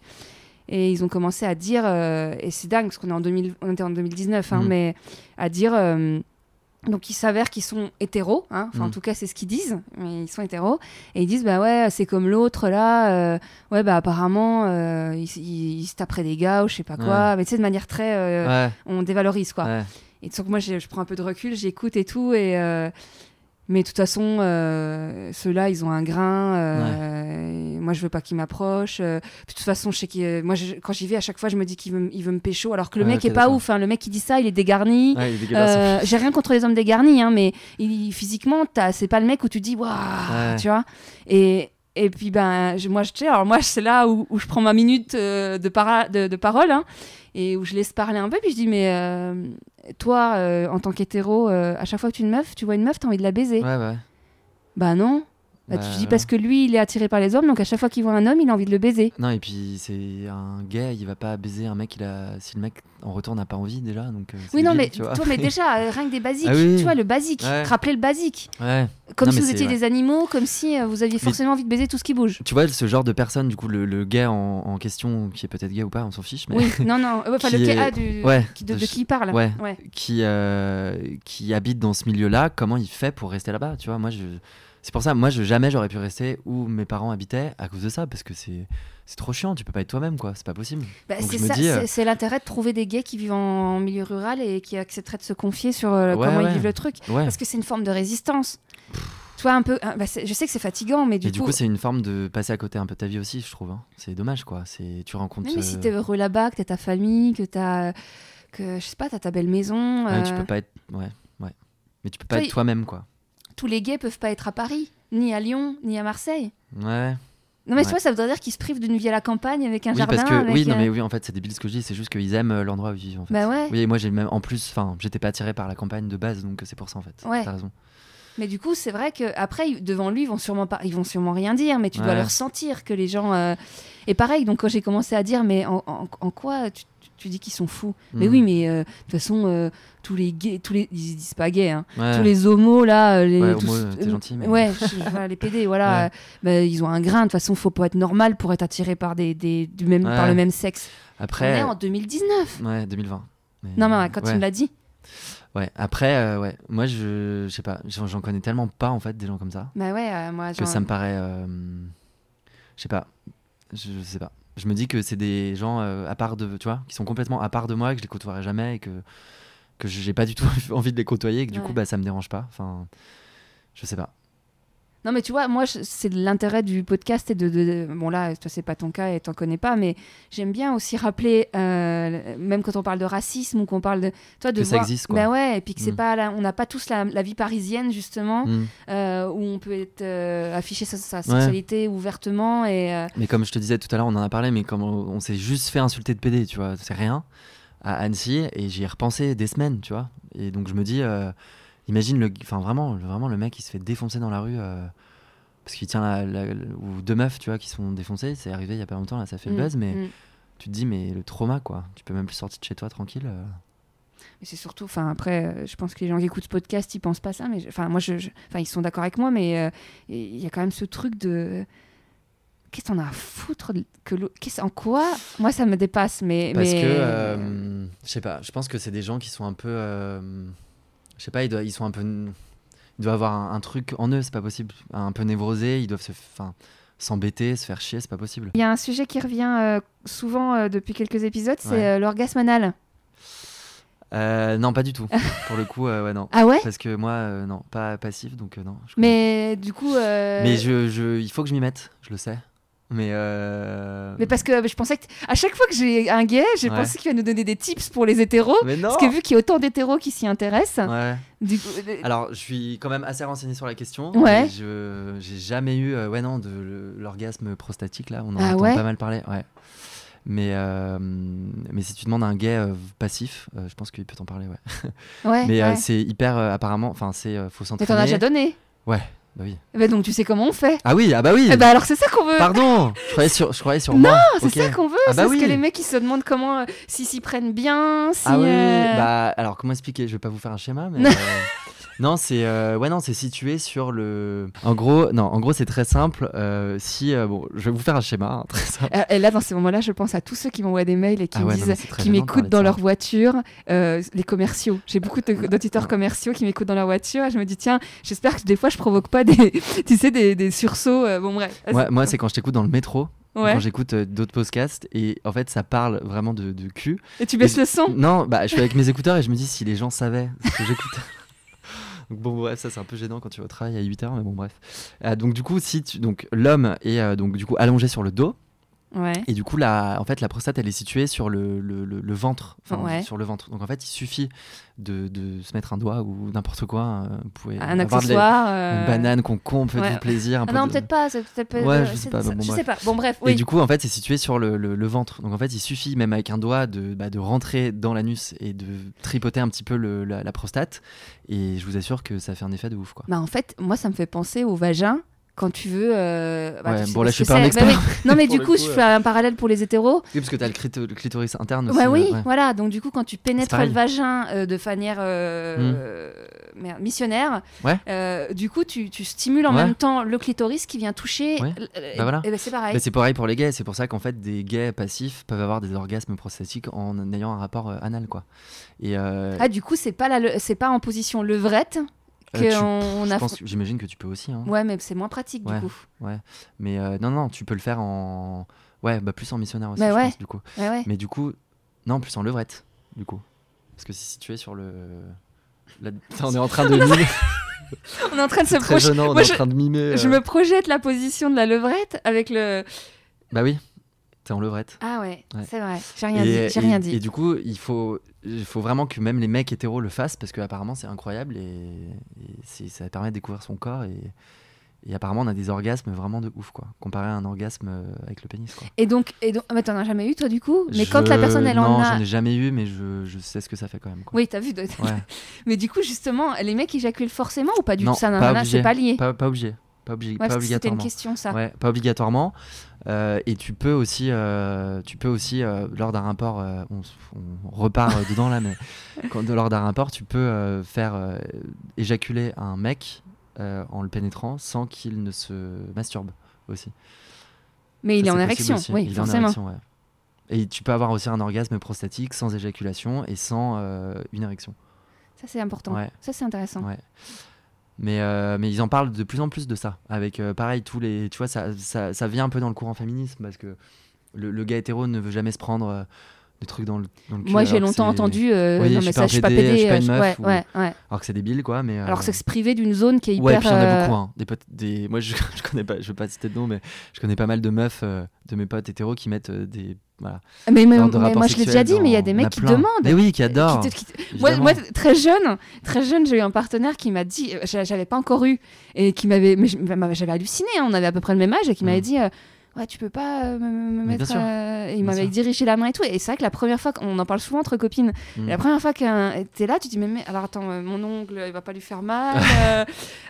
S1: Et ils ont commencé à dire, euh, et c'est dingue parce qu'on est en 2000, on était en 2019, hein,
S2: Mm.
S1: mais à dire. euh, donc il s'avère qu'ils sont hétéros, hein. enfin en
S2: Mm.
S1: tout cas c'est ce qu'ils disent, mais ils sont hétéros, et ils disent bah ouais c'est comme l'autre là, euh, ouais bah apparemment euh, il, s- il- il se taperait des gars ou je sais pas quoi, mais tu sais de manière très, euh,
S2: ouais,
S1: on dévalorise quoi.
S2: ouais.
S1: Et donc moi je, je prends un peu de recul, j'écoute et tout, et euh, mais de toute façon euh, ceux-là ils ont un grain, euh, et moi je veux pas qu'ils m'approchent, euh, puis de toute façon je sais que moi je- quand j'y vais à chaque fois je me dis qu'il veut, m- il veut me pécho, alors que le
S2: Ouais,
S1: mec
S2: ok,
S1: est pas
S2: d'accord.
S1: ouf, hein. le mec qui dit ça il est dégarni.
S2: Ouais, il est dégueulasse.
S1: Euh, j'ai rien contre les hommes dégarnis, hein, mais il- physiquement, t'as- c'est pas le mec où tu dis waouh,
S2: Ouais.
S1: tu vois. Et, et puis ben, je- moi, je tu sais, alors moi, c'est là où, où je prends ma minute euh, de, para- de, de parole hein, et où je laisse parler un peu. Puis je dis mais euh, toi, euh, en tant qu'hétéro, euh, à chaque fois que tu une meuf, tu vois une meuf, t'as envie de la baiser.
S2: Ouais, ouais, ouais.
S1: Bah non. Bah, tu
S2: Bah,
S1: te dis parce que lui, il est attiré par les hommes, donc à chaque fois qu'il voit un homme, il a envie de le baiser.
S2: Non, et puis c'est un gay, il va pas baiser un mec il a... si le mec en retour n'a pas envie déjà. Donc, euh, c'est
S1: Oui, non,
S2: débile,
S1: mais
S2: tu vois.
S1: toi, mais déjà, euh, rien que des basiques,
S2: Ah oui,
S1: tu vois, le basique,
S2: Ouais.
S1: rappeler le basique.
S2: Ouais.
S1: Comme
S2: Non,
S1: si
S2: mais
S1: vous
S2: c'est-
S1: étiez
S2: ouais.
S1: des animaux, comme si euh, vous aviez forcément envie de baiser tout ce qui bouge.
S2: Tu vois, ce genre de personne, du coup, le, le gay en, en question, qui est peut-être gay ou pas, on s'en fiche, mais
S1: Oui, non, non, euh, enfin le
S2: Qui est-
S1: PA du...
S2: Ouais,
S1: qui- de,
S2: de
S1: de
S2: ch-
S1: qui il parle.
S2: ouais. qui, euh, qui habite dans ce milieu-là, comment il fait pour rester là-bas Tu vois, moi, je... c'est pour ça, moi, je, jamais j'aurais pu rester où mes parents habitaient à cause de ça, parce que c'est c'est trop chiant, tu peux pas être toi-même, quoi, c'est pas possible.
S1: Bah,
S2: Donc
S1: c'est
S2: je me
S1: ça,
S2: dis, euh,
S1: c'est- c'est l'intérêt de trouver des gays qui vivent en, en milieu rural et qui accepteraient de se confier sur euh,
S2: Ouais,
S1: comment ils
S2: ouais.
S1: vivent le truc.
S2: Ouais.
S1: Parce que c'est une forme de résistance. Toi, un peu. hein, bah, c'est- je sais que c'est fatigant, mais du
S2: Et du
S1: coup.
S2: coup, c'est une forme de passer à côté un peu de ta vie aussi, je trouve. hein. C'est dommage, quoi. C'est tu rencontres.
S1: même si
S2: euh,
S1: t'es heureux là-bas, que t'as ta famille, que t'as. Que, je sais pas, t'as ta belle maison.
S2: ouais, tu
S1: euh,
S2: peux pas être. Ouais, ouais. Mais tu peux pas
S1: toi,
S2: être
S1: il-
S2: toi-même, quoi.
S1: Tous les gays peuvent pas être à Paris, ni à Lyon, ni à Marseille.
S2: Ouais.
S1: Non, mais tu
S2: Ouais.
S1: vois, ça voudrait dire qu'ils se privent d'une vie à la campagne avec un
S2: oui,
S1: jardin.
S2: parce que
S1: avec,
S2: oui, non,
S1: euh,
S2: mais oui, en fait, c'est débile ce que je dis. C'est juste qu'ils aiment euh, l'endroit où ils vivent. En fait.
S1: Bah ouais.
S2: Oui, et moi, j'ai même en plus. Enfin, j'étais pas attiré par la campagne de base, donc euh, c'est pour ça, en fait.
S1: Ouais.
S2: T'as raison.
S1: Mais du coup, c'est vrai que après ils- devant lui, ils vont sûrement pas, ils vont sûrement rien dire, mais tu dois
S2: Ouais.
S1: leur sentir que les gens. euh, Et pareil, donc quand j'ai commencé à dire, mais en, en- en quoi tu, tu- tu dis qu'ils sont fous Mais
S2: Mhm.
S1: oui, mais euh, de toute façon, euh, tous les gays, tous les, ils se disent pas gays, hein.
S2: Ouais.
S1: tous les homos là, euh, les,
S2: Ouais,
S1: tous-
S2: homo, euh, t'es gentil, mais-
S1: ouais, je- je- voilà, les PD, voilà,
S2: Ouais.
S1: euh, bah, ils ont un grain. De toute façon, faut pas être normal pour être attiré par des, des- du même, par
S2: Ouais.
S1: le même sexe. On
S2: Après. euh,
S1: est en 2019.
S2: Ouais, 2020.
S1: Non, mais ouais, quand
S2: ouais.
S1: tu me l'as dit,
S2: Ouais. Après, euh, ouais. Moi, je, je sais pas. J'en j'en connais tellement pas en fait des gens comme ça
S1: Bah ouais, euh, moi,
S2: que
S1: j'en-
S2: ça me paraît. euh, je sais pas. Je, je sais pas. Je me dis que c'est des gens euh, à part de, tu vois, qui sont complètement à part de moi, que je les côtoierai jamais et que que j'ai pas du tout envie de les côtoyer et que du coup
S1: Ouais.
S2: bah ça me dérange pas. Enfin, je sais pas.
S1: Non, mais tu vois, moi, je- c'est de l'intérêt du podcast et de, de- de- Bon, là, toi, c'est pas ton cas et t'en connais pas, mais j'aime bien aussi rappeler, euh, même quand on parle de racisme ou qu'on parle de. Toi, de
S2: Que ça
S1: voir-
S2: existe, quoi.
S1: Bah ouais, et puis que c'est
S2: Mm.
S1: pas. la- On n'a pas tous la, la vie parisienne, justement,
S2: Hmm.
S1: euh, où on peut être, euh, afficher sa, sa sexualité ouvertement et. euh,
S2: Mais comme je te disais tout à l'heure, on en a parlé, mais comme on, on s'est juste fait insulter de PD, tu vois, c'est rien, à Annecy, et j'y ai repensé des semaines, tu vois. Et donc je me dis, euh, imagine, le, enfin vraiment, le- vraiment, le mec, il se fait défoncer dans la rue, euh, parce qu'il tient la, la- la- ou deux meufs, tu vois, qui sont défoncées, c'est arrivé il y a pas longtemps, là, ça fait le buzz,
S1: mm,
S2: mais
S1: mm.
S2: tu te dis, mais le trauma, quoi, tu peux même plus sortir de chez toi tranquille. euh.
S1: Mais c'est surtout, enfin après, euh, je pense que les gens qui écoutent ce podcast, ils pensent pas ça, mais je- enfin moi, je, je- enfin ils sont d'accord avec moi, mais euh, il y a quand même ce truc de qu'est-ce qu'on a à foutre de- que l'au- qu'est-ce en quoi Moi, ça me dépasse, mais
S2: Parce
S1: mais-
S2: que, euh, je sais pas, je pense que c'est des gens qui sont un peu. euh, je sais pas, ils, doivent, ils sont un peu. Ils doivent avoir un, un truc en eux, c'est pas possible. Un peu névrosé, ils doivent se. Enfin, s'embêter, se faire chier, c'est pas possible.
S1: il y a un sujet qui revient euh, souvent euh, depuis quelques épisodes, c'est
S2: Ouais.
S1: euh, l'orgasme anal.
S2: Euh, non, pas du tout. Pour le coup, euh, ouais, non.
S1: Ah ouais
S2: Parce que moi, euh, non, pas passif, donc euh, non. je connais.
S1: Mais du coup, euh,
S2: Mais je, je- il faut que je m'y mette, je le sais. Mais. euh,
S1: mais parce que je pensais que à chaque fois que j'ai un gay, j'ai
S2: Ouais.
S1: pensé qu'il va nous donner des tips pour les hétéros.
S2: Mais non
S1: Parce que vu qu'il y a autant d'hétéros qui s'y intéressent,
S2: Ouais.
S1: du coup, euh,
S2: Alors, je suis quand même assez renseigné sur la question.
S1: Ouais.
S2: mais Je j'ai jamais eu, euh, ouais non, de le- l'orgasme prostatique là. On en
S1: Ah
S2: entend
S1: ouais
S2: pas mal parler. Ouais. Mais euh, mais si tu demandes à un gay euh, passif, euh, je pense qu'il peut t'en parler. Ouais.
S1: ouais.
S2: mais euh,
S1: ouais.
S2: c'est hyper euh, apparemment. Enfin, c'est euh, faut
S1: Mais
S2: s'entraîner.
S1: t'en as déjà donné.
S2: Bah oui.
S1: Bah donc tu sais comment on fait.
S2: Ah oui, ah bah oui.
S1: Eh bah alors c'est ça qu'on veut.
S2: Pardon. Je croyais sur, je croyais sur
S1: Non,
S2: moi.
S1: Ah, c'est
S2: Ok.
S1: ça qu'on veut.
S2: Ah bah
S1: c'est ce
S2: oui.
S1: que les mecs ils se demandent comment euh, s'ils s'y prennent bien, si.
S2: Ah oui, oui, oui.
S1: euh,
S2: bah alors comment expliquer Je vais pas vous faire un schéma, mais
S1: Non.
S2: euh, non, c'est euh, ouais non, c'est situé sur le. En gros, non, en gros c'est très simple. euh, si euh, bon, je vais vous faire un schéma hein, très simple.
S1: euh, Et là, dans ces moments-là, je pense à tous ceux qui m'envoient des mails et qui
S2: Ah ouais,
S1: me
S2: non, mais
S1: disent,
S2: c'est très
S1: qui
S2: gênant de parler
S1: m'écoutent
S2: de
S1: dans
S2: ça.
S1: leur voiture, euh, les commerciaux. J'ai beaucoup de-
S2: Ah.
S1: d'auditeurs commerciaux qui m'écoutent dans leur voiture. Et je me dis, tiens, j'espère que des fois, je provoque pas des, tu sais, des, des sursauts. euh, bon bref.
S2: Moi, moi, c'est quand je t'écoute dans le métro,
S1: Ouais.
S2: quand j'écoute euh, d'autres podcasts, et en fait, ça parle vraiment de, de cul.
S1: Et tu baisses
S2: Et-
S1: le son.
S2: Non, bah, je suis avec mes écouteurs et je me dis si les gens savaient ce que j'écoute. donc, bon, bref, ça, c'est un peu gênant quand tu vas au travail à 8h, mais bon, bref. Ah, donc, du coup, si tu- donc, l'homme est euh, donc, du coup, allongé sur le dos,
S1: Ouais.
S2: et du coup, la, en fait, la prostate, elle est située sur le, le- le- le ventre. Enfin,
S1: Ouais.
S2: sur le ventre. Donc, en fait, il suffit de, de se mettre un doigt ou n'importe quoi. euh, vous pouvez
S1: Un
S2: avoir de la-
S1: accessoire.
S2: une
S1: euh,
S2: banane, concombre,
S1: ouais.
S2: du plaisir. Un
S1: Ah
S2: peu
S1: non,
S2: de-
S1: peut-être pas. c'est peut-être
S2: Ouais, je
S1: c'est-
S2: sais pas,
S1: c'est-
S2: bon,
S1: je
S2: bref.
S1: sais pas. Bon, bref.
S2: Et
S1: Oui.
S2: du coup, en fait, c'est situé sur le, le- le ventre. Donc, en fait, il suffit même avec un doigt de, bah, de rentrer dans l'anus et de tripoter un petit peu le- la, la prostate. Et je vous assure que ça fait un effet de ouf, quoi.
S1: Bah en fait, moi ça me fait penser au vagin quand tu veux. euh, bah,
S2: Ouais,
S1: tu sais
S2: bon, là,
S1: ce
S2: je suis
S1: que
S2: pas un
S1: c'est. Bah
S2: expert.
S1: oui. Non mais
S2: Pour
S1: du
S2: le
S1: coup,
S2: coup,
S1: je
S2: euh.
S1: fais un parallèle pour les hétéros.
S2: Oui, parce que t'as le, clito- le clitoris interne aussi.
S1: Bah oui,
S2: euh, ouais.
S1: voilà. Donc du coup, quand tu pénètres
S2: pareil. Hmm.
S1: le vagin euh, de manière euh, euh, merde, missionnaire,
S2: Ouais.
S1: euh, du coup tu, tu stimules en
S2: Ouais.
S1: même temps le clitoris qui vient toucher.
S2: Ouais.
S1: l- l-
S2: Bah voilà.
S1: Et ben, c'est pareil.
S2: Mais c'est pareil pour les gays. C'est pour ça qu'en fait, des gays passifs peuvent avoir des orgasmes prostatiques en ayant un rapport euh, anal, quoi. Et euh,
S1: Ah du coup, c'est pas la le- c'est pas en position levrette
S2: euh,
S1: que
S2: tu-
S1: on, on
S2: je
S1: a.
S2: pense- j'imagine que tu peux aussi. hein.
S1: Ouais, mais c'est moins pratique
S2: Ouais.
S1: du coup.
S2: Mais euh, non, non, tu peux le faire en. Ouais, bah plus en missionnaire aussi,
S1: Bah
S2: je
S1: ouais.
S2: pense, du coup.
S1: Ouais, ouais.
S2: Mais du coup, non, plus en levrette, du coup. Parce que c'est situé sur le. la- Putain, on est en train de mimer.
S1: On est en train de se
S2: C'est très
S1: projeter.
S2: gênant, on
S1: Moi,
S2: est en train de mimer. euh.
S1: Je me projette la position de la levrette avec le.
S2: Bah oui, t'es en levrette.
S1: Ah ouais,
S2: Ouais.
S1: c'est vrai. J'ai rien
S2: et,
S1: dit. J'ai
S2: et-
S1: rien dit.
S2: et du coup, il faut, il faut vraiment que même les mecs hétéros le fassent parce que apparemment c'est incroyable et, et c'est- ça permet de découvrir son corps et, et apparemment on a des orgasmes vraiment de ouf quoi, comparé à un orgasme euh, avec le pénis quoi.
S1: Et donc, et donc, ah, mais t'en as jamais eu toi du coup Mais quand la
S2: Je-
S1: personne elle
S2: non,
S1: en a.
S2: j'en ai jamais eu, mais je, je sais ce que ça fait quand même quoi.
S1: Oui, t'as vu. de-
S2: Ouais.
S1: Mais du coup, justement, les mecs éjaculent forcément ou pas du
S2: Non,
S1: tout ça
S2: pas
S1: nanana,
S2: obligé.
S1: C'est pas lié.
S2: Pas, pas obligé, pas, obligé,
S1: Ouais,
S2: pas
S1: parce que c'était une
S2: obligatoirement.
S1: question ça.
S2: Ouais, pas obligatoirement. Euh, et tu peux aussi, euh, tu peux aussi euh, lors d'un rapport, euh, on, s- on repart euh, dedans là, mais quand, lors d'un rapport, tu peux euh, faire euh, éjaculer un mec euh, en le pénétrant sans qu'il ne se masturbe aussi.
S1: Mais il est
S2: Ça,
S1: en
S2: c'est possible
S1: érection,
S2: aussi.
S1: oui,
S2: Il est en
S1: forcément.
S2: érection, ouais. Et tu peux avoir aussi un orgasme prostatique sans éjaculation et sans euh, une érection.
S1: Ça, c'est important.
S2: Ouais.
S1: Ça, c'est intéressant.
S2: Ouais. Mais, euh, mais ils en parlent de plus en plus de ça. Avec euh, pareil, tous les. Tu vois, ça, ça, ça vient un peu dans le courant féminisme parce que le, le gars hétéro ne veut jamais se prendre euh, des trucs dans le, dans le cul,
S1: Moi, j'ai
S2: alors que
S1: longtemps
S2: c'est-
S1: entendu. euh,
S2: Oui,
S1: non,
S2: je
S1: mais
S2: suis
S1: ça,
S2: pas
S1: je suis pas
S2: un PD,
S1: pédé.
S2: je suis pas
S1: euh,
S2: une
S1: je-
S2: meuf
S1: ouais,
S2: ou-
S1: ouais, ouais.
S2: Alors que c'est débile, quoi. Mais,
S1: Alors que
S2: euh,
S1: c'est se priver d'une zone qui est hyper.
S2: Ouais, puis il y en a
S1: euh,
S2: beaucoup. hein. Des potes, des... Moi, je, je connais pas, je veux pas citer de nom, mais je connais pas mal de meufs euh, de mes potes hétéros qui mettent euh, des. Voilà.
S1: Mais, mais-
S2: lors de
S1: mais
S2: rapports
S1: moi, je l'ai déjà
S2: sexuels
S1: dit, mais il y a des
S2: dans-
S1: mecs
S2: en
S1: qui
S2: plein.
S1: demandent.
S2: Mais oui, qui adorent.
S1: qui te- qui te- Moi,
S2: évidemment.
S1: moi, très jeune, très jeune, j'ai eu un partenaire qui m'a dit, euh, j'a- j'avais pas encore eu, et qui m'avait, mais je- bah, j'avais halluciné, hein, on avait à peu près le même âge, et qui m'avait
S2: Mhm.
S1: dit, euh, ouais, tu peux pas euh, me, me- me
S2: Mais bien
S1: mettre,
S2: sûr.
S1: euh, et il
S2: Bien
S1: m'avait
S2: sûr.
S1: dirigé la main et tout, et c'est vrai que la première fois, qu'on en parle souvent entre copines,
S2: Mhm.
S1: la première fois que t'es là, tu dis, mais, mais- alors attends, euh, mon ongle, il va pas lui faire mal, euh,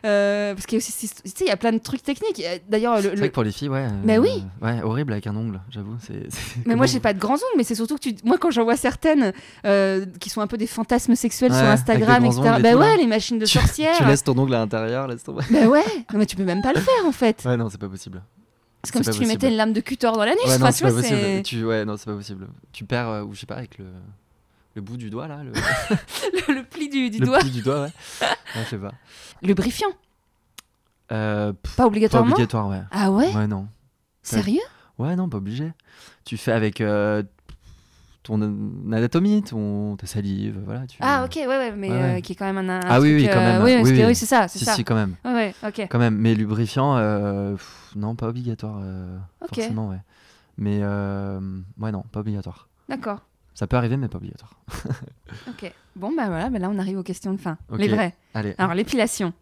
S1: euh, parce qu'il y a aussi, c'est- tu sais, il y a plein de trucs techniques, Euh, d'ailleurs, le-
S2: C'est
S1: le-
S2: vrai que pour les filles, ouais. euh,
S1: Mais oui.
S2: Ouais, horrible avec un ongle, j'avoue. c'est- c'est-
S1: Mais moi,
S2: comment-
S1: j'ai pas de grands ongles, mais c'est surtout que tu... moi, quand j'en vois certaines euh, qui sont un peu des fantasmes sexuels
S2: Ouais,
S1: sur Instagram,
S2: avec des
S1: etc.
S2: grands ongles et
S1: bah
S2: tout,
S1: ouais,
S2: là.
S1: les machines de
S2: Tu-
S1: sorcières.
S2: Tu laisses ton ongle à l'intérieur, laisse tomber.
S1: Bah ouais, non, mais tu peux même pas le faire en fait.
S2: Ouais, non, c'est pas possible.
S1: C'est comme si
S2: pas
S1: tu lui mettais
S2: possible.
S1: une lame de cutter dans la nuque.
S2: Ouais,
S1: enfin,
S2: non,
S1: tu
S2: c'est pas
S1: vois,
S2: possible.
S1: c'est
S2: Tu, ouais, non, c'est pas possible. Tu perds, euh, ou je sais pas, avec le, le bout du doigt, là. Le,
S1: le, le pli du, du
S2: le
S1: doigt.
S2: bout du doigt, ouais. Ouais, je sais pas.
S1: Le brifiant,
S2: Euh, pff,
S1: pas
S2: pas
S1: obligatoirement.
S2: obligatoire, ouais.
S1: Ah ouais,
S2: Ouais, non.
S1: Sérieux
S2: Ouais, non, pas obligé. Tu fais avec euh, ton euh, anatomie, ton, ta salive, voilà. Tu...
S1: Ah ok, ouais, ouais, mais
S2: Ouais, ouais.
S1: euh, qui est quand même un. un
S2: Ah oui,
S1: truc,
S2: oui, quand
S1: euh,
S2: même.
S1: Oui, parce
S2: Oui,
S1: que
S2: oui.
S1: oui, c'est ça, c'est
S2: Si,
S1: ça.
S2: si, quand même.
S1: Ouais, ouais, ok.
S2: Quand même. Mais lubrifiant, euh, pff, non, pas obligatoire. euh,
S1: Ok.
S2: Forcément, ouais. Mais, euh, ouais, non, pas obligatoire.
S1: D'accord.
S2: Ça peut arriver, mais pas obligatoire.
S1: Ok. Bon bah voilà, bah là on arrive aux questions de fin.
S2: Ok.
S1: Les vraies.
S2: Allez.
S1: Alors l'épilation,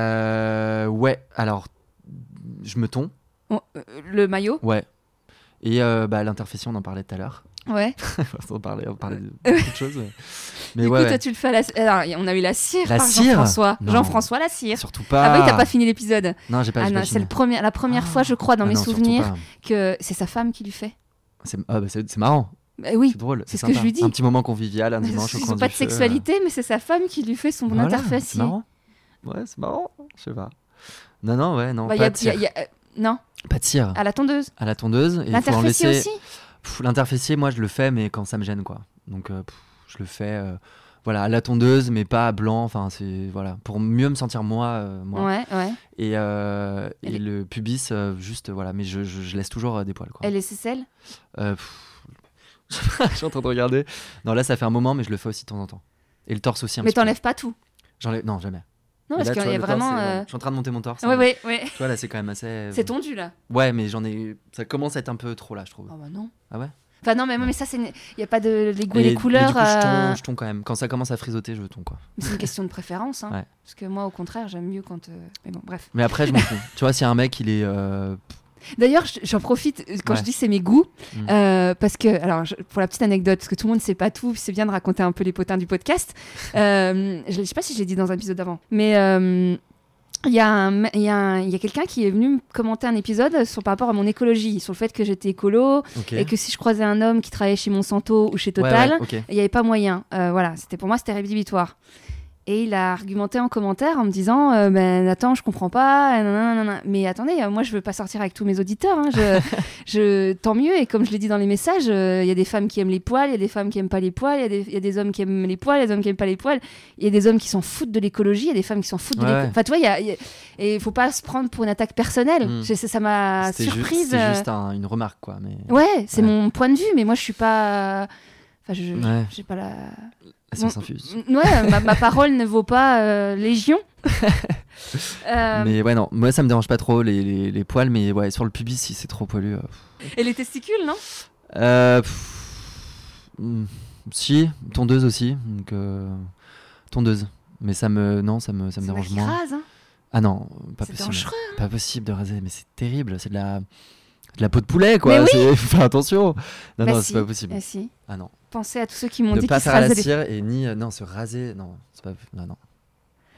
S2: Euh, ouais, alors, je me tombe.
S1: On- euh, le maillot,
S2: Ouais. Et euh, bah, l'interfécie, on en parlait tout à l'heure.
S1: ouais.
S2: on parlait, on parlait de beaucoup de choses. Mais, mais
S1: du
S2: ouais,
S1: coup,
S2: ouais.
S1: toi, tu le fais à la. euh, Alors, on a eu la cire
S2: La
S1: par
S2: cire
S1: Jean-François.
S2: Non.
S1: Jean-François, la cire.
S2: Surtout
S1: Ah,
S2: pas.
S1: oui, t'as pas fini l'épisode.
S2: Non, j'ai pas,
S1: Ah
S2: j'ai
S1: non,
S2: pas
S1: c'est
S2: fini.
S1: le premier, la première
S2: Ah.
S1: fois, je crois, dans
S2: Ah
S1: mes
S2: non, surtout
S1: souvenirs,
S2: pas.
S1: que c'est sa femme qui lui fait.
S2: C'est ah bah, c'est- c'est marrant,
S1: Bah oui.
S2: c'est drôle.
S1: c'est ce que
S2: sympa.
S1: je lui dis.
S2: Un petit moment convivial, un dimanche au
S1: Ils
S2: coin
S1: ont pas
S2: du
S1: de
S2: feu, euh,
S1: sexualité, mais c'est sa femme qui lui fait son
S2: voilà, C'est
S1: interfacier.
S2: marrant. Ouais, c'est marrant. Je sais pas. Non, non, ouais, non.
S1: Bah, y
S2: pas,
S1: a-
S2: de
S1: y a-
S2: tir.
S1: y a- euh, non,
S2: pas de tir.
S1: à la tondeuse.
S2: À la tondeuse. Et il faut en
S1: L'interfacier
S2: laisser.
S1: aussi.
S2: Pff, L'interfécier, moi, je le fais, mais quand ça me gêne, quoi. Donc, euh, pff, je le fais. euh, Voilà, à la tondeuse, mais pas à blanc. Enfin, c'est voilà, pour mieux me sentir moi, euh, moi.
S1: Ouais, ouais.
S2: Et, euh, et
S1: Elle est-
S2: le pubis, euh, juste voilà, mais je, je- je laisse toujours euh, des poils. Quoi.
S1: Elle est celle
S2: Euh, pff, je suis en train de regarder. Non, là, ça fait un moment, mais je le fais aussi de temps en temps. Et le torse aussi un
S1: Mais
S2: petit peu.
S1: t'enlèves pas tout.
S2: J'enlève- Non, jamais.
S1: Non,
S2: Mais
S1: parce
S2: là, tu
S1: qu'il
S2: vois,
S1: y a
S2: le torse,
S1: vraiment.
S2: c'est- Euh,
S1: euh,
S2: Je suis en train de monter mon torse.
S1: Ouais,
S2: hein.
S1: ouais, ouais.
S2: Tu vois, là, c'est quand même assez.
S1: C'est tendu là.
S2: Ouais, mais j'en ai. Ça commence à être un peu trop là, je trouve.
S1: Ah bah non.
S2: Ah ouais
S1: Enfin non, mais, mais ça, c'est. Il n'y a pas de les goûts et
S2: Et-
S1: les couleurs.
S2: mais du coup, je
S1: euh,
S2: tombe, je tombe quand même. Quand ça commence à frisoter, je tombe quoi.
S1: Mais C'est une question de préférence. Hein.
S2: Ouais.
S1: Parce que moi, au contraire, j'aime mieux quand. euh, Mais bon, bref.
S2: Mais après, je m'en fous. tu vois, si un mec, il est. euh,
S1: D'ailleurs, je- j'en profite euh, quand
S2: Ouais.
S1: je dis c'est mes goûts.
S2: Mm.
S1: euh, parce que, alors, je- pour la petite anecdote, parce que tout le monde ne sait pas tout, c'est bien de raconter un peu les potins du podcast. Euh, je ne sais pas si je l'ai dit dans un épisode avant. Mais. euh, il y a, un- il y a, un- il y a quelqu'un qui est venu me commenter un épisode sur, par rapport à mon écologie, sur le fait que j'étais écolo
S2: Ok.
S1: et que si je croisais un homme qui travaillait chez Monsanto ou chez
S2: Ouais, ouais,
S1: Total,
S2: ok.
S1: il n'y avait pas moyen. Euh, voilà, c'était pour moi, c'était rédhibitoire. Et il a argumenté en commentaire en me disant euh, Ben attends, je comprends pas. euh, nanana, nanana. Mais attendez, euh, moi je veux pas sortir avec tous mes auditeurs. hein, je, je- tant mieux. Et comme je l'ai dit dans les messages, euh, il y a des femmes qui aiment les poils, il y a des femmes qui aiment pas les poils, il y a des- il y, a des hommes qui aiment les poils, il y a des hommes qui aiment pas les poils, il y a des hommes qui s'en foutent de l'écologie, il y a des femmes qui s'en foutent de
S2: Ouais,
S1: l'écologie.
S2: ouais.
S1: Enfin, tu vois, il y a- il y a- et il faut pas se prendre pour une attaque personnelle.
S2: Mm.
S1: Je- c'est- ça m'a
S2: C'était ju-
S1: surprise.
S2: c'était
S1: euh,
S2: juste un- une remarque quoi. Mais...
S1: Ouais, c'est
S2: Ouais.
S1: mon point de vue, mais moi je suis pas. Enfin, je.
S2: Ouais,
S1: J'ai pas la.
S2: la science infuse.
S1: Mm, Ouais, ma, ma parole ne vaut pas euh, légion. Euh,
S2: Mais ouais, non, moi ça me dérange pas trop les, les- les poils, mais ouais, sur le pubis, si c'est trop poilu. euh,
S1: Et les testicules, non
S2: Euh, pff, hmm, si, tondeuse aussi. Donc, euh, tondeuse. Mais ça me, non, ça me, ça me
S1: C'est
S2: dérange
S1: qui
S2: moins.
S1: rase, hein.
S2: Ah non, pas
S1: C'est
S2: possible.
S1: dangereux.
S2: Pas possible de raser, mais c'est terrible. C'est de la, de la peau de poulet, quoi.
S1: Mais oui.
S2: c'est- Enfin, attention.
S1: Bah
S2: Non, non,
S1: si,
S2: c'est pas possible.
S1: Ah, si.
S2: Ah non.
S1: Pensez à tous ceux qui m'ont
S2: Ne
S1: dit
S2: pas
S1: qu'ils se
S2: faire la
S1: rasaient. les-
S2: cire et ni, euh, non, se raser. Non, c'est pas, non, non.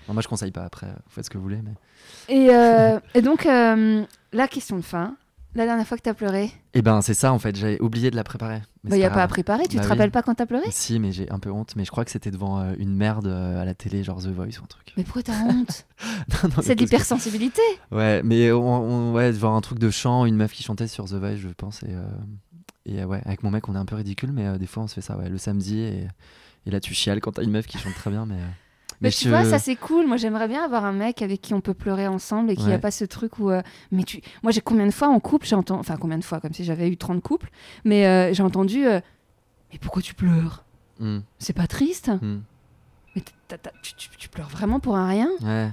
S2: Non, moi je conseille pas. Après, vous faites ce que vous voulez. Mais...
S1: Et, euh, et donc, euh, la question de fin. La dernière fois que t'as pleuré,
S2: Eh ben, c'est ça en fait. J'avais oublié de la préparer.
S1: bah,
S2: Mais c'est
S1: y a pas
S2: pas
S1: à
S2: grave.
S1: préparer. Tu
S2: Bah
S1: te
S2: oui.
S1: rappelles pas quand t'as pleuré
S2: Si, mais j'ai un peu honte. Mais je crois que c'était devant euh, une merde euh, à la télé, genre The Voice ou un truc.
S1: Mais pourquoi t'as honte C'est
S2: Non, non, mais
S1: de
S2: parce que-
S1: l'hypersensibilité.
S2: Ouais, mais on, on- ouais, voir un truc de chant, une meuf qui chantait sur The Voice, je pense. Et, euh, et euh, ouais, avec mon mec, on est un peu ridicule, mais euh, des fois, on se fait ça, ouais, le samedi. Et, et là, tu chiales quand t'as une meuf qui chante très bien, mais. euh,
S1: Mais, Bah, tu
S2: je-
S1: vois, ça c'est cool. Moi, j'aimerais bien avoir un mec avec qui on peut pleurer ensemble et qu'il n'y a
S2: Ouais.
S1: pas ce truc où. euh, mais tu. Moi, j'ai combien de fois en couple, j'ai entendu. Enfin, combien de fois, comme si j'avais eu 30 couples, mais euh, j'ai entendu. euh, mais pourquoi tu pleures
S2: Mm,
S1: C'est pas triste
S2: mm.
S1: Mais t'as- t'as- tu, tu- tu pleures vraiment pour un rien
S2: Ouais.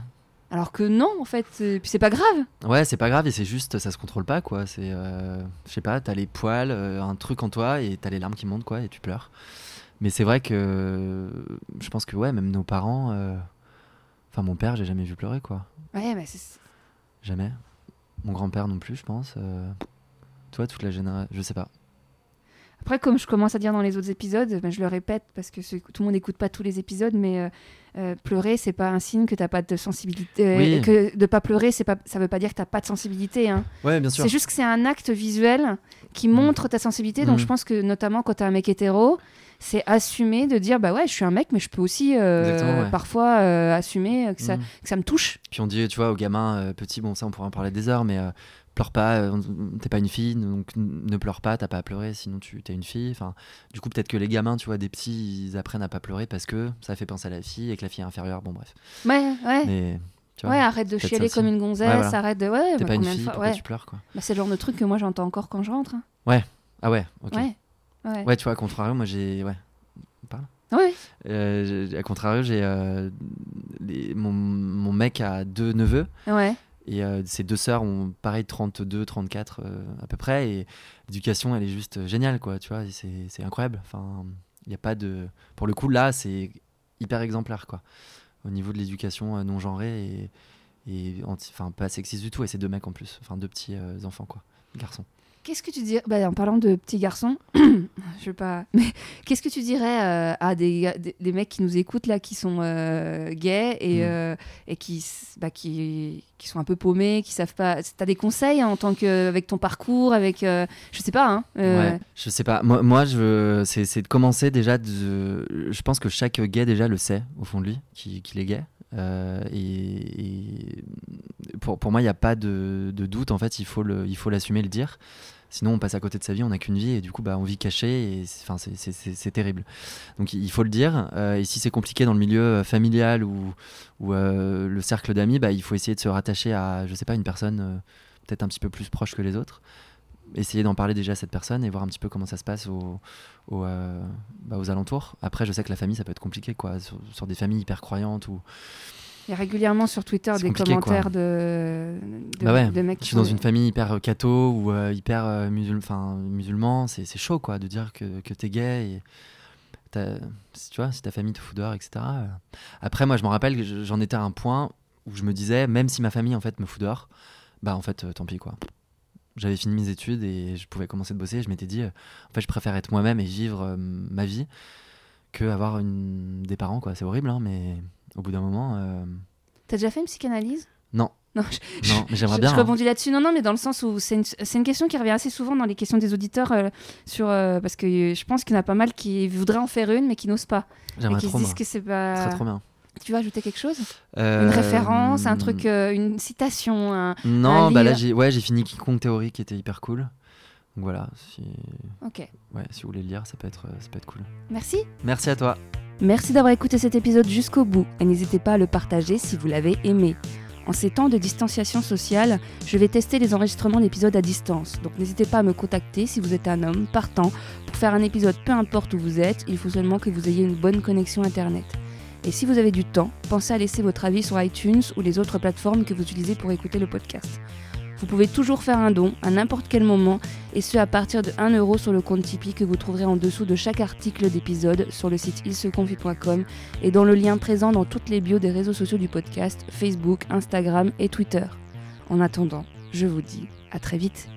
S1: Alors que non, en fait. euh, Puis c'est pas grave.
S2: Ouais, c'est pas grave et c'est juste, ça se contrôle pas quoi. C'est, euh, je sais pas, t'as les poils, euh, un truc en toi et t'as les larmes qui montent quoi et tu pleures. Mais c'est vrai que euh, je pense que ouais, même nos parents, euh, enfin mon père, j'ai jamais vu pleurer quoi,
S1: Ouais, mais c'est.
S2: jamais. Mon grand-père non plus, je pense. euh, toi, toute la génération, je sais pas.
S1: Après, comme je commence à dire dans les autres épisodes, ben, je le répète parce que ce- tout le monde n'écoute pas tous les épisodes, mais euh, euh, pleurer, c'est pas un signe que t'as pas de sensibilité. euh,
S2: Oui.
S1: Que de pas pleurer, c'est pas, ça veut pas dire que t'as pas de sensibilité. Hein.
S2: Ouais, bien sûr.
S1: C'est juste que c'est un acte visuel qui montre ta sensibilité. Donc
S2: Mm.
S1: je pense que notamment quand t'es un mec hétéro, c'est assumer de dire bah ouais, je suis un mec, mais je peux aussi euh,
S2: Exactement, ouais.
S1: parfois euh, assumer que ça,
S2: Mm.
S1: que ça me touche.
S2: Puis on dit, tu vois, aux gamins euh, petits, bon, ça on pourrait en parler des heures, mais euh, pleure pas, euh, on- t'es pas une fille, donc n- ne pleure pas, t'as pas à pleurer, sinon tu t'es une fille. Enfin, du coup, peut-être que les gamins, tu vois, des petits, ils apprennent à pas pleurer parce que ça fait penser à la fille et que la fille est inférieure, bon, bref.
S1: Ouais, ouais.
S2: Mais tu vois,
S1: Ouais, arrête de
S2: peut-être ça
S1: chialer
S2: aussi.
S1: comme une gonzesse,
S2: Ouais, voilà.
S1: arrête de. Ouais,
S2: t'es
S1: bah,
S2: pas une
S1: combien de
S2: fille,
S1: fois-
S2: pourquoi
S1: ouais.
S2: tu pleures, quoi.
S1: Bah, c'est le genre de truc que moi j'entends encore quand je rentre. hein.
S2: Ah ouais, ok. Ouais,
S1: Ouais. Ouais.
S2: tu vois, à contrario, moi j'ai. Ouais.
S1: Ouais.
S2: Euh, j'ai- à contrario, j'ai. euh, les- mon, mon mec a deux neveux.
S1: Ouais.
S2: Et euh, ses deux sœurs ont pareil 32, 34 euh, à peu près. Et l'éducation, elle est juste euh, géniale, quoi. Tu vois, et c'est c'est incroyable. Enfin, il n'y a pas de. Pour le coup, là, c'est hyper exemplaire, quoi. Au niveau de l'éducation euh, non genrée et, et anti- enfin, pas sexiste du tout. Et c'est deux mecs en plus. Enfin, deux petits euh, enfants, quoi. Garçons.
S1: Qu'est-ce que tu dirais bah, En parlant de petits garçons, je sais pas. Mais qu'est-ce que tu dirais euh, à des, ga- des, des mecs qui nous écoutent là, qui sont euh, gays et,
S2: Mm.
S1: euh, et qui, s- bah, qui, qui sont un peu paumés, qui savent pas. T'as des conseils hein, en tant que avec ton parcours, avec euh, je sais pas. Hein, euh,
S2: Ouais, je sais pas. Moi, moi je, c'est, c'est de commencer déjà. De, je pense que chaque gay déjà le sait au fond de lui, qui- qu'il est gay. Euh, et, et pour, pour moi, il n'y a pas de, de doute. En fait, il faut, le, il faut l'assumer, le dire. Sinon, on passe à côté de sa vie, on n'a qu'une vie, et du coup, bah, on vit caché, et c'est, enfin, c'est, c'est- c'est- c'est terrible. Donc, il faut le dire. Euh, et si c'est compliqué dans le milieu euh, familial ou, ou euh, le cercle d'amis, bah, il faut essayer de se rattacher à, je sais pas, une personne euh, peut-être un petit peu plus proche que les autres essayer d'en parler déjà à cette personne et voir un petit peu comment ça se passe au- au, euh, bah, aux alentours. Après, je sais que la famille, ça peut être compliqué, quoi, sur, sur des familles hyper croyantes ou.
S1: Il y a régulièrement sur Twitter
S2: C'est
S1: des
S2: compliqué, quoi.
S1: commentaires de, de,
S2: Bah ouais,
S1: de mecs
S2: Je
S1: qui
S2: suis dans
S1: sont-
S2: une famille hyper euh, catho ou euh, hyper euh, musul- enfin, musulman, c'est c'est chaud, quoi, de dire que, que t'es gay et. t'as- si Tu vois, si ta famille te fout dehors, etc. euh. Après, moi, je me rappelle que je- j'en étais à un point où je me disais, même si ma famille, en fait, me fout dehors, bah, en fait, euh, tant pis, quoi. J'avais fini mes études et je pouvais commencer de bosser. Je m'étais dit, euh, en fait, je préfère être moi-même et vivre euh, ma vie que avoir une... des parents, quoi. C'est horrible, hein, mais au bout d'un moment, euh,
S1: T'as déjà fait une psychanalyse
S2: Non.
S1: Non, je- je-
S2: non, mais j'aimerais
S1: je,
S2: bien.
S1: je
S2: hein.
S1: rebondis là-dessus. Non, non, mais dans le sens où c'est une, c'est une question qui revient assez souvent dans les questions des auditeurs, euh, sur, euh, parce que euh, je pense qu'il y en a pas mal qui voudraient en faire une, mais qui n'osent pas. Et
S2: J'aimerais
S1: qui se
S2: trop, moi.
S1: disent que euh, c'est
S2: Ce
S1: pas.
S2: serait trop bien.
S1: Tu veux ajouter quelque chose
S2: Euh, hmm.
S1: Une référence, un truc, euh, une citation, un.
S2: Non,
S1: un
S2: bah là
S1: livre.
S2: j'ai ouais, j'ai fini Quiconque théorie qui était hyper cool. Donc voilà, si
S1: Ok.
S2: ouais, si vous voulez le lire, ça peut être euh, ça peut être cool.
S1: Merci.
S2: Merci à toi.
S1: Merci d'avoir écouté cet épisode jusqu'au bout et n'hésitez pas à le partager si vous l'avez aimé. En ces temps de distanciation sociale, je vais tester les enregistrements d'épisodes à distance, donc n'hésitez pas à me contacter si vous êtes un homme partant pour faire un épisode peu importe où vous êtes, il faut seulement que vous ayez une bonne connexion Internet. Et si vous avez du temps, pensez à laisser votre avis sur iTunes ou les autres plateformes que vous utilisez pour écouter le podcast. Vous pouvez toujours faire un don à n'importe quel moment et ce à partir de 1 euro sur le compte Tipeee que vous trouverez en dessous de chaque article d'épisode sur le site ilseconfie.com et dans le lien présent dans toutes les bios des réseaux sociaux du podcast, Facebook, Instagram et Twitter. En attendant, je vous dis à très vite.